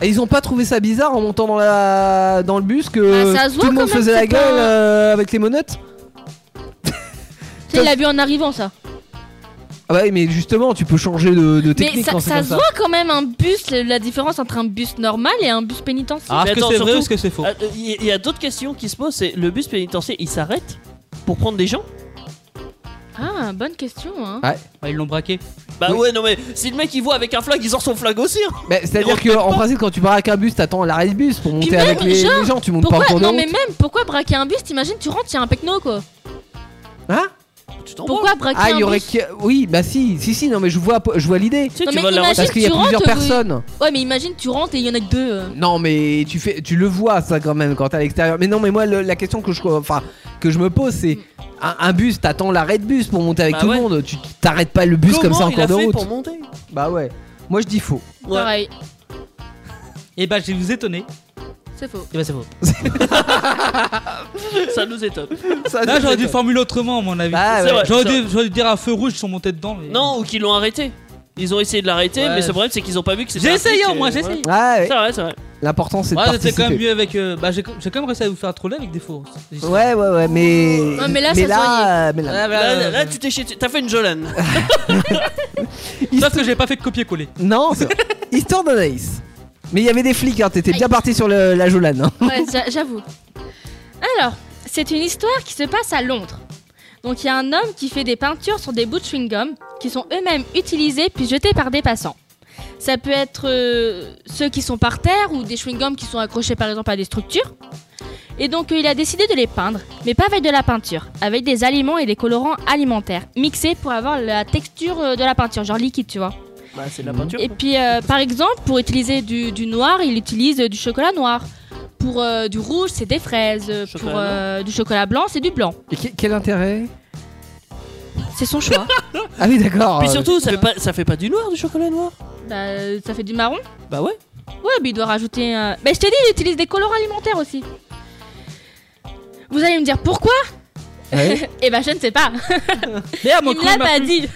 S3: Et ils ont pas trouvé ça bizarre en montant dans, la... dans le bus que
S5: Bah, ça se voit
S3: tout le monde
S5: quand même,
S3: faisait la
S5: c'est
S3: gueule
S5: pas-
S3: euh, avec les monotes
S5: Tu sais, il l'a vu en arrivant ça.
S3: Ah bah oui, mais justement, tu peux changer de, de
S5: Mais
S3: technique
S5: ça,
S3: quand c'est
S5: ça
S3: comme
S5: se voit quand même un bus, le- la différence entre un bus normal et un bus pénitentiaire.
S10: Ah, est-ce que c'est vrai ou est-ce que c'est faux
S4: Il y, a d'autres questions qui se posent. C'est le bus pénitentiaire, il s'arrête pour prendre des gens
S5: Ah, bonne question. Hein.
S3: Ouais.
S10: ils l'ont braqué.
S4: Bah ouais, non mais si le mec il voit avec un flingue, il sort son flingue aussi. hein.
S3: Mais c'est-à-dire que en principe, quand tu pars avec un bus, t'attends l'arrêt de bus pour monter
S5: Puis même,
S3: avec les,
S5: genre,
S3: les gens. Tu montes pas
S5: pourquoi,
S3: en cours de
S5: Non
S3: route.
S5: mais même, pourquoi braquer un bus T'imagines, tu rentres, il y a un pecno quoi.
S3: Hein
S5: Pourquoi braquer
S3: Ah,
S5: un
S3: il y aurait
S5: bus
S3: que... oui, bah si, si, si, non mais je vois, je vois l'idée.
S5: Non, mais
S3: parce
S5: imagine,
S3: qu'il y a
S5: tu
S3: plusieurs
S5: rentres, oui.
S3: personnes.
S5: Ouais, mais imagine, tu rentres et il y en a que deux. euh.
S3: Non mais tu fais, tu le vois ça quand même quand t'es à l'extérieur. Mais non mais moi le- la question que je, enfin que je me pose c'est un, un bus, t'attends l'arrêt de bus pour monter avec
S4: Bah
S3: tout
S4: ouais.
S3: le monde. Tu t'arrêtes pas le bus comme ça en
S4: il a
S3: cours de
S4: fait
S3: route.
S4: pour monter
S3: Bah ouais. Moi je dis faux.
S5: Pareil.
S10: Et bah, je vais vous étonner.
S5: C'est faux.
S10: Et bah, c'est faux.
S4: Ça nous étonne.
S3: Ah,
S10: Là, j'aurais dû formuler autrement, à mon avis.
S4: Ah, C'est ouais. vrai.
S10: J'aurais dû, j'aurais dû dire à feu rouge, ils sont montés dedans. mais-
S4: Non, ou qu'ils l'ont arrêté. Ils ont essayé de l'arrêter,
S10: Ouais.
S4: mais ce problème c'est qu'ils ont pas vu que c'était.
S10: J'ai
S4: un
S10: essayé,
S4: flic,
S10: au moins,
S4: et
S10: j'ai
S4: voilà.
S10: essayé.
S3: Ouais.
S4: C'est vrai, c'est vrai.
S3: L'important c'est de
S10: Ouais, c'était
S3: participer.
S10: quand même mieux avec. euh, bah, j'ai j'ai quand même réussi à vous faire troller avec des faux. C'est- c'est-
S3: Ouais ouais ouais mais
S10: Ouais, mais là, ça
S3: là,
S10: soignait.
S3: euh, mais là-
S10: Ah, bah,
S4: Là,
S10: euh,
S4: là, tu t'es chié. dessus. T'as fait une Jolane.
S10: Sauf que j'ai pas fait de copier-coller.
S3: non c'est- histoire d'Anaïs. Mais il y avait des flics, hein, t'étais bien parti sur le- la Jolane. hein.
S5: Ouais,
S3: [LAUGHS]
S5: j'a- j'avoue. Alors, c'est une histoire qui se passe à Londres. Donc il y a un homme qui fait des peintures sur des bouts de chewing-gum qui sont eux-mêmes utilisés puis jetés par des passants. Ça peut être euh, ceux qui sont par terre ou des chewing-gums qui sont accrochés par exemple à des structures. Et donc euh, il a décidé de les peindre, mais pas avec de la peinture, avec des aliments et des colorants alimentaires mixés pour avoir la texture euh, de la peinture, genre liquide, tu vois.
S4: [LAUGHS] Bah, c'est de la peinture.
S5: Et puis, euh, par exemple, pour utiliser du, du noir, il utilise euh, du chocolat noir. Pour euh, du rouge, c'est des fraises. Pour
S3: blanc.
S5: euh, du chocolat blanc, c'est du blanc.
S3: Et que- quel intérêt
S5: C'est son choix.
S3: Ah oui d'accord.
S4: Puis
S3: euh,
S4: surtout, ça fait, pas, ça fait pas du noir du chocolat noir.
S5: Bah, euh, ça fait du marron
S4: Bah ouais.
S5: Ouais, mais il doit rajouter. euh, Bah, je t'ai dit, il utilise des colorants alimentaires aussi. Vous allez me dire pourquoi
S3: Ouais.
S5: [LAUGHS] Eh bah, je ne sais pas.
S10: mon
S5: il
S10: cou,
S5: ne l'a
S10: il m'a
S5: pas
S10: plu.
S5: dit.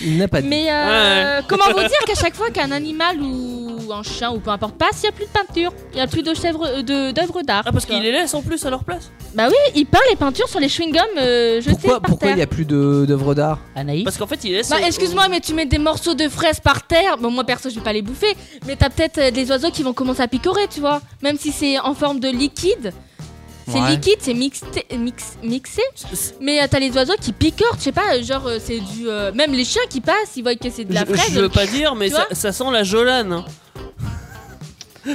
S3: Il n'a pas dit.
S5: Mais euh,
S3: Ouais.
S5: [LAUGHS] comment vous dire qu'à chaque fois qu'un animal ou un chien ou peu importe passe, il n'y a plus de peinture, il n'y a plus de chèvre- euh, de- d'œuvres d'art.
S4: Ah, parce qu'il les laisse en plus à leur place.
S5: Bah oui, il peint les peintures sur les chewing-gums euh, jetés
S3: Pourquoi,
S5: par
S3: pourquoi
S5: terre.
S3: il n'y a plus de- d'œuvres d'art
S10: Anaïs
S4: Parce qu'en fait, il laisse.
S5: Bah excuse-moi, mais tu mets des morceaux de fraises par terre. Bon, moi perso, je vais pas les bouffer, mais t'as peut-être euh, des oiseaux qui vont commencer à picorer, tu vois. Même si c'est en forme de liquide. C'est
S4: Ouais.
S5: liquide, c'est mixté, mix- mixé. Mais euh, t'as les oiseaux qui picorent, je sais pas, euh, genre euh, c'est du. euh, même les chiens qui passent, ils voient que c'est de la
S4: Je-
S5: fraise.
S4: Je veux pas dire, mais
S5: Tu
S4: ça,
S5: vois
S4: ça sent la Jolane. hein.
S3: [LAUGHS]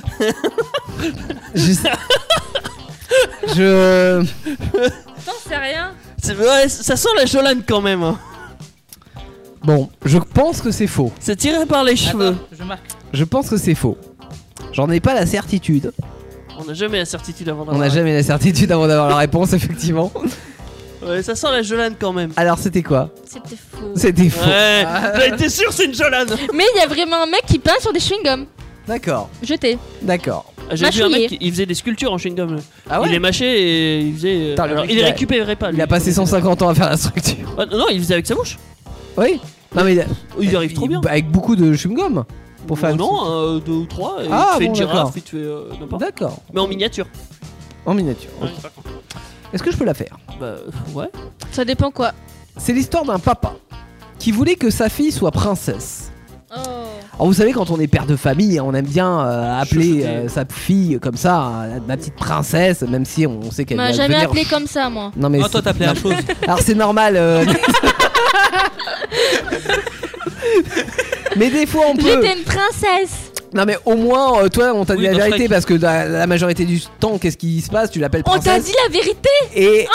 S3: Je.
S5: T'en sais rien.
S4: C'est- ouais, ça sent la Jolane quand même. hein.
S3: Bon, je pense que c'est faux.
S4: C'est tiré par les cheveux.
S10: je marque.
S3: Je pense que c'est faux. J'en ai pas la certitude.
S4: On n'a jamais la certitude avant
S3: On
S4: d'avoir.
S3: n'a jamais la certitude avant d'avoir la réponse, [LAUGHS] effectivement.
S4: Ouais, ça sent la Jolane quand même. Ah.
S3: Alors, c'était quoi
S5: C'était faux.
S3: C'était faux.
S4: Ouais, j'ai été sûr, c'est une Jolane.
S5: Mais il y a vraiment un mec qui peint sur des chewing-gums
S3: D'accord,
S5: jetés.
S3: d'accord.
S4: Ah, J'ai vu un
S5: Mâchouillé.
S4: mec, il faisait des sculptures en chewing-gum.
S3: Ah ouais
S4: il les mâchait et il faisait. euh,
S3: Putain, le
S4: alors,
S3: mec,
S4: il les
S3: a-
S4: récupérait pas.
S3: Il a passé 150 ans à faire la structure.
S4: Ah, non, il faisait avec sa bouche.
S3: Oui Non, mais il, a-
S4: Il arrive trop bien.
S3: avec beaucoup de chewing-gum pour faire. une
S4: non, euh, deux ou trois. Et
S3: Ah,
S4: il te fait
S3: bon,
S4: une
S3: d'accord.
S4: girafe, il te fait euh, n'importe.
S3: D'accord.
S4: Mais en miniature.
S3: En miniature. ok.
S4: Ouais, par contre.
S3: Est-ce que je peux la faire
S4: Bah [LAUGHS] ouais.
S5: Ça dépend quoi.
S3: C'est l'histoire d'un papa qui voulait que sa fille soit princesse. Alors vous savez quand on est père de famille, on aime bien euh, appeler euh, sa fille comme ça, euh, ma petite princesse, même si on sait
S5: On
S3: qu'elle va
S5: m'a jamais
S3: devenir-
S5: appelé comme ça, moi.
S3: Non mais
S10: Non, Oh, toi,
S3: c'est-
S10: t'appelais la
S3: non.
S10: chose.
S3: [LAUGHS] Alors c'est normal. euh,
S5: [LAUGHS]
S3: mais des fois on peut.
S5: J'étais une princesse.
S3: Non mais au moins euh, toi on t'a dit
S5: Oui,
S3: la
S5: dans
S3: vérité
S5: Shrek.
S3: parce que la, la majorité du temps qu'est-ce qui se passe Tu l'appelles
S5: On
S3: princesse.
S5: t'a dit la vérité.
S3: Et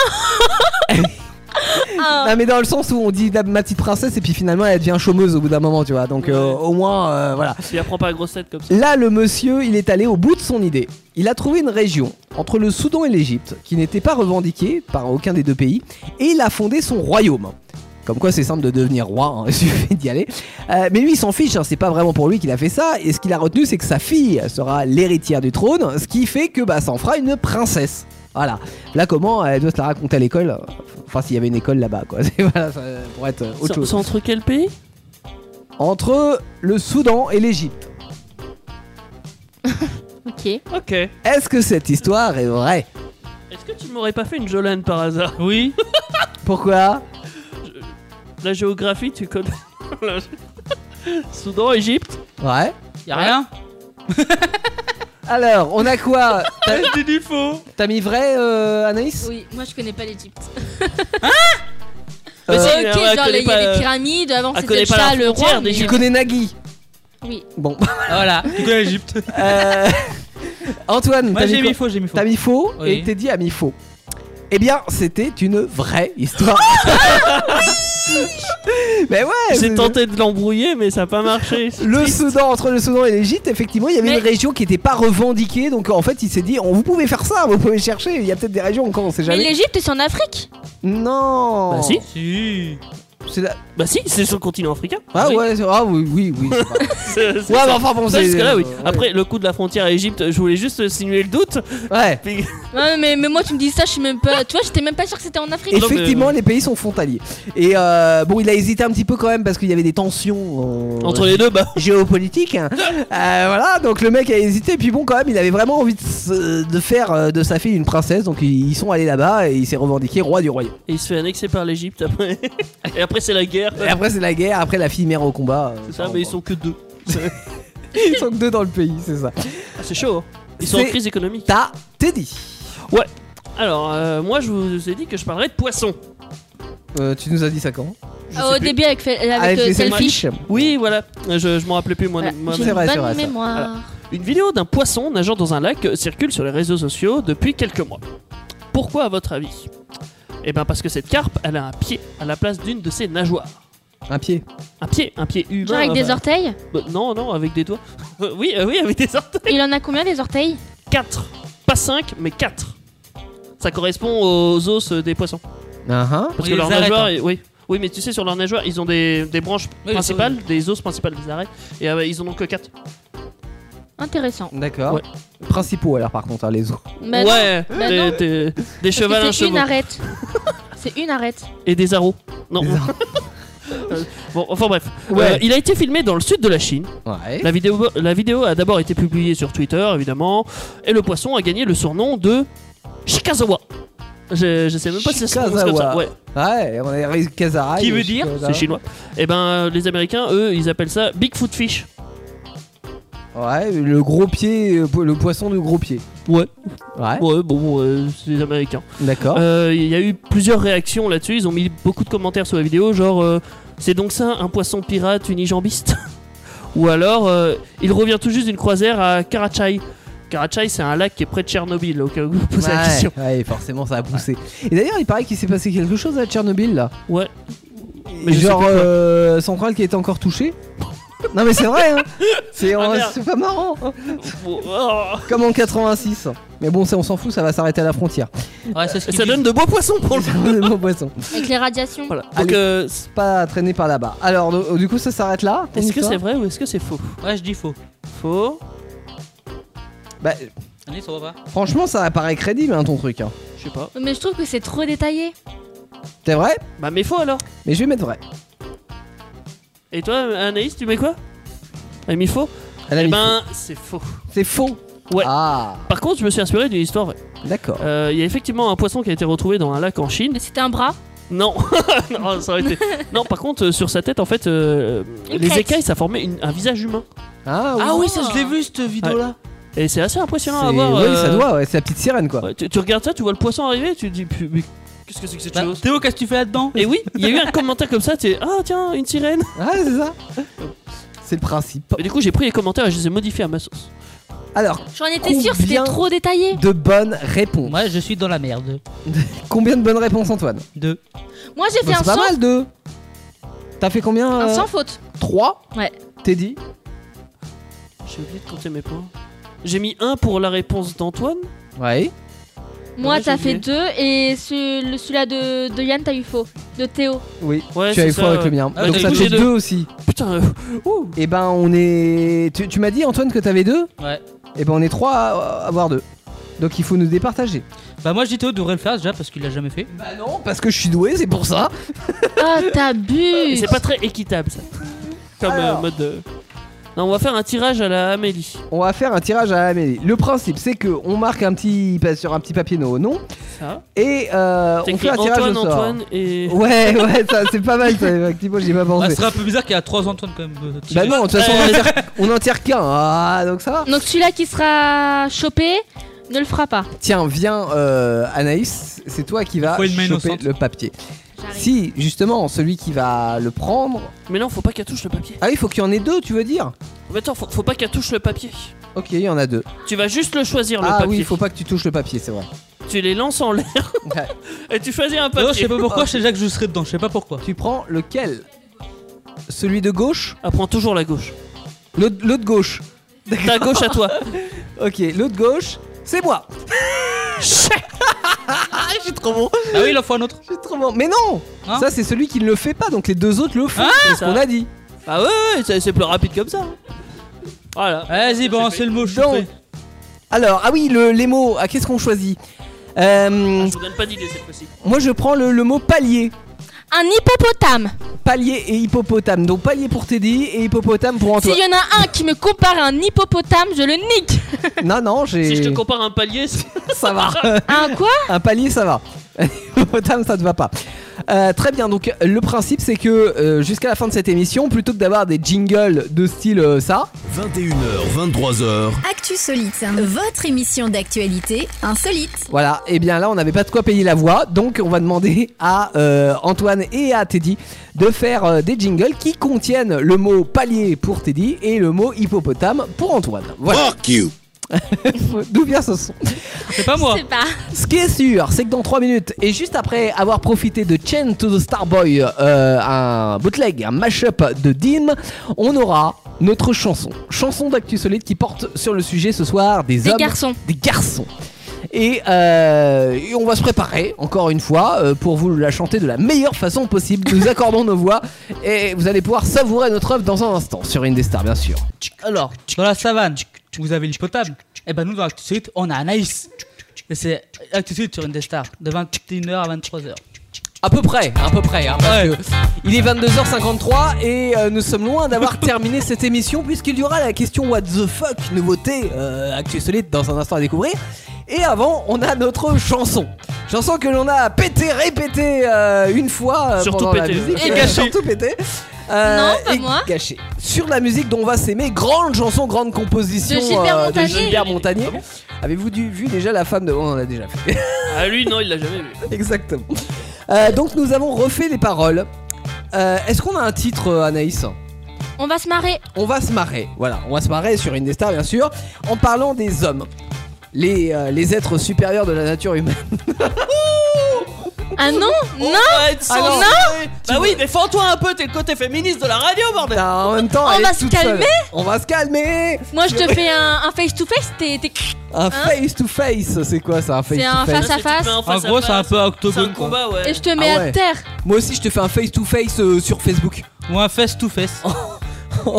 S5: Ah.
S3: non mais dans le sens où on dit la- ma petite princesse et puis finalement elle devient chômeuse au bout d'un moment tu vois. Donc euh, au moins euh, voilà.
S4: Il apprend pas la grosse tête comme ça.
S3: Là, le monsieur, il est allé au bout de son idée. Il a trouvé une région entre le Soudan et l'Égypte qui n'était pas revendiquée par aucun des deux pays et il a fondé son royaume. Comme quoi, c'est simple de devenir roi, hein, [LAUGHS] il suffit d'y aller. Euh, mais lui, il s'en fiche, hein, c'est pas vraiment pour lui qu'il a fait ça. Et ce qu'il a retenu, c'est que sa fille sera l'héritière du trône, ce qui fait que bah, ça en fera une princesse. Voilà. Là, comment elle doit se la raconter à l'école Enfin, s'il y avait une école là-bas, quoi. [LAUGHS] C'est- voilà, ça, pour être euh, autre
S4: C'est-
S3: chose.
S4: C'est entre quel pays
S3: Entre le Soudan et l'Égypte.
S5: Ok.
S4: Ok. Est-ce
S3: Est-ce que cette histoire est vraie
S4: que tu m'aurais pas fait une Jolane par hasard Oui.
S3: Pourquoi
S4: [LAUGHS] La géographie, tu connais. [LAUGHS] La- [LAUGHS] Soudan, Égypte.
S3: Ouais.
S4: Y'a rien
S3: Alors, on a quoi T'as-
S4: J'ai dit faux
S3: T'as mis vrai, euh, Anaïs
S4: Hein
S5: [LAUGHS] Oui, moi je connais pas l'Égypte. ok,
S3: Euh,
S5: genre, là, il y a les pyramides, avant
S3: elle
S5: c'était le chat, le roi. mais-
S3: Tu connais Nagui
S5: Oui.
S3: Bon. Euh,
S10: Voilà. Tu connais l'Egypte [LAUGHS]
S3: Antoine,
S10: Moi,
S3: t'as
S10: j'ai mis
S3: quoi
S10: faux, j'ai mis faux.
S3: T'as mis faux
S10: Oui.
S3: et t'es dit à mis faux. Eh bien, c'était une vraie
S5: [LAUGHS]
S3: histoire. mais ouais Eh,
S4: J'ai
S3: c'est-
S4: tenté de l'embrouiller, mais ça
S3: [LAUGHS]
S4: n'a pas marché.
S3: Le Soudan, entre le Soudan et l'Égypte, effectivement, il y avait une région qui n'était pas revendiquée. Donc en fait, il s'est dit, on vous pouvez faire ça, vous pouvez chercher. Il y a peut-être des régions encore, on sait
S5: Mais
S3: jamais.
S5: l'Égypte, c'est en Afrique.
S3: Non.
S4: Bah si.
S3: Bah
S4: si, c'est sur le continent africain.
S3: Ah ouais, c'est- ah oui, oui, oui. c'est vrai.
S4: C'est- c'est
S3: Ouais,
S4: ça.
S3: mais enfin, bon,
S4: Non,
S3: c'est-
S4: jusque là, oui.
S3: euh, ouais.
S4: Après, le coup de la frontière à Égypte, je voulais juste simuler le doute.
S3: Ouais.
S5: Ouais, mais, mais moi, tu me dis ça, je suis même pas. Tu vois, j'étais même pas sûr que c'était en Afrique.
S3: Effectivement, les pays sont frontaliers. Et euh, bon, il a hésité un petit peu quand même parce qu'il y avait des tensions euh,
S4: Entre les deux, bah.
S3: géopolitiques.
S4: [LAUGHS]
S3: hein. Euh, voilà, donc le mec a hésité. Puis bon, quand même, il avait vraiment envie de, se- de faire euh, de sa fille une princesse. Donc ils ils sont allés là-bas et il s'est revendiqué roi du royaume.
S4: Et il se fait annexer par l'Égypte après. [LAUGHS] Et après, c'est la guerre.
S3: Et après, c'est la guerre. Après, la fille mère au combat. euh,
S4: C'est ça, mais ils sont que deux. C'est-
S3: Ils sont que deux dans le pays, c'est ça.
S4: C'est chaud. hein. Ils sont en
S3: C'est
S4: crise économique.
S3: T'as Teddy.
S4: Ouais. Alors, euh, moi, je vous ai dit que je parlerais de poissons.
S3: Euh, tu nous as dit ça quand
S5: Ah, Au début, avec, Fel-
S4: Ah,
S5: avec, euh, Selfish.
S4: Oui, voilà. Euh, Je, je m'en rappelais plus moi.
S5: Voilà.
S4: moi-
S5: J'ai une bonne mémoire.
S4: Une vidéo d'un poisson nageant dans un lac circule sur les réseaux sociaux depuis quelques mois. Pourquoi, à votre avis Eh bien, parce que cette carpe, elle a un pied à la place d'une de ses nageoires.
S3: Un pied
S4: Un pied, un pied humain.
S5: Genre avec des
S4: enfin-
S5: orteils
S4: Bah, Non, non, avec des doigts. [LAUGHS] oui, euh, oui, avec des orteils.
S5: Il en a combien des orteils
S4: 4. Pas 5, mais 4. Ça correspond aux os des poissons.
S3: Ah,
S4: Parce que leur nageoire, est- oui. Oui, mais tu sais, sur leur nageoire, ils ont des, des branches
S5: Oui,
S4: principales, des os principales, des arêtes, et euh, ils en ont que 4.
S5: Intéressant.
S3: D'accord. Principaux alors par contre, hein, les os.
S5: Bah non,
S4: ouais,
S5: bah
S4: des,
S5: non.
S4: des- des
S5: Parce que
S4: chevals, un
S5: C'est hein. une
S4: cheval.
S5: arête. C'est une arête.
S4: Et des arrows. Non. [LAUGHS] Euh, bon, enfin bref.
S3: Ouais.
S4: Euh, il a été filmé dans le sud de la Chine.
S3: Ouais.
S4: La vidéo, la vidéo a d'abord été publiée sur Twitter, évidemment, et le poisson a gagné le surnom de Shikazawa. Je, je sais même pas si ça se prononce comme ça.
S3: Kazawa.
S4: Ouais.
S3: Ouais, on a réussi Kazara.
S4: Qui veut dire C'est chinois. Et ben, euh, les Américains, eux, ils appellent ça Bigfoot Fish.
S3: Ouais, le gros pied, euh, po- le poisson du gros pied.
S4: Ouais.
S3: Ouais. Ah.
S4: Ouais, bon, euh, c'est les Américains.
S3: D'accord.
S4: Euh, Il y a eu plusieurs réactions là-dessus. Ils ont mis beaucoup de commentaires sur la vidéo, genre euh, c'est donc ça un poisson pirate unijambiste [LAUGHS] Ou alors euh, il revient tout juste d'une croisière à Karachai. Karachai, c'est un lac qui est près de Tchernobyl, au cas où vous posez la
S3: Ouais,
S4: question.
S3: ouais, forcément, ça a poussé. Et d'ailleurs, il paraît qu'il s'est passé quelque chose à Tchernobyl là.
S4: Ouais.
S3: Mais genre euh, centrale qui était encore touchée. non mais c'est vrai.
S4: [LAUGHS]
S3: Hein. C'est
S4: Ah,
S3: on-
S4: merde.
S3: c'est pas marrant. hein.
S4: Oh.
S3: Comme en 86. Mais bon, ça, on s'en fout, ça va s'arrêter à la frontière.
S4: ça donne de beaux poissons
S3: [LAUGHS]
S4: pour Oh, le [LAUGHS]
S3: De beaux poissons.
S5: Avec les radiations.
S4: Donc,
S3: Allez,
S4: euh,
S3: pas traîner par là-bas. Alors, do- du coup, ça s'arrête là ton
S4: Est-ce que
S3: histoire
S4: c'est vrai ou est-ce que c'est faux
S10: Ouais, je dis faux.
S4: Faux.
S3: Bah,
S10: Allez, ça va pas.
S3: franchement, ça apparaît crédible, hein, ton truc. hein.
S4: Je sais pas.
S5: Mais je trouve que c'est trop détaillé.
S3: C'est vrai
S4: Bah, mais faux alors.
S3: Mais je vais mettre vrai.
S4: Et toi, Anaïs, tu mets quoi Elle a mis faux
S3: Elle a
S4: Eh
S3: mis
S4: ben, c'est faux.
S3: C'est faux
S4: Ouais.
S3: Ah.
S4: Par contre, je me suis inspiré d'une histoire vraie.
S3: D'accord.
S4: Euh, Il y a effectivement un poisson qui a été retrouvé dans un lac en Chine.
S5: C'était un bras
S4: Non, [LAUGHS] non, ça aurait [LAUGHS] été- non, par contre, euh, sur sa tête, en fait, euh,
S5: Une
S4: les
S5: crête.
S4: écailles, ça formait une- un visage humain.
S3: Ah
S10: Ah oui, ça, je l'ai vu cette vidéo-là.
S4: Et c'est assez impressionnant à
S3: C'est-
S4: voir.
S3: ouais,
S4: euh,
S3: ça doit, ouais, c'est la petite sirène quoi.
S4: Tu, tu regardes ça, tu vois le poisson arriver, tu te dis, Puis, mais qu'est-ce que c'est que cette
S10: [LAUGHS]
S4: chose
S10: Bah, Théo, qu'est-ce que tu fais là-dedans
S4: Et oui, il y a eu un commentaire comme ça, t'es, ah tiens, une sirène.
S3: Ah, c'est ça. C'est le principe.
S4: Et du coup, j'ai pris les commentaires et je les ai modifiés à ma sauce.
S3: Alors,
S5: J'en étais sûr, c'était
S3: Combien
S5: trop détaillé.
S3: de bonnes réponses.
S10: Moi, je suis dans la merde.
S3: Combien de bonnes réponses, Antoine
S10: Deux.
S5: Moi, j'ai
S3: Bah,
S5: fait un
S3: c'est pas
S5: sans,
S3: mal, deux. T'as fait combien
S5: un
S3: euh,
S5: sans faute.
S3: Trois
S5: Ouais.
S3: Teddy
S4: J'ai oublié de compter mes points. J'ai mis un pour la réponse d'Antoine.
S3: Ouais.
S5: Moi,
S4: Ouais,
S5: t'as
S4: j'ai
S5: fait
S4: oublié.
S5: deux et ce- le- celui-là de, de Yann, t'as eu faux. De Théo.
S3: Oui,
S4: Ouais,
S3: tu as eu
S4: c'est
S3: froid
S4: ça,
S3: avec
S4: ouais.
S3: le mien.
S4: Ah,
S3: Donc
S4: j'ai
S3: ça te
S4: bougé
S3: fait deux.
S4: deux.
S3: aussi.
S4: Putain, euh, ouh.
S3: Et ben on est. Tu, tu m'as dit Antoine que t'avais deux
S10: Ouais.
S3: Et ben on est trois à à avoir deux. Donc il faut nous départager.
S10: Bah, moi, je dis Théo devrait le faire déjà parce qu'il l'a jamais fait.
S3: Bah, non, parce que je suis doué, c'est pour ça. [LAUGHS]
S5: Ah, t'abuses.
S4: Et C'est pas très équitable ça. Comme euh,
S3: Alors.
S4: mode de. Non, on va faire un tirage à la Amélie.
S3: On va faire un tirage à Amélie. Le principe, c'est que on marque un petit sur un petit papier nos noms
S4: Ça.
S3: et euh,
S4: T'as
S3: on
S4: écrit
S3: fait un tirage
S4: Antoine,
S3: au sort. Oh.
S4: Antoine et.
S3: Ouais, ouais, ça, c'est pas mal. Ça, effectivement, j'y ai pas
S10: Ouais,
S3: pensé.
S10: Bah, ce serait un peu bizarre qu'il y a trois Antoine quand même. euh,
S3: bah
S10: tirés.
S3: non, de toute façon,
S10: Euh,
S3: on en tire-
S4: [LAUGHS]
S3: on en tire qu'un. Ah, donc ça. va.
S5: Donc celui-là qui sera chopé, ne le fera pas.
S3: Tiens, viens, euh, Anaïs, c'est toi qui vas
S10: faut une main
S3: choper
S10: innocente.
S3: le papier. Si, justement, celui qui va le prendre.
S4: Mais non, faut pas qu'elle touche le papier.
S3: Ah oui, faut qu'il y en ait deux, tu veux dire
S4: Mais attends, faut, faut pas qu'elle touche le papier.
S3: Ok, il y en a deux.
S4: Tu vas juste le choisir, le
S3: ah
S4: papier.
S3: oui, faut pas que tu touches le papier, c'est vrai.
S4: Tu les lances en l'air. [LAUGHS] Et tu choisis un papier.
S10: Non, je sais pas pourquoi, je sais déjà
S4: que je serai dedans, je sais
S3: [LAUGHS]
S4: pas pourquoi.
S3: Tu prends lequel Celui de gauche
S4: Ah, prends toujours la gauche.
S3: L'autre l'autre gauche.
S4: Ta gauche à toi.
S10: [LAUGHS]
S3: ok, l'autre gauche, c'est
S4: [LAUGHS]
S3: moi. Je suis trop bon.
S10: Ah oui, il en faut un autre.
S3: Je suis trop bon. Mais non
S10: Hein
S3: Ça, c'est celui qui ne le fait pas, donc les deux autres le font.
S10: Ah,
S3: c'est ce qu'on
S10: ça.
S3: a dit.
S4: Ah ouais, ouais, c'est- c'est plus rapide comme ça. hein. Voilà.
S10: Vas-y, balancez le mot, je suis prêt.
S3: Alors, ah oui, le- les mots, ah, qu'est-ce qu'on choisit Euh,
S4: Je vous donne pas d'idée cette fois-ci.
S3: Moi, je prends le, le mot palier.
S5: Un hippopotame.
S3: Palier et hippopotame. Donc, palier pour Teddy et hippopotame pour Antoine.
S5: S'il y en a un qui me compare à un hippopotame, je
S3: [LAUGHS]
S5: le nique.
S3: Non, non, j'ai.
S4: Si [LAUGHS] je te compare à un palier, c'est-
S3: ça
S4: [LAUGHS]
S3: va.
S5: Un Ah, quoi
S3: Un palier, ça va. [LAUGHS] Un hippopotame, ça ne va pas. Euh, très bien, donc le principe c'est que euh, jusqu'à la fin de cette émission, plutôt que d'avoir des jingles de style euh, ça,
S7: 21h, 23h,
S8: Actu Solite, votre émission d'actualité insolite.
S3: Voilà, et bien là on n'avait pas de quoi payer la voix, donc on va demander à euh, Antoine et à Teddy de faire euh, des jingles qui contiennent le mot palier pour Teddy et le mot hippopotame pour Antoine. Voilà. [LAUGHS] D'où vient ce son
S10: C'est pas moi.
S5: Je sais pas.
S3: Ce qui est sûr, c'est que dans 3 minutes, et juste après avoir profité de Chain to the Starboy, euh, un bootleg, un mashup de Dim, on aura notre chanson. Chanson d'actu solide qui porte sur le sujet ce soir des,
S5: Des
S3: hommes.
S5: garçons.
S3: Des garçons. Et, euh, et on va se préparer, encore une fois, euh, pour vous la chanter de la meilleure façon possible. Nous accordons nos voix et vous allez pouvoir savourer notre œuvre dans un instant sur Indestar, bien sûr.
S10: Alors, dans la savane, vous avez l'hippopotame. Et ben nous, dans Actu Solide, on a Anaïs. Et c'est euh, Actu Solide sur Indestar, de 21h à 23h.
S3: À peu près, à peu près. hein, parce que il est 22h53 et euh, nous sommes loin
S4: [LAUGHS]
S3: d'avoir terminé cette émission puisqu'il y aura la question What the fuck, nouveauté euh, Actu Solide dans un instant à découvrir. Et avant, on a notre chanson. Chanson que l'on a pété, répété euh, une fois euh,
S4: Surtout
S3: pendant la
S4: pété,
S3: musique.
S4: ouais. Et
S3: euh,
S4: gâché.
S3: Surtout pété. Euh,
S5: Non, pas
S3: et
S5: moi.
S3: Gâché. Sur la musique dont on va s'aimer, grande chanson, grande composition euh,
S5: De Gilbert Montagnier.
S3: Gilbert Montagnier. Avez-vous dû- vu déjà la femme de... On en a déjà fait.
S4: Ah lui, non, il l'a jamais vu.
S3: Exactement. Euh, donc nous avons refait les paroles. Euh, Est-ce qu'on a un titre, euh, Anaïs
S5: On va se marrer.
S3: On va se marrer. Voilà, on va se marrer sur Indestar, bien sûr, en parlant des hommes. Les, euh, les êtres supérieurs de la nature humaine.
S5: Ah non Non
S3: non.
S4: Bah oui, défends-toi un peu, t'es le côté féministe de la radio, bordel
S3: Ah, en même temps,
S5: On
S3: elle
S5: va
S3: est
S5: se
S3: toute seule.
S5: calmer
S3: On va se calmer
S5: Moi,
S3: [LAUGHS]
S5: je te fais un un face-to-face, t'es. t'es-
S4: Hein
S3: Un face-to-face, c'est quoi ça, un
S5: C'est un
S3: face-to-face
S5: face à face.
S10: En gros, c'est un peu
S4: C'est un
S10: octogone, quoi.
S4: combat, ouais.
S5: Et je te mets
S3: Ah ouais.
S5: à terre.
S3: Moi aussi, je te fais un face-to-face euh, sur Facebook.
S10: Ou un face to face.
S3: en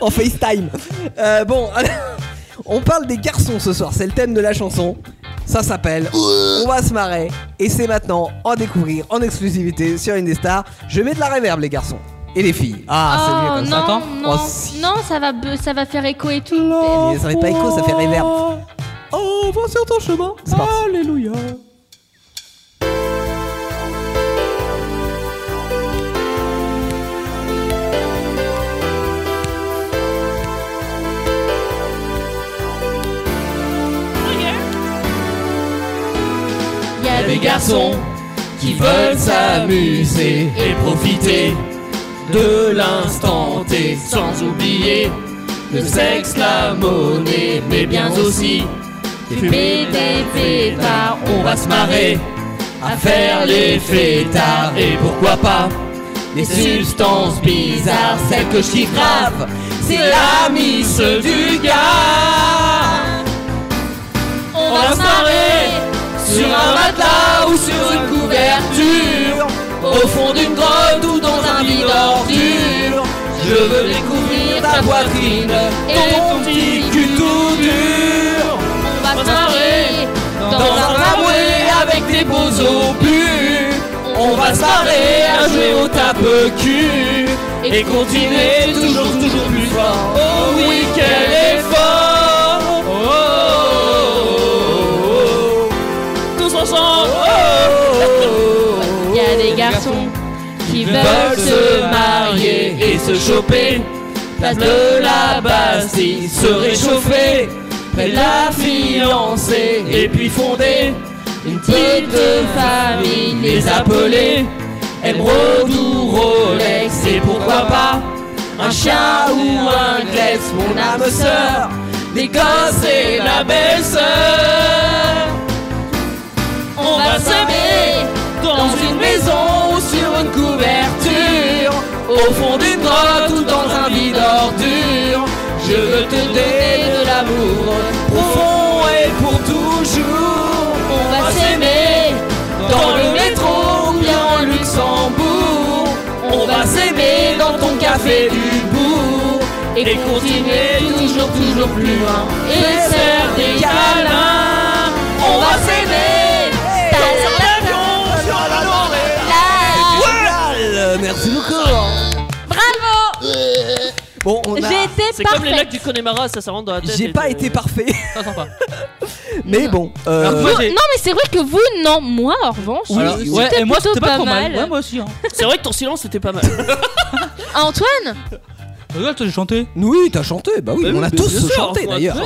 S3: en FaceTime. Euh, bon, [LAUGHS] on parle des garçons ce soir, c'est le thème de la chanson. Ça s'appelle On va se marrer et c'est maintenant en découvrir en exclusivité sur Indestar. Je mets de la réverb les garçons et les filles. Ah, c'est mieux
S5: Oh
S3: comme ça.
S5: non,
S10: Attends.
S5: non,
S3: Oh, si.
S5: non, ça va, be- ça va faire écho et tout.
S3: Mais ça fait pas écho, ça fait réverb.
S10: Oh, va sur ton chemin.
S3: C'est parti.
S10: Alléluia.
S5: Y a des
S4: garçons qui veulent s'amuser et profiter de l'instant T sans oublier le sexe, la monnaie, mais bien aussi fumer des pétards. On va se marrer à faire les fêtards et pourquoi pas des substances bizarres, celles que je kiffe grave, c'est la miss du gars.
S5: on
S4: va se marrer Sur un matelas ou sur une couverture Au fond d'une grotte ou dans un vide d'ordure Je veux découvrir ta poitrine Et ton petit cul tout dur
S5: on va
S4: se marrer Dans un tramway avec des beaux obus On va se marrer à jouer au tape-cul Et continuer toujours, toujours plus fort Oh oui, quel effort Oh, oh, oh, oh, oh. Tous ensemble
S5: Y a des garçons qui veulent se marier
S4: et se choper Place de la Bastille, se réchauffer Près de la fiancée et puis fonder Une petite famille, les appeler Elle
S13: émeraude ou Rolex et pourquoi pas un chat ou un glaive, mon âme sœur, des gosses et la belle-sœur. On va s'aimer dans une maison ou sur une couverture, au fond d'une grotte ou dans un vide ordure. Je veux te donner de l'amour profond et pour toujours. On va s'aimer dans le métro ou bien en Luxembourg. On va s'aimer dans ton café du bourg et continuer toujours, toujours plus loin et faire des câlins. On va s'aimer dans un avion sur la forêt.
S3: Euh, Merci beaucoup.
S5: Bravo
S3: Bon, on a.
S4: C'est comme les lacs du Connemara, ça, ça rentre dans la tête.
S3: J'ai pas
S4: [LAUGHS]
S3: été parfait. [LAUGHS]
S4: Ça sent pas.
S3: Mais bon. euh,
S5: Vous- non, mais c'est vrai que vous, non. Moi, en revanche,
S4: Alors,
S5: c'était
S4: ouais, et moi,
S5: plutôt
S4: c'était pas trop mal. Ouais, moi hein.
S10: aussi.
S4: C'est vrai que ton silence était pas mal.
S5: Antoine
S10: [LAUGHS] Regarde, t'as chanté
S3: Oui, t'as chanté, bah oui, on a tous chanté, d'ailleurs.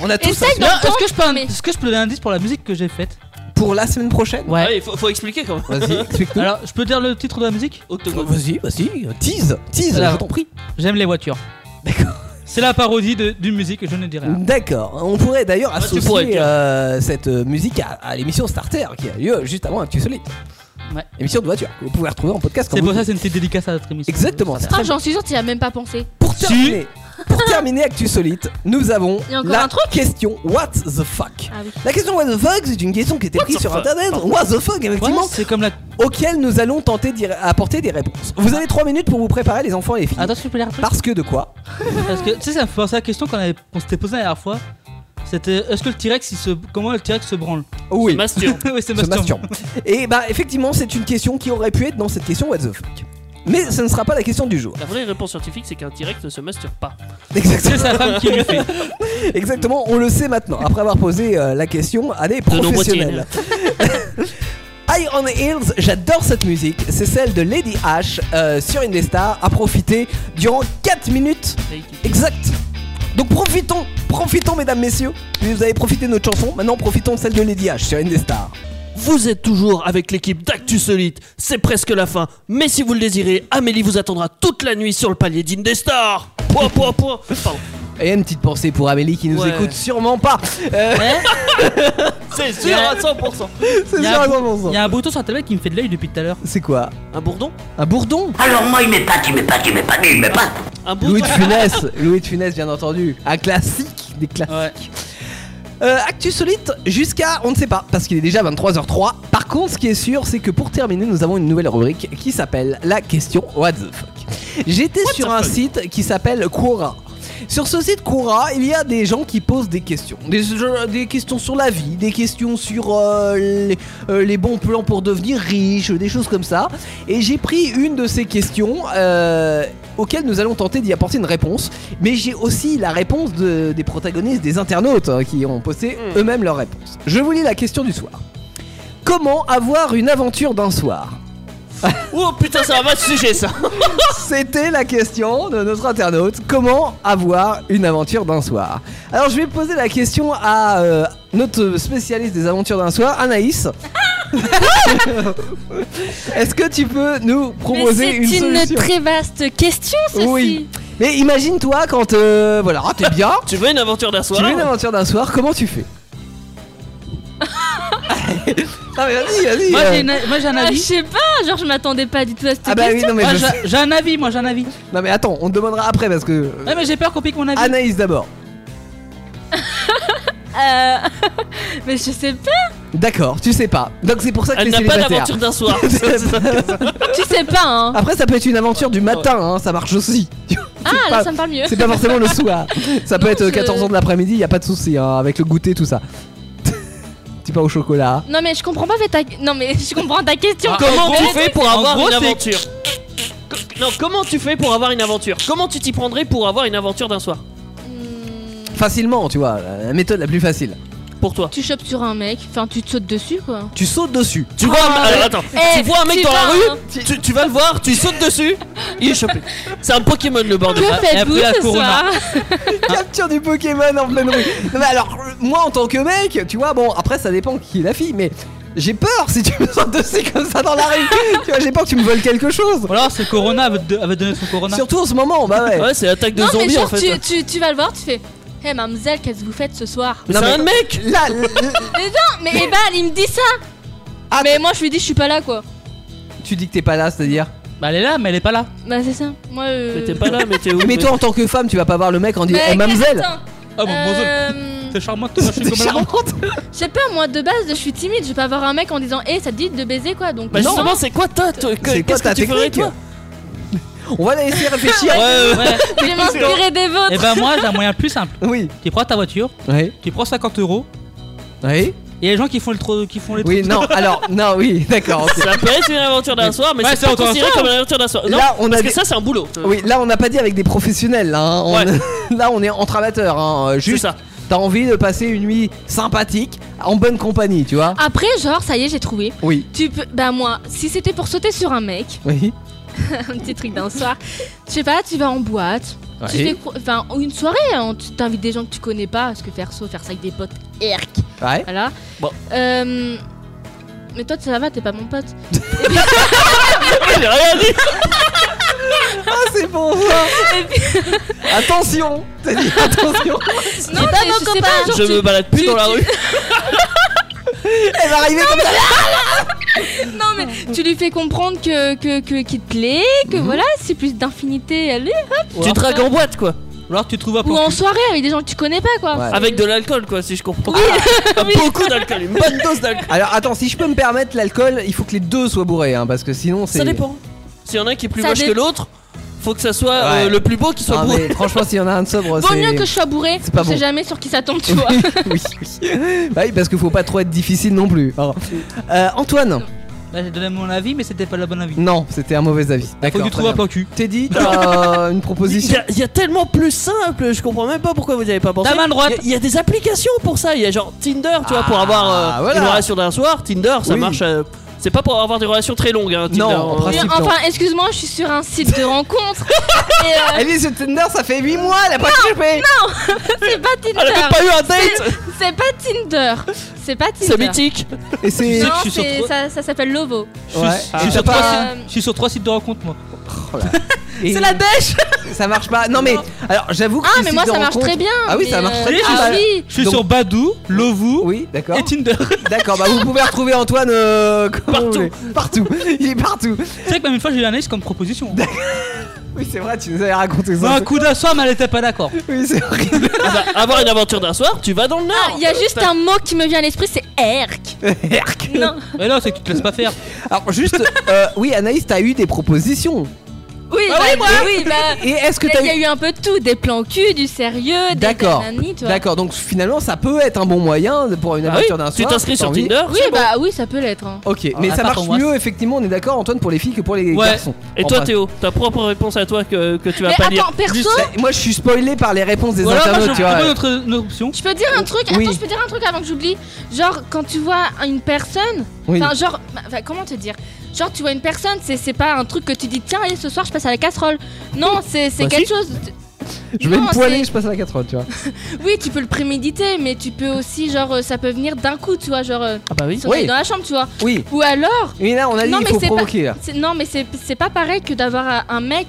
S3: On a tous chanté.
S10: Non, Est-ce que, je peux- est-ce que je peux donner un indice pour la musique que j'ai faite
S3: Pour la semaine prochaine
S10: Ouais.
S4: Ah oui, faut, faut expliquer quand même.
S3: Vas-y, explique-nous.
S10: Alors, je peux dire le titre de la musique
S3: Vas-y, vas-y, tease, tease,
S10: Alors,
S3: je t'en prie.
S10: J'aime les voitures.
S3: D'accord.
S10: C'est la parodie de- d'une musique, je ne dirai rien.
S3: D'accord, on pourrait d'ailleurs
S10: Ah, tu
S3: associer
S10: pourrais, tu vois.
S3: euh, cette euh, musique à, à l'émission Starter qui a lieu juste avant Actu Solide.
S10: Ouais.
S3: Émission de voiture que vous pouvez retrouver en podcast.
S10: C'est pour ça que c'est une petite dédicace à notre émission.
S3: Exactement.
S5: Ah, j'en suis sûr, tu as même pas pensé.
S3: Pour terminer, pour terminer Actu Solite, nous avons
S5: Il y a encore
S3: la
S5: un truc
S3: question What the fuck
S5: Ah oui.
S3: La question What the fuck, c'est une question qui était prise
S10: the
S3: sur
S10: fuck
S3: internet,
S10: Pardon.
S3: What the fuck, effectivement,
S10: Ouais, c'est comme la.
S3: auquel nous allons tenter d'y ré- apporter des réponses. Vous avez 3 minutes pour vous préparer, les enfants et les filles.
S10: Ah. Attends, tu peux l'air
S3: Parce que de quoi
S10: Parce que tu sais, ça me fait penser à la question qu'on avait- qu'on s'était posée la dernière fois. C'était est-ce que le T-Rex, il se, comment le T-Rex se branle
S3: Oui.
S10: Se
S4: masturbe.
S10: [LAUGHS] oui, c'est
S3: Se
S10: masturbe.
S3: masturbe. Et bah, effectivement, c'est une question qui aurait pu être dans cette question What the fuck. Mais ce ne sera pas la question du jour.
S4: La vraie réponse scientifique, c'est qu'un T-Rex ne se masturbe pas.
S10: C'est sa femme qui lui fait.
S4: [LAUGHS]
S3: Exactement, on le sait maintenant, après avoir posé euh, la question à des
S4: nombreux
S3: professionnels. [LAUGHS] Iron Hills, j'adore cette musique, c'est celle de Lady H euh, sur Indestar, à profiter durant 4 minutes exact. Donc profitons, profitons mesdames, messieurs, vous avez profité de notre chanson, maintenant profitons de celle de Lady H sur Indestar.
S4: Vous êtes toujours avec l'équipe d'Actu Solite, c'est presque la fin, mais si vous le désirez, Amélie vous attendra toute la nuit sur le palier d'Indestar. Pouah, pouah, pouah. Pardon.
S3: Et une petite pensée pour Amélie qui nous
S4: Ouais.
S3: écoute sûrement pas. [LAUGHS] Euh,
S4: C'est sûr à 100%.
S3: c'est
S10: Il y
S3: sûr
S10: a
S3: à
S10: un
S3: 100%.
S10: bou- il y a un bouton sur internet qui me fait de l'œil depuis tout à l'heure.
S3: C'est quoi
S4: Un bourdon
S3: Un bourdon
S13: Alors moi il m'épate, il m'épate, il m'épate, il m'épate.
S4: Un bourdon
S3: Louis de Funès, Louis de Funès bien entendu, un classique des classiques. Euh, actu solide jusqu'à on ne sait pas parce qu'il est déjà 23h03. Par contre, ce qui est sûr, c'est que pour terminer, nous avons une nouvelle rubrique qui s'appelle la question What the fuck. J'étais sur un site qui s'appelle Quora. Sur ce site Quora, il y a des gens qui posent des questions, des, des questions sur la vie, des questions sur euh, les, euh, les bons plans pour devenir riche, des choses comme ça. Et j'ai pris une de ces questions euh, auxquelles nous allons tenter d'y apporter une réponse. Mais j'ai aussi la réponse de- des protagonistes, des internautes hein, qui ont posté eux-mêmes leurs réponses. Je vous lis la question du soir. Comment avoir une aventure d'un soir
S4: Oh putain, c'est un vaste sujet ça.
S3: C'était la question de notre internaute. Comment avoir une aventure d'un soir Alors je vais poser la question à euh, notre spécialiste des aventures d'un soir, Anaïs. [LAUGHS] Est-ce que tu peux nous
S5: Mais
S3: proposer
S5: c'est
S3: une
S5: une,
S3: solution
S5: très vaste question, ceci.
S3: Oui. Mais imagine-toi quand euh, voilà, ah, t'es bien,
S4: Tu veux une aventure d'un soir
S3: tu veux une aventure d'un soir, comment tu fais [LAUGHS] Non mais vas-y, vas-y.
S10: Moi,
S3: euh.
S10: j'ai une- moi, j'ai un
S5: Ah, je
S10: avis.
S5: sais pas, genre je m'attendais pas du tout à cette
S3: Ah bah oui,
S5: question.
S3: non mais
S10: Moi,
S3: je
S10: j'ai
S3: sais.
S10: j'ai un avis, moi j'ai un avis.
S3: Non mais attends, on te demandera après parce que euh,
S10: Ouais, mais j'ai peur qu'on pique mon avis.
S3: Anaïs d'abord.
S5: Euh, [LAUGHS] mais je sais pas,
S3: D'accord, tu sais pas. Donc c'est pour ça que
S4: Elle
S3: t'es
S4: n'a pas
S3: célibataire. [LAUGHS]
S4: d'aventure d'un soir.
S5: tu sais pas, hein.
S3: Après ça peut être une aventure du matin, hein, ça marche aussi. [LAUGHS]
S5: Ah,
S3: C'est
S5: là
S3: pas-
S5: ça me parle mieux.
S3: C'est pas forcément le soir. Ça peut
S5: Non,
S3: être euh,
S5: je-
S3: 14 ans de l'après-midi, y a pas de souci hein, avec le goûter tout ça. [LAUGHS] Petit pain au chocolat.
S5: Non mais je comprends pas ta... Non mais [LAUGHS] je comprends ta question.
S4: [LAUGHS] Comment
S5: Mais
S4: tu
S5: le
S4: fais
S5: truc,
S4: pour
S10: en
S4: avoir
S10: gros,
S4: une
S10: c'est-
S4: aventure Co- Non, comment tu fais pour avoir une aventure Comment tu t'y prendrais pour avoir une aventure d'un soir
S3: Facilement, tu vois, la méthode la plus facile.
S4: Pour toi
S5: Tu chopes sur un mec, enfin tu te sautes dessus quoi.
S3: Tu sautes dessus.
S4: Tu vois, un- alors, attends,
S5: Eh,
S4: tu vois un mec
S5: tu
S4: dans la
S5: vas, hein.
S4: rue, tu, tu vas le voir, tu sautes dessus, il est chopé. C'est un Pokémon le bordel.
S5: Que
S4: Et après,
S5: faites-vous
S4: la
S5: ce
S4: Corona.
S5: soir
S3: Capture du Pokémon en pleine rue. Non, mais alors, euh, moi en tant que mec, tu vois, bon, après ça dépend qui est la fille, mais J'ai peur si tu me sens dossier comme ça dans la rue. tu vois, j'ai peur que tu me voles quelque chose.
S10: Voilà, c'est Corona avec de, avec de notre Corona.
S3: Surtout en ce moment, bah ouais.
S4: Ouais, c'est l'attaque
S5: non, mais genre, tu, tu, tu vas le voir, tu fais. Hé, mademoiselle, qu'est-ce que vous faites ce soir
S4: Mais Non, c'est mais- un mec
S3: [LAUGHS] Là,
S5: Mais non, mais Ebal, il me dit ça Mais moi, je lui dis, je suis pas là, quoi.
S3: Tu dis que t'es pas là, c'est-à-dire
S10: Bah elle est là, mais elle est pas là.
S5: Bah, c'est ça. Moi, euh...
S4: mais t'es où
S3: Mais toi, en tant que femme, tu vas pas voir le mec en disant
S5: Mais
S3: Eh, mademoiselle
S5: attends.
S10: Ah bon,
S5: Euh,
S10: C'est
S3: [LAUGHS]
S10: charmant, toi, je suis comme la
S3: charmante.
S5: Je sais pas, moi de base, je suis timide. Je vais pas voir un mec en disant Hé, ça te dit de baiser quoi donc.
S4: Bah
S5: non.
S4: justement, c'est quoi toi toi, que-
S3: C'est quoi
S4: Qu'est-ce
S3: ta
S4: que tu ferais
S3: technique
S4: toi
S3: On va la laisser réfléchir.
S5: Je vais m'inspirer des vôtres.
S4: Eh
S10: Et ben moi, j'ai un moyen plus simple.
S3: Oui.
S10: Tu prends ta voiture,
S3: Oui.
S10: tu prends 50 euros.
S3: Oui.
S10: Et les gens qui font le trop, qui font les
S3: Oui,
S10: trucs-
S3: non, alors, non, oui, [LAUGHS] d'accord. ok.
S4: Ça peut être une aventure d'un soir, mais
S10: Ouais,
S4: c'est pas
S10: c'est encore un
S4: considéré
S10: soir.
S4: comme une aventure d'un soir. Euh, Non,
S3: Là, on a
S4: parce que
S3: dit-
S4: ça, c'est un boulot. euh,
S3: Oui, là, on n'a pas dit avec des professionnels. Là, hein. On-
S4: Ouais.
S3: [LAUGHS] là, on est entre amateurs. Hein. Euh, Juste,
S4: [LAUGHS]
S3: t'as envie de passer une nuit sympathique, en bonne compagnie, tu vois
S5: Après, genre, ça y est, j'ai trouvé.
S3: Oui.
S5: Tu peux. Bah, moi, si c'était pour sauter sur un mec, [LAUGHS]
S3: Oui.
S5: un petit truc d'un soir, tu sais pas, tu vas en boîte. Tu
S3: Ouais.
S5: fais cro- enfin une soirée, hein, tu t'invites des gens que tu connais pas, parce que faire ça, faire ça avec des potes, erc.
S3: Ouais.
S5: Voilà.
S4: Bon.
S5: Euh, mais toi, ça va, t'es pas mon pote.
S4: J'ai rien dit
S3: Ah, c'est bon ça Attention T'as dit attention
S5: Non, pas mon copain.
S4: Ah, Je me balade plus dans la rue.
S3: Elle va arriver comme ça
S5: Non mais tu lui fais comprendre que que que- qu'il te plaît,
S3: Mhm.
S5: que voilà, c'est plus d'infinité. Allez, hop.
S4: Tu dragues en boîte quoi.
S10: Ou alors tu trouves un
S5: Ou
S10: plan
S5: en
S10: cul.
S5: soirée avec des gens que tu connais pas quoi.
S3: Ah, Ouais.
S4: Avec de l'alcool quoi, si je comprends. [LAUGHS] Ah, Beaucoup d'alcool, une bonne dose
S3: [LAUGHS]
S4: d'alcool.
S3: Alors, attends, si je peux me permettre, l'alcool, il faut que les deux soient bourrés, hein, parce que sinon c'est.
S4: Ça dépend. S'il y en a un qui est plus
S5: Ça
S4: moche
S5: dé-
S4: que l'autre, faut que ça soit
S3: Ouais.
S4: euh, le plus beau qui soit
S3: Ah,
S4: beau.
S3: mais franchement, s'il y en a un de sobre,
S5: Vaut
S3: c'est.
S5: mieux que je sois bourré.
S3: c'est pas
S5: Je sais
S3: bon.
S5: jamais sur qui ça
S3: [LAUGHS]
S5: tombe, tu vois.
S3: oui, oui. Bah oui, parce qu'il faut pas trop être difficile non plus. Alors, euh, Antoine
S10: Là, j'ai donné mon avis, mais c'était pas la bonne avis.
S3: Non, c'était un mauvais avis.
S10: Faut que
S3: D'accord.
S10: tu trouves un
S3: très bien.
S10: plan cul.
S3: Teddy, t'as une
S10: [LAUGHS]
S4: Il y,
S3: proposition
S4: a, il y a tellement plus simple, je comprends même pas pourquoi vous n'y avez pas pensé.
S10: Ta main droite.
S4: Il y a- il y, a des applications pour ça, il y a genre Tinder, tu vois, pour avoir euh,
S3: Ah, voilà.
S4: une relation d'un soir. Tinder, ça
S3: Oui.
S4: marche. euh, c'est pas pour avoir des relations très longues, hein, Tinder.
S3: Non, en
S4: Euh,
S5: Mais
S3: principe, non.
S5: enfin, excuse-moi, je suis sur un site de rencontre.
S3: [LAUGHS]
S5: Et euh,
S3: Elle est sur Tinder, ça fait 8 mois, elle a pas chopé
S5: c'est pas
S4: Elle a
S5: Tinder.
S4: même pas eu un date
S5: C'est pas Tinder. C'est pas Tinder.
S4: C'est mythique
S3: Et c'est.
S5: Non,
S10: Je suis sur
S5: c'est-
S10: trois-
S5: ça, ça s'appelle Lovo.
S10: Je suis-
S3: Ouais.
S10: je suis
S3: Et
S10: sur
S3: Ah, t'as
S10: trois
S5: pas-
S10: sites- je suis sur trois sites de rencontre, moi.
S3: et
S5: dèche
S3: Ça marche pas. Non, mais. Alors, j'avoue que.
S5: Ah,
S3: les
S5: mais
S3: sites
S5: moi
S3: de
S5: ça marche
S3: rencontres-
S5: très bien.
S3: Ah oui,
S5: mais,
S3: ça marche
S5: euh,
S3: très bien.
S5: Ah
S3: Bah,
S5: oui.
S10: Je suis
S3: Donc-
S10: sur Badou, Lovoo
S3: Oui, d'accord.
S10: et Tinder. [LAUGHS]
S3: D'accord, bah vous pouvez retrouver Antoine
S5: [LAUGHS]
S3: euh, comme
S4: Partout.
S3: vous voulez. Partout. Il est partout.
S10: C'est vrai que même une fois, j'ai eu un ex comme proposition.
S3: [LAUGHS] Oui, c'est vrai, tu nous avais raconté
S10: Bah,
S3: ça.
S10: un coup d'assoir, mais elle était pas d'accord.
S3: Oui, c'est horrible.
S4: Ah bah, Avoir une aventure d'un soir, tu vas dans le
S5: Ah,
S4: nord
S5: Il y a juste un mot qui me vient à l'esprit, c'est
S3: [LAUGHS]
S5: erc.
S3: Herc.
S5: Non.
S10: Mais non, c'est que tu te laisses pas faire.
S3: Alors, juste, euh, oui, Anaïs, t'as eu des propositions.
S5: Oui,
S3: Ah
S5: bah, oui, bah,
S3: Et est-ce que
S5: Il
S3: t'as
S5: y a eu un peu de tout, des plans cul, du sérieux, des
S3: D'accord.
S5: nanani, tu vois.
S3: D'accord, donc finalement, ça peut être un bon moyen pour une
S4: Ah oui,
S3: aventure d'un
S4: Tu
S3: soir.
S4: t'inscris
S3: t'as
S4: sur
S3: envie.
S4: Tinder
S5: Oui, bah oui, ça peut l'être. hein.
S3: Ok, mais
S10: à
S3: ça
S10: part
S3: marche
S10: ton
S3: mieux, effectivement, on est d'accord, Antoine, pour les filles que pour les
S10: Ouais.
S3: garçons.
S4: Et
S3: En
S4: toi,
S3: bref.
S4: Théo, ta propre réponse à toi que, que tu vas
S5: Mais
S4: pas
S5: attends,
S4: dire.
S5: perso,
S3: Mais Bah, Moi, je suis spoilé par les réponses des
S10: Voilà, moi, je
S3: internautes, tu vois.
S10: propose notre, notre option.
S5: je peux dire un truc.
S3: Oui.
S5: Attends, je peux dire un truc avant que j'oublie. Genre, quand tu vois une personne,
S3: Oui.
S5: enfin, genre, enfin, comment te dire Genre, tu vois une personne, c'est c'est pas un truc que tu dis, tiens, allez, ce soir, je passe à la casserole. Non, c'est c'est
S4: Bah,
S5: quelque chose.
S3: Je vais
S5: Non,
S3: me poiler,
S5: c'est-
S3: je passe à la 4 tu vois.
S5: Oui, tu peux le préméditer, mais tu peux aussi, genre, euh, ça peut venir d'un coup, tu vois, genre, euh,
S4: Ah bah oui.
S5: si on est
S3: Oui.
S5: dans la chambre, tu vois.
S3: Oui,
S5: Ou alors,
S3: mais là, on a dit
S5: Non,
S3: qu'il
S5: mais
S3: faut
S5: c'est pas-
S3: provoquer, là.
S5: C'est- Non, mais c'est c'est pas pareil que d'avoir un- un mec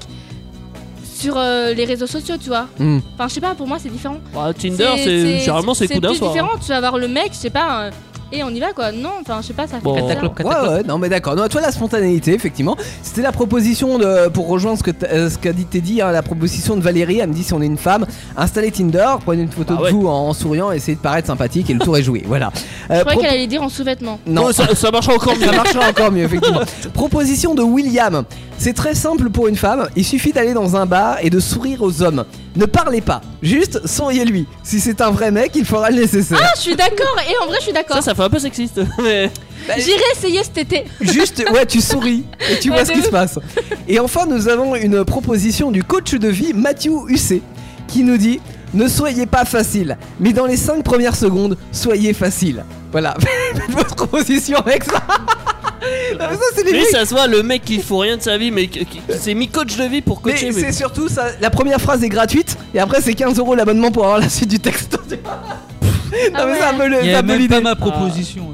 S5: sur euh, les réseaux sociaux, tu vois.
S3: Hmm.
S5: Enfin, je sais pas, pour moi c'est différent.
S4: Bah, Tinder, c'est généralement c'est coup d'un
S5: plus
S4: soir. hein.
S5: différent, tu vas voir le mec, je sais pas, euh, et on y va quoi. Non, enfin, je sais pas, ça fait
S4: Bon.
S5: bizarre.
S10: Cataclope,
S3: Ouais,
S10: cataclope.
S3: ouais, non, mais d'accord. Non, toi, la spontanéité, effectivement. C'était la proposition de, pour rejoindre ce que t'as- euh, ce qu'a dit Teddy, hein, la proposition de Valérie. Elle me dit si on est une femme, installez Tinder, prenez une photo
S4: Ah
S3: de
S4: ouais.
S3: vous en, en souriant, essayez de paraître sympathique et le tour est joué. Voilà. Euh,
S5: Je croyais
S3: pro-
S5: qu'elle allait dire en sous-vêtements.
S3: Non,
S4: Oh, ça, ça marchera encore mieux.
S3: Ça marchera encore mieux, effectivement. Proposition de William. C'est très simple pour une femme. Il suffit d'aller dans un bar et de sourire aux hommes. Ne parlez pas. Juste souriez-lui. Si c'est un vrai mec, il fera le nécessaire.
S5: Ah, je suis d'accord, et en vrai, je suis
S4: Ça,
S5: d'accord.
S4: ça fait un peu sexiste. [LAUGHS] mais-
S5: J'irai essayer cet été.
S3: Juste, ouais, tu souris et tu
S5: Ouais,
S3: vois ce
S5: de
S3: qui se
S5: ouf.
S3: passe. Et enfin, nous avons une proposition du coach de vie Mathieu Hussé qui nous dit Ne soyez pas facile, mais dans les 5 premières secondes, soyez facile. Voilà, [LAUGHS] votre proposition avec [LAUGHS] ça. Non, mais ça, c'est les
S4: Lui,
S3: mecs.
S4: ça se voit, le mec qui fout rien de sa vie, mais qui, qui- qui s'est mis coach de vie pour
S3: Mais
S4: coacher.
S3: c'est
S4: mais-
S3: surtout ça. La première phrase est gratuite et après, c'est 15 euros l'abonnement pour avoir la suite du texte. [LAUGHS] non, mais
S5: Ah ouais.
S3: ça me le.
S10: Il y
S3: ça
S10: a
S3: me
S10: même
S3: l'idée.
S10: pas ma proposition.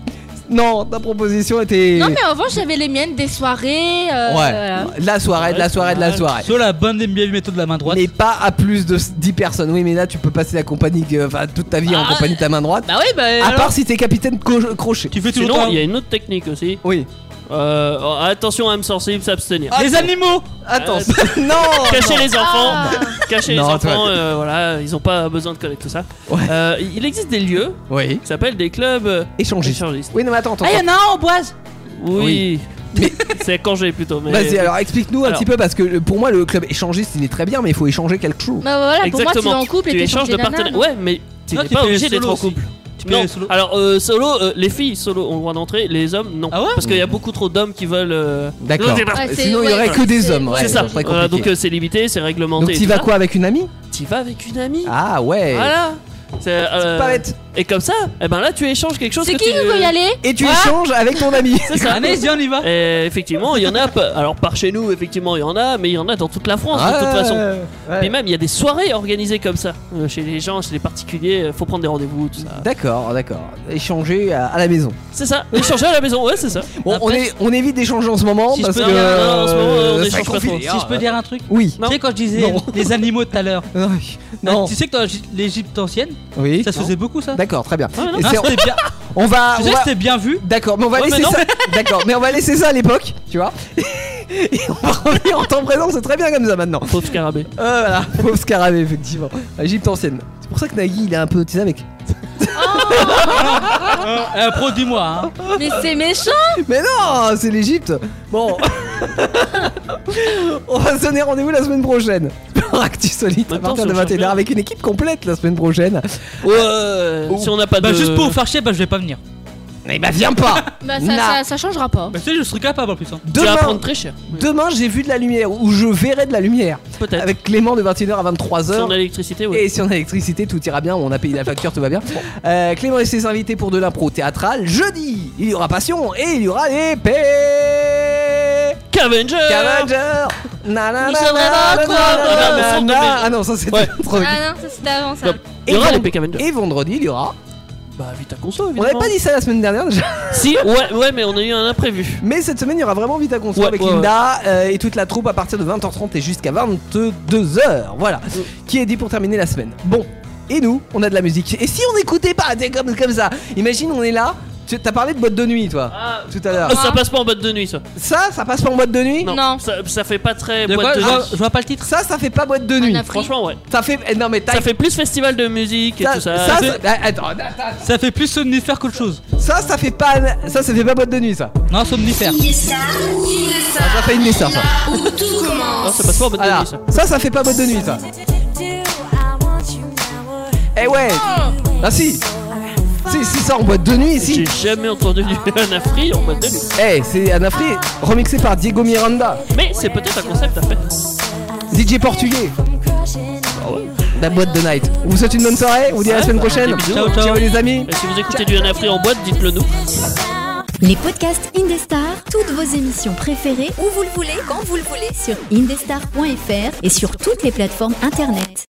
S3: Non, ta proposition était.
S5: Non, mais euh, en revanche, j'avais les miennes des soirées. euh,
S3: Ouais.
S5: voilà.
S3: De la soirée, de la soirée, de la soirée.
S10: Sur la bonne vieille méthode de la main droite.
S3: Mais pas à plus de 10 personnes. Oui, mais là, tu peux passer la compagnie, que- enfin, toute ta vie en compagnie de ta main droite.
S4: bah oui, bah,
S3: À
S4: alors.
S3: part si t'es capitaine co- crochet. Tu fais
S4: Sinon, il y a une autre technique aussi. Euh, oh,
S3: Oui.
S4: attention, âme sensible, s'abstenir.
S5: Ah,
S3: Les animaux Attends,
S4: Ah,
S3: [LAUGHS] non
S4: Cachez
S3: non.
S4: les enfants Cachez
S3: Non,
S4: les
S3: toi-
S4: enfants, euh, voilà, ils n'ont pas besoin de connaître tout ça. Euh, il existe des lieux qui s'appellent des clubs euh,
S3: échangistes. Oui, non, mais attends, attends.
S4: Ah, il y en a
S3: un en boise
S4: Oui. C'est quand j'ai plutôt. mais-
S3: Vas-y, alors explique-nous un
S4: Alors,
S3: petit peu parce que euh, pour moi, le club échangiste, il est très bien, mais il faut échanger quelque chose.
S5: Bah voilà, pour moi, tu vas
S4: Exactement.
S5: en couple et
S4: tu échanges de partenaire.
S5: partenaires.
S4: Ouais, mais tu
S10: Non,
S4: n'es
S10: tu
S4: pas
S10: peux
S4: obligé
S10: solo
S4: d'être en
S10: aussi.
S4: couple.
S10: Tu peux
S4: Non.
S10: aller solo.
S4: Alors euh, solo, euh, les filles solo ont le droit d'entrer, les hommes non.
S10: Ah
S4: Parce qu'il y a beaucoup trop d'hommes qui veulent. euh,
S3: Mm. D'accord.
S4: non, c'est-
S3: Ouais, Sinon, il y aurait que des
S4: c'est-
S3: hommes, ouais,
S4: c'est ça.
S3: c'est très
S4: Voilà, donc
S3: compliqué.
S4: euh, c'est limité, c'est réglementé.
S3: Donc
S4: et
S3: tu
S4: tout
S3: vas
S4: ça.
S3: quoi avec une amie
S4: Tu vas avec une amie.
S3: Ah ouais.
S4: Voilà. C'est euh,
S3: pas bête.
S4: Et comme ça, eh ben là tu échanges quelque chose.
S5: C'est
S4: que
S5: qui
S4: tu-
S5: qui veut y aller
S3: Et tu échanges avec ton
S4: [LAUGHS]
S3: ami.
S4: C'est ça.
S10: Allez-y, on y va.
S4: Et effectivement, il y en a. pas- Alors par chez nous, effectivement, il y en a, mais il y en a dans toute la France de toute
S3: Ah, Ouais,
S4: façon.
S3: ouais.
S4: Et même, il y a des soirées organisées comme ça euh, chez les gens, chez les particuliers. euh, Faut prendre des rendez-vous, tout ça.
S3: D'accord, d'accord. Échanger à, à la maison.
S4: C'est ça. Échanger à la maison, ouais, c'est ça.
S3: Bon, on, est, on évite d'échanger en ce moment
S4: Si je
S3: parce
S4: peux
S3: que.
S4: dire- non, non, en ce moment,
S3: euh,
S4: on
S3: ça
S4: échange pas
S3: confine.
S4: trop.
S10: Si je peux dire un truc
S3: Oui. [LAUGHS]
S10: Tu sais, quand je disais
S3: Non.
S10: les animaux tout à l'heure,
S3: non.
S10: Ah, tu sais que dans l'Égypte ancienne,
S3: Oui.
S10: ça se faisait beaucoup ça
S3: D'accord, très bien.
S10: Ah, non.
S3: Et
S10: Ah,
S3: c'est-
S10: c'était bien.
S3: On va. on
S10: Tu sais que
S3: va-
S10: c'était bien vu
S3: D'accord, mais on va
S10: Ouais, mais
S3: laisser
S10: non.
S3: ça. [LAUGHS] D'accord, mais on va laisser ça à l'époque, tu vois. Et on va revenir en temps présent, c'est très bien comme ça maintenant.
S4: Pauvre scarabée.
S3: Euh, voilà, pauvre scarabée, effectivement. Égypte ancienne. C'est pour ça que Nagui, il est un peu autisé avec.
S10: Un pro, dis-moi. hein.
S5: Mais c'est méchant
S3: Mais non, c'est l'Égypte. Bon. [LAUGHS] On va se donner rendez-vous la semaine prochaine [LAUGHS] pour Actu Solide à
S4: Maintenant,
S3: partir
S4: sur
S3: de
S4: le
S3: 21h
S4: championnat.
S3: avec une équipe complète la semaine prochaine.
S4: Ouais, si on n'a pas
S10: bah,
S4: de.
S10: juste pour vous faire chier, bah, je vais pas venir.
S3: Eh bah viens pas
S5: Bah ça,
S3: Non.
S5: ça, ça changera pas.
S10: Bah, tu sais, je serai capable en plus. Hein.
S4: Tu vas
S3: [LAUGHS] Demain,
S4: prendre très cher.
S3: demain j'ai vu de la lumière ou je verrai de la lumière.
S4: Peut-être.
S3: Avec Clément de 21h à 23h.
S4: Si on a l'électricité, ouais.
S3: Et si on a l'électricité, tout ira bien, on a payé la facture, tout va [LAUGHS] bien. Euh, Clément et ses invités pour de l'impro théâtrale. Jeudi, il y aura Passion et il y aura les P.
S4: Cavenger
S3: Cavalier Na, na, na,
S5: Ils sont
S3: na,
S5: vraiment
S3: na,
S5: trop
S3: na, na,
S4: heureux.
S3: na, na. Ah non, ça c'est trop vite.
S5: Ah non, ça c'était avant ça.
S3: Bah,
S4: Hop. Il y aura
S3: vend-
S4: les P. Cavenger.
S3: et vendredi, il y aura.
S4: Bah, vite à console,
S3: On n'avait
S4: évidemment.
S3: pas dit ça la semaine dernière déjà.
S4: Si, ouais, ouais, mais on a eu un imprévu.
S3: Mais cette semaine, il y aura vraiment vite à construire
S4: Ouais,
S3: avec
S4: ouais,
S3: Linda euh, et toute la troupe à partir de 20h30 et jusqu'à 22h. Voilà.
S4: Mm.
S3: Qui est dit pour terminer la semaine. Bon. Et nous, on a de la musique. Et si on n'écoutait pas, t'es comme, comme ça. Imagine, on est là. Tu- T'as parlé de boîte de nuit, toi, tout à l'heure.
S4: Ah, Ça passe pas en boîte de nuit, ça.
S3: Ça, ça passe pas en boîte de nuit
S5: Non.
S4: Ça, ça fait pas très
S10: De
S4: boîte
S10: quoi
S4: de
S10: je vois,
S4: nuit.
S10: je vois pas le titre.
S3: Ça, ça fait pas boîte de nuit.
S5: On a pris.
S4: Franchement, ouais.
S3: Ça fait. eh, Non, mais t'as.
S4: Ah, Ça fait plus festival de musique et
S3: Ça,
S4: tout ça.
S3: ça,
S4: C'est-
S3: ça- ah, attends, attends,
S10: Ça fait plus somnifère qu'autre chose.
S3: ça, ça fait pas, ça, ça fait pas boîte de nuit, ça.
S10: Non, somnifère.
S3: Ça, ça fait une dessert, ça.
S4: Non, ça passe pas en boîte de
S3: Voilà.
S4: nuit, ça.
S3: Ça, ça fait pas boîte de nuit, ça. Eh ouais. Ah si. Si, si, ça en boîte de nuit, si.
S4: J'ai jamais entendu du [LAUGHS] un Afri en boîte de nuit.
S3: Eh, c'est Anafri, remixé par Diego Miranda,
S4: Mais c'est peut-être un concept à faire. Euh,
S3: DJ portugais.
S4: Ah
S3: La boîte de night. On vous souhaite une bonne soirée, on vous dit à la semaine prochaine.
S4: bah, Bisous.
S10: Ciao, ciao.
S3: les amis.
S4: Et si vous écoutez du Anafri en boîte, dites-le nous.
S8: Les podcasts Indestar, toutes vos émissions préférées, où vous le voulez, quand vous le voulez, sur indestar.fr et sur toutes les plateformes internet.